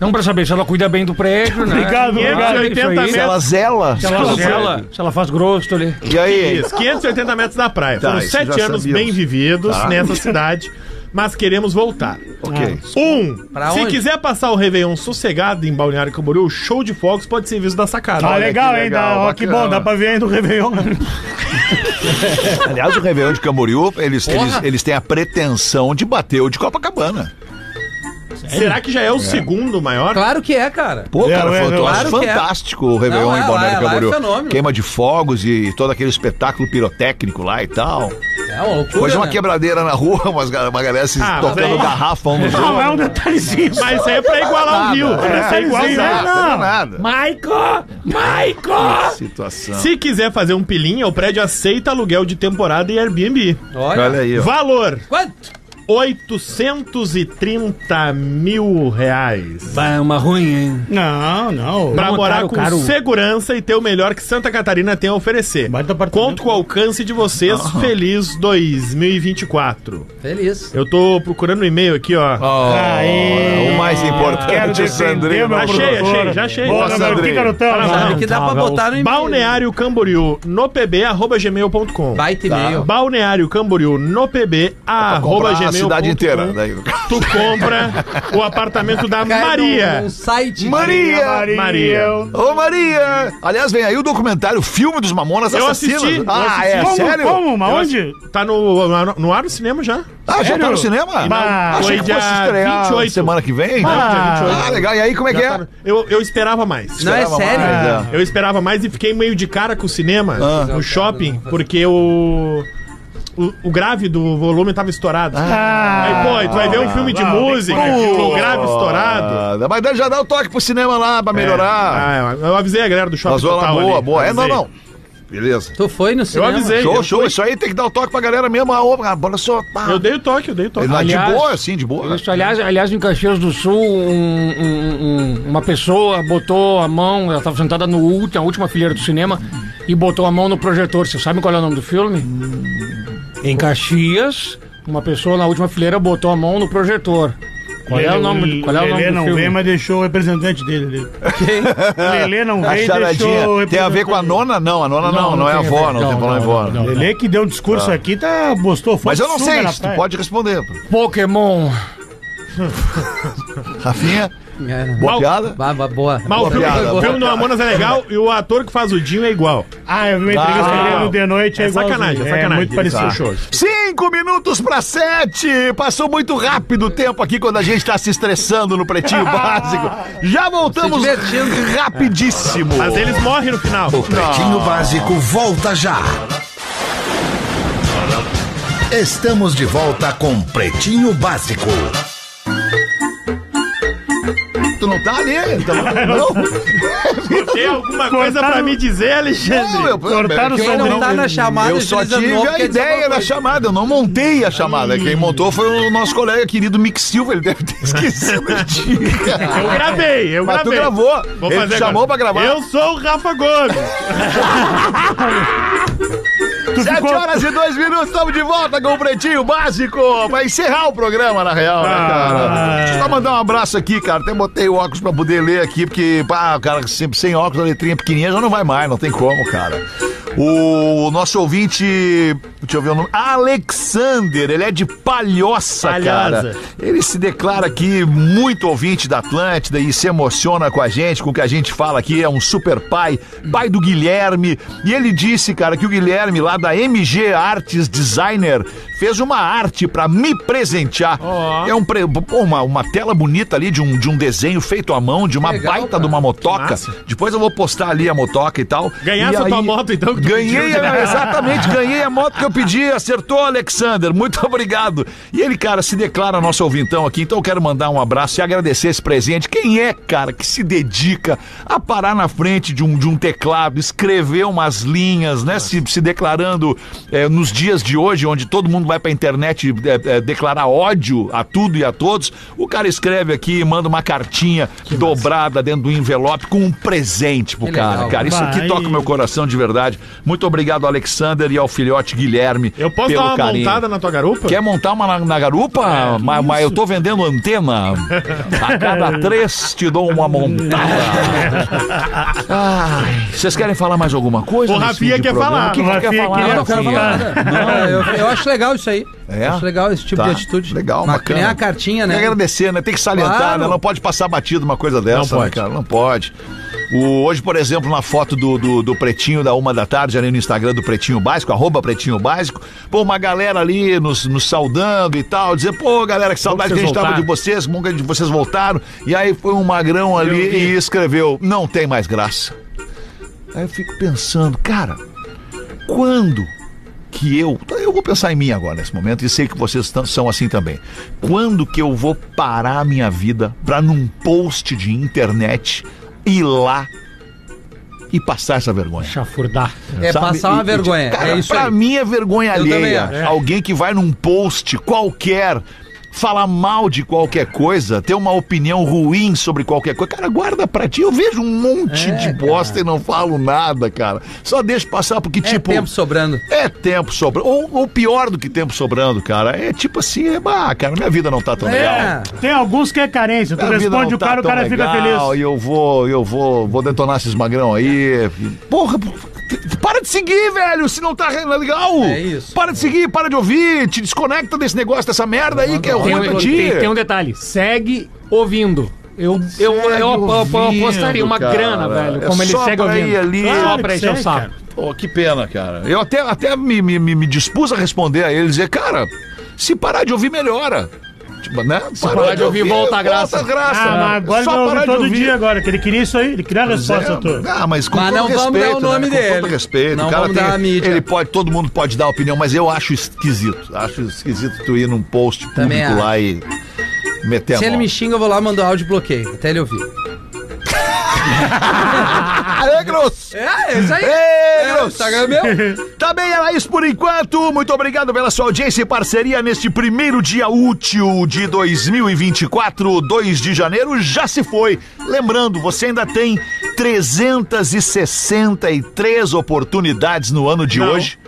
Speaker 8: Não pra saber se ela cuida bem do prédio, né?
Speaker 3: Obrigado, obrigado.
Speaker 8: é isso aí.
Speaker 6: 580
Speaker 4: Se ela zela.
Speaker 8: Se ela, se ela-
Speaker 5: é,
Speaker 8: se ela faz grosso ali.
Speaker 4: E aí?
Speaker 6: Isso, 580 metros da praia.
Speaker 4: Tá,
Speaker 6: Foram
Speaker 4: isso
Speaker 6: sete
Speaker 4: já
Speaker 6: anos
Speaker 4: sabíamos.
Speaker 6: bem vividos
Speaker 4: Tá.
Speaker 6: nessa cidade, mas queremos voltar.
Speaker 4: Ok.
Speaker 6: Um,
Speaker 5: Pra
Speaker 6: se
Speaker 5: onde?
Speaker 6: quiser passar o Réveillon sossegado em Balneário Camboriú, o show de fogos pode ser visto da sacada.
Speaker 3: Ah,
Speaker 4: Olha
Speaker 3: legal,
Speaker 4: que
Speaker 3: hein?
Speaker 4: legal,
Speaker 3: Dá- ó, que
Speaker 4: bacana.
Speaker 3: bom, dá pra ver ainda o Réveillon.
Speaker 4: (laughs) Ah. Aliás, o Réveillon de Camboriú, eles, eles, eles têm a pretensão de bater o de Copacabana.
Speaker 6: Será que já é o segundo maior?
Speaker 5: Claro que é, cara.
Speaker 4: Pô,
Speaker 3: É,
Speaker 4: cara,
Speaker 3: é,
Speaker 4: foi, eu
Speaker 5: claro
Speaker 4: acho
Speaker 5: que é.
Speaker 4: fantástico o Réveillon
Speaker 5: Não, é
Speaker 4: em
Speaker 5: lá,
Speaker 4: Balneário
Speaker 5: é lá, é
Speaker 4: Camboriú.
Speaker 5: fenômeno.
Speaker 4: Queima de fogos e todo aquele espetáculo pirotécnico lá e tal.
Speaker 5: É uma loucura.
Speaker 4: Depois uma
Speaker 5: né?
Speaker 4: quebradeira na rua, (laughs) umas, ga- uma galera se
Speaker 6: Ah,
Speaker 4: tocando
Speaker 6: mas aí-
Speaker 4: garrafa um nos
Speaker 3: Não, é um
Speaker 4: outros.
Speaker 3: detalhezinho.
Speaker 6: Mas isso aí é pra igualar
Speaker 5: Tá
Speaker 6: o Rio.
Speaker 3: é,
Speaker 6: Pra
Speaker 3: igualzinho,
Speaker 6: igualar.
Speaker 3: né?
Speaker 4: Não,
Speaker 3: Não.
Speaker 4: nada.
Speaker 8: Maico! Maico!
Speaker 4: Situação.
Speaker 6: Se quiser fazer um pilinha, o prédio aceita aluguel de temporada e Airbnb.
Speaker 5: Olha.
Speaker 4: Olha aí, ó.
Speaker 6: Valor,
Speaker 5: Quanto?
Speaker 6: 830 mil reais.
Speaker 8: Vai, uma ruim, hein?
Speaker 3: Não, não.
Speaker 6: Pra
Speaker 8: Não,
Speaker 6: morar
Speaker 8: caro,
Speaker 6: com
Speaker 8: caro.
Speaker 6: segurança e ter o melhor que Santa Catarina tem a oferecer.
Speaker 3: Baita apartamento.
Speaker 6: Conto com o alcance de vocês.
Speaker 4: Ah.
Speaker 6: Feliz 2024.
Speaker 5: Feliz.
Speaker 6: Eu tô procurando o e-mail aqui, ó.
Speaker 3: Aí.
Speaker 4: O mais
Speaker 3: Quero
Speaker 4: importante,
Speaker 3: defender
Speaker 4: Sandrinho.
Speaker 3: meu
Speaker 6: Achei,
Speaker 3: produtor.
Speaker 6: achei, já achei.
Speaker 3: Boa,
Speaker 4: Boa,
Speaker 3: meu
Speaker 4: Sandrinho.
Speaker 3: que garotão.
Speaker 5: Sabe que dá pra botar
Speaker 4: um
Speaker 5: no e-mail.
Speaker 6: Balneário Camboriú no pb arroba gmail.com.
Speaker 5: Baita
Speaker 4: Tá.
Speaker 5: e-mail.
Speaker 6: Balneário Camboriú no pb arroba
Speaker 4: Comprar a
Speaker 6: gmail.com.
Speaker 4: cidade inteira. né? Daí.
Speaker 6: Tu compra o apartamento da
Speaker 5: Cai num-
Speaker 6: Maria.
Speaker 5: num um site.
Speaker 4: Maria!
Speaker 6: Maria.
Speaker 4: Ô, Maria! Aliás, vem aí o documentário Filme dos Mamonas
Speaker 6: Eu
Speaker 4: Assassinas.
Speaker 6: assisti, eu
Speaker 4: ah, é?
Speaker 3: Como,
Speaker 4: Sério?
Speaker 3: como? Mas onde?
Speaker 6: Tá no, no, no ar no cinema já?
Speaker 4: Ah, já tá no
Speaker 3: Sério?
Speaker 4: cinema?
Speaker 3: Bah,
Speaker 4: Achei
Speaker 6: foi
Speaker 4: que fosse
Speaker 6: dia
Speaker 4: estrear
Speaker 6: 28.
Speaker 4: semana que vem.
Speaker 3: Ah,
Speaker 4: ah, legal. E aí, como é que
Speaker 6: Já
Speaker 4: é?
Speaker 6: tá no- eu, eu esperava mais.
Speaker 5: Não, é
Speaker 4: Esperava
Speaker 5: sério?
Speaker 4: mais, é.
Speaker 6: Eu esperava mais e fiquei meio de cara com o cinema,
Speaker 4: Ah.
Speaker 6: no shopping, porque o, o. o grave do volume tava estourado.
Speaker 4: Ah.
Speaker 6: Aí, pô, aí tu vai ver um filme de
Speaker 3: não,
Speaker 6: música com o grave estourado.
Speaker 4: Ah, mas daí já dá o toque pro cinema lá pra melhorar.
Speaker 6: É. Ah, eu- eu avisei a galera do shopping.
Speaker 4: Mas olha lá,
Speaker 6: total
Speaker 4: boa,
Speaker 6: ali.
Speaker 4: boa. É, não,
Speaker 6: Avisei.
Speaker 4: não. Beleza.
Speaker 5: Tu foi no cinema.
Speaker 6: avisei.
Speaker 4: Show,
Speaker 6: eu
Speaker 4: show. Isso aí tem que dar o toque pra galera mesmo. Ah, ô, ah, olha só. Ah,
Speaker 6: Eu dei o toque, eu dei o toque. é
Speaker 4: Ele lá de
Speaker 8: Aliás-
Speaker 4: boa, assim, de boa.
Speaker 8: Isso, aliás, aliás, em Caxias do Sul, um- um- um- uma pessoa botou a mão, ela estava sentada no último, na última fileira do cinema, e botou a mão no projetor. Você sabe qual é o nome do filme? Em Caxias, uma pessoa na última fileira botou a mão no projetor. Qual é o nome, qual é o nome
Speaker 3: Lelê
Speaker 8: do
Speaker 3: não
Speaker 8: filme?
Speaker 3: veio, mas deixou o representante dele. ali. Lelê não
Speaker 4: A
Speaker 3: veio,
Speaker 4: charadinha
Speaker 3: Tá deixou o
Speaker 4: tem a ver com a
Speaker 3: representante.
Speaker 4: nona? Não, a nona não, não, é a
Speaker 8: tem
Speaker 4: avó,
Speaker 8: ver.
Speaker 4: não, tem problema em
Speaker 8: não,
Speaker 4: vó.
Speaker 8: não, não.
Speaker 3: Lelê que deu um discurso aqui, tá, postou foto
Speaker 4: Ah. Mas eu não
Speaker 3: sua
Speaker 4: sei,
Speaker 3: na
Speaker 4: se tu
Speaker 3: praia.
Speaker 4: pode responder.
Speaker 8: Pokémon.
Speaker 4: Rafinha,
Speaker 5: É.
Speaker 4: boa
Speaker 6: Mal-
Speaker 4: piada.
Speaker 5: Bah, bah, boa.
Speaker 6: Mas o
Speaker 4: Boa
Speaker 6: filme,
Speaker 4: piada,
Speaker 6: o
Speaker 4: boa
Speaker 6: filme do Mamonas é legal e o ator que faz o Dinho é igual.
Speaker 3: Ah, eu vi uma entrevista
Speaker 4: Ah,
Speaker 3: dele no de noite.
Speaker 6: É
Speaker 3: igualzinho.
Speaker 6: sacanagem, é sacanagem.
Speaker 3: É muito parecido.
Speaker 6: Show.
Speaker 4: Cinco minutos pra sete. Passou muito rápido o tempo aqui quando a gente tá se estressando no Pretinho Básico. Já voltamos
Speaker 5: Se divertindo.
Speaker 4: rapidíssimo.
Speaker 6: Mas eles morrem no final.
Speaker 2: O Pretinho Básico volta já. Estamos de volta com Pretinho Básico.
Speaker 4: Tu não tá ali? (laughs) Então, não.
Speaker 6: Tem alguma coisa pra
Speaker 3: Cortaram-
Speaker 6: me dizer, Alexandre?
Speaker 4: Não, eu-
Speaker 3: Cortaram
Speaker 4: eu-
Speaker 5: Quem não tá na chamada,
Speaker 4: Eu só
Speaker 5: utiliza
Speaker 4: tive
Speaker 5: novo,
Speaker 4: a
Speaker 5: quer dizer
Speaker 4: ideia
Speaker 5: alguma
Speaker 4: da
Speaker 5: coisa.
Speaker 4: chamada, eu não montei a chamada. Quem montou foi o nosso colega querido Mix Silva, ele deve ter (laughs) esquecido (laughs) de
Speaker 6: Eu gravei, eu
Speaker 4: Mas tu
Speaker 6: gravei.
Speaker 4: gravou. Ele te chamou pra gravar.
Speaker 6: Eu sou o Rafa Gomes.
Speaker 4: Sete
Speaker 3: ficou-
Speaker 4: horas e dois minutos, estamos de volta com o Pretinho Básico. Vai encerrar o programa, na real, né, cara? Deixa eu só mandar um abraço aqui, cara. Até botei o óculos pra poder ler aqui, porque, pá, o cara sempre sem óculos, a letrinha pequenininha já não vai mais, não tem como, cara. O nosso ouvinte, deixa eu ver o nome, Alexander, ele é de Palhoça,
Speaker 6: Palhoça.
Speaker 4: cara. Ele se declara aqui muito ouvinte da Atlântida e se emociona com a gente, com o que a gente fala aqui, é um super pai, pai do Guilherme. E ele disse, cara, que o Guilherme lá da MG Artes Designer fez uma arte pra me presentear.
Speaker 6: Ó.
Speaker 4: É um pre- pô, uma, uma tela bonita ali de um, de um desenho feito à mão, de uma
Speaker 5: Legal,
Speaker 4: baita
Speaker 5: cara.
Speaker 4: de uma motoca.
Speaker 6: massa.
Speaker 4: Depois eu vou postar ali a motoca e tal.
Speaker 6: Ganhasse
Speaker 4: E
Speaker 6: a tua moto, então, que tu
Speaker 4: Ganhei,
Speaker 6: pediu, né?
Speaker 4: exatamente, ganhei a moto que eu pedi, acertou, Alexander. Muito (laughs) obrigado. E ele, cara, se declara nosso ouvintão aqui, então eu quero mandar um abraço e agradecer esse presente. Quem é, cara, que se dedica a parar na frente de um, de um teclado, escrever umas linhas, né? Se, se declarando eh, nos dias de hoje, onde todo mundo vai pra internet eh, eh, declarar ódio a tudo e a todos, o cara escreve aqui e manda uma cartinha dobrada dentro do envelope com um presente pro
Speaker 5: Que
Speaker 4: cara,
Speaker 5: legal.
Speaker 4: cara. Isso aqui
Speaker 3: Vai.
Speaker 4: toca o meu coração de verdade. Muito obrigado, Alexander, e ao filhote Guilherme.
Speaker 6: Eu posso
Speaker 4: pelo
Speaker 6: dar uma
Speaker 4: carinho.
Speaker 6: montada É, na tua garupa?
Speaker 4: Quer montar uma na, na garupa?
Speaker 6: que
Speaker 4: mas, mas eu
Speaker 6: isso?
Speaker 4: tô vendendo antena. A
Speaker 6: (laughs)
Speaker 4: cada três te dou uma montada. Ai, vocês querem falar mais alguma coisa?
Speaker 6: O
Speaker 4: nesse fim
Speaker 6: Rafinha
Speaker 4: de
Speaker 6: quer
Speaker 4: programa?
Speaker 6: falar.
Speaker 4: O que
Speaker 3: O
Speaker 4: que quer
Speaker 3: Rafinha
Speaker 4: falar?
Speaker 3: queria
Speaker 5: Eu não quero
Speaker 4: Rafinha?
Speaker 5: falar nada. Não, eu, eu acho legal isso aí.
Speaker 4: É?
Speaker 5: Acho legal esse tipo
Speaker 4: Tá.
Speaker 5: de atitude.
Speaker 4: Legal,
Speaker 5: Mas
Speaker 4: bacana.
Speaker 5: Que nem a cartinha,
Speaker 4: Tem que
Speaker 5: né?
Speaker 4: agradecer, né? Tem que salientar,
Speaker 5: Claro.
Speaker 4: né? Não pode passar batido uma coisa dessa,
Speaker 6: Não
Speaker 4: né,
Speaker 6: pode.
Speaker 4: cara? Não pode. O, hoje, por exemplo, na foto do, do, do Pretinho da Uma da Tarde, ali no Instagram do Pretinho Básico, arroba Pretinho Básico, pô, uma galera ali nos, nos saudando e tal, dizer, pô, galera, que saudade que a
Speaker 6: vocês
Speaker 4: gente tava de
Speaker 6: voltaram.
Speaker 4: vocês, bom que vocês voltaram. E aí foi um magrão ali e escreveu, não tem mais graça. Aí eu fico pensando, cara, quando que eu. Eu vou pensar em mim agora nesse momento e sei que vocês tão- são assim também. Quando que eu vou parar a minha vida pra num post de internet ir lá e passar essa vergonha?
Speaker 8: Chafurdar.
Speaker 5: É
Speaker 4: Sabe?
Speaker 5: passar
Speaker 4: E-
Speaker 5: uma
Speaker 4: e-
Speaker 5: vergonha.
Speaker 4: cara,
Speaker 5: é isso
Speaker 4: pra
Speaker 5: aí.
Speaker 4: mim é vergonha
Speaker 5: Eu também
Speaker 4: alheia.
Speaker 5: acho.
Speaker 4: Alguém que vai num post qualquer falar mal de qualquer coisa, ter uma opinião ruim sobre qualquer coisa. Cara, guarda pra ti. Eu vejo um monte
Speaker 5: É,
Speaker 4: de bosta e não falo nada, cara. Só deixo passar porque,
Speaker 5: É
Speaker 4: tipo...
Speaker 5: tempo sobrando.
Speaker 4: É tempo sobrando. Ou, ou pior do que tempo sobrando, cara. É tipo assim, é, bah, cara, minha vida não tá tão legal.
Speaker 5: É.
Speaker 3: Tem alguns que é carência. Tu
Speaker 4: Minha vida
Speaker 3: responde
Speaker 4: não tá
Speaker 3: o cara, o
Speaker 4: tão
Speaker 3: cara fica feliz.
Speaker 4: legal, E eu vou, eu vou, vou detonar esses magrão aí. Porra, p- p- para de seguir, velho, se não tá re- legal.
Speaker 5: É isso.
Speaker 4: Para de seguir, para de ouvir, te desconecta desse negócio, dessa merda aí que é
Speaker 8: Tem,
Speaker 4: ruim pra
Speaker 8: um-
Speaker 4: ti.
Speaker 8: tem- tem um detalhe. Segue ouvindo. Eu, eu, eu,
Speaker 4: Segue
Speaker 8: ap- ap-
Speaker 4: ouvindo,
Speaker 8: apostaria uma
Speaker 4: cara.
Speaker 8: grana, velho,
Speaker 4: É
Speaker 8: como ele
Speaker 4: só
Speaker 8: segue
Speaker 4: pra ir
Speaker 8: ouvindo.
Speaker 4: ali.
Speaker 8: Só
Speaker 3: Claro
Speaker 8: pra
Speaker 3: que
Speaker 8: encher o
Speaker 3: segue,
Speaker 8: saco.
Speaker 4: Pô, que pena, cara. Eu até, até me, me, me, me dispus a responder a ele, dizer, cara, se parar de ouvir, melhora. Tipo, né? Se
Speaker 8: parar de ouvir, volta a graça.
Speaker 4: graça. né?
Speaker 3: Ah, mas agora não ouve todo dia agora, que ele queria isso aí, ele queria a resposta
Speaker 4: É,
Speaker 3: tua.
Speaker 4: ah, mas com
Speaker 5: Mas
Speaker 4: todo
Speaker 5: não vamos
Speaker 4: respeito,
Speaker 5: dar o nome
Speaker 4: né? Com
Speaker 5: dele.
Speaker 4: todo respeito.
Speaker 5: Não
Speaker 4: o cara
Speaker 5: vamos
Speaker 4: tem,
Speaker 5: dar a mídia.
Speaker 4: Ele pode, todo mundo pode dar opinião, mas eu acho esquisito. Acho esquisito tu ir num post
Speaker 5: Também
Speaker 4: público lá e meter
Speaker 5: Se
Speaker 4: a
Speaker 5: ele
Speaker 4: mão.
Speaker 5: me xinga, eu vou lá mandar áudio e bloqueio. Até ele ouvir.
Speaker 4: Ah, é grosso!
Speaker 5: É, é isso aí.
Speaker 4: É,
Speaker 5: É,
Speaker 4: grosso.
Speaker 5: o Instagram é meu.
Speaker 4: Também era isso por enquanto. Muito obrigado pela sua audiência e parceria neste primeiro dia útil de 2024, 2 de janeiro. Já se foi. Lembrando, você ainda tem 363 oportunidades no ano de
Speaker 6: Não.
Speaker 4: hoje.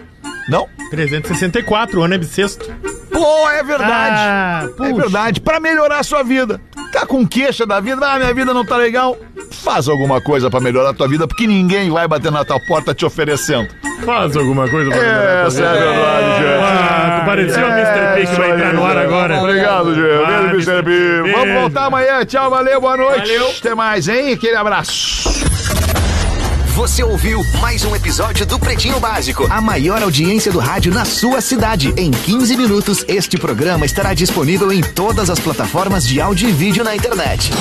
Speaker 4: Não?
Speaker 6: 364, ano é bissexto.
Speaker 4: Pô, é verdade.
Speaker 3: Ah,
Speaker 4: É
Speaker 3: puxa.
Speaker 4: verdade, pra melhorar a sua vida. Tá com queixa da vida, ah, minha vida não tá legal. Faz alguma coisa pra melhorar a tua vida, porque ninguém vai bater na tua porta te oferecendo. é
Speaker 6: Faz alguma coisa pra melhorar a tua vida. É
Speaker 4: verdade,
Speaker 6: Ah, tu
Speaker 4: É,
Speaker 6: parecia o Mr. P que vai entrar no ar agora.
Speaker 4: Obrigado, Diego.
Speaker 6: Valeu,
Speaker 4: Beijo, Mr. P.
Speaker 6: Beijo.
Speaker 4: Vamos voltar amanhã. Tchau, valeu, boa noite.
Speaker 6: Valeu.
Speaker 4: Até mais, hein? Aquele abraço.
Speaker 10: Você ouviu mais um episódio do Pretinho Básico, a maior audiência do rádio na sua cidade. Em 15 minutos, este programa estará disponível em todas as plataformas de áudio e vídeo na internet.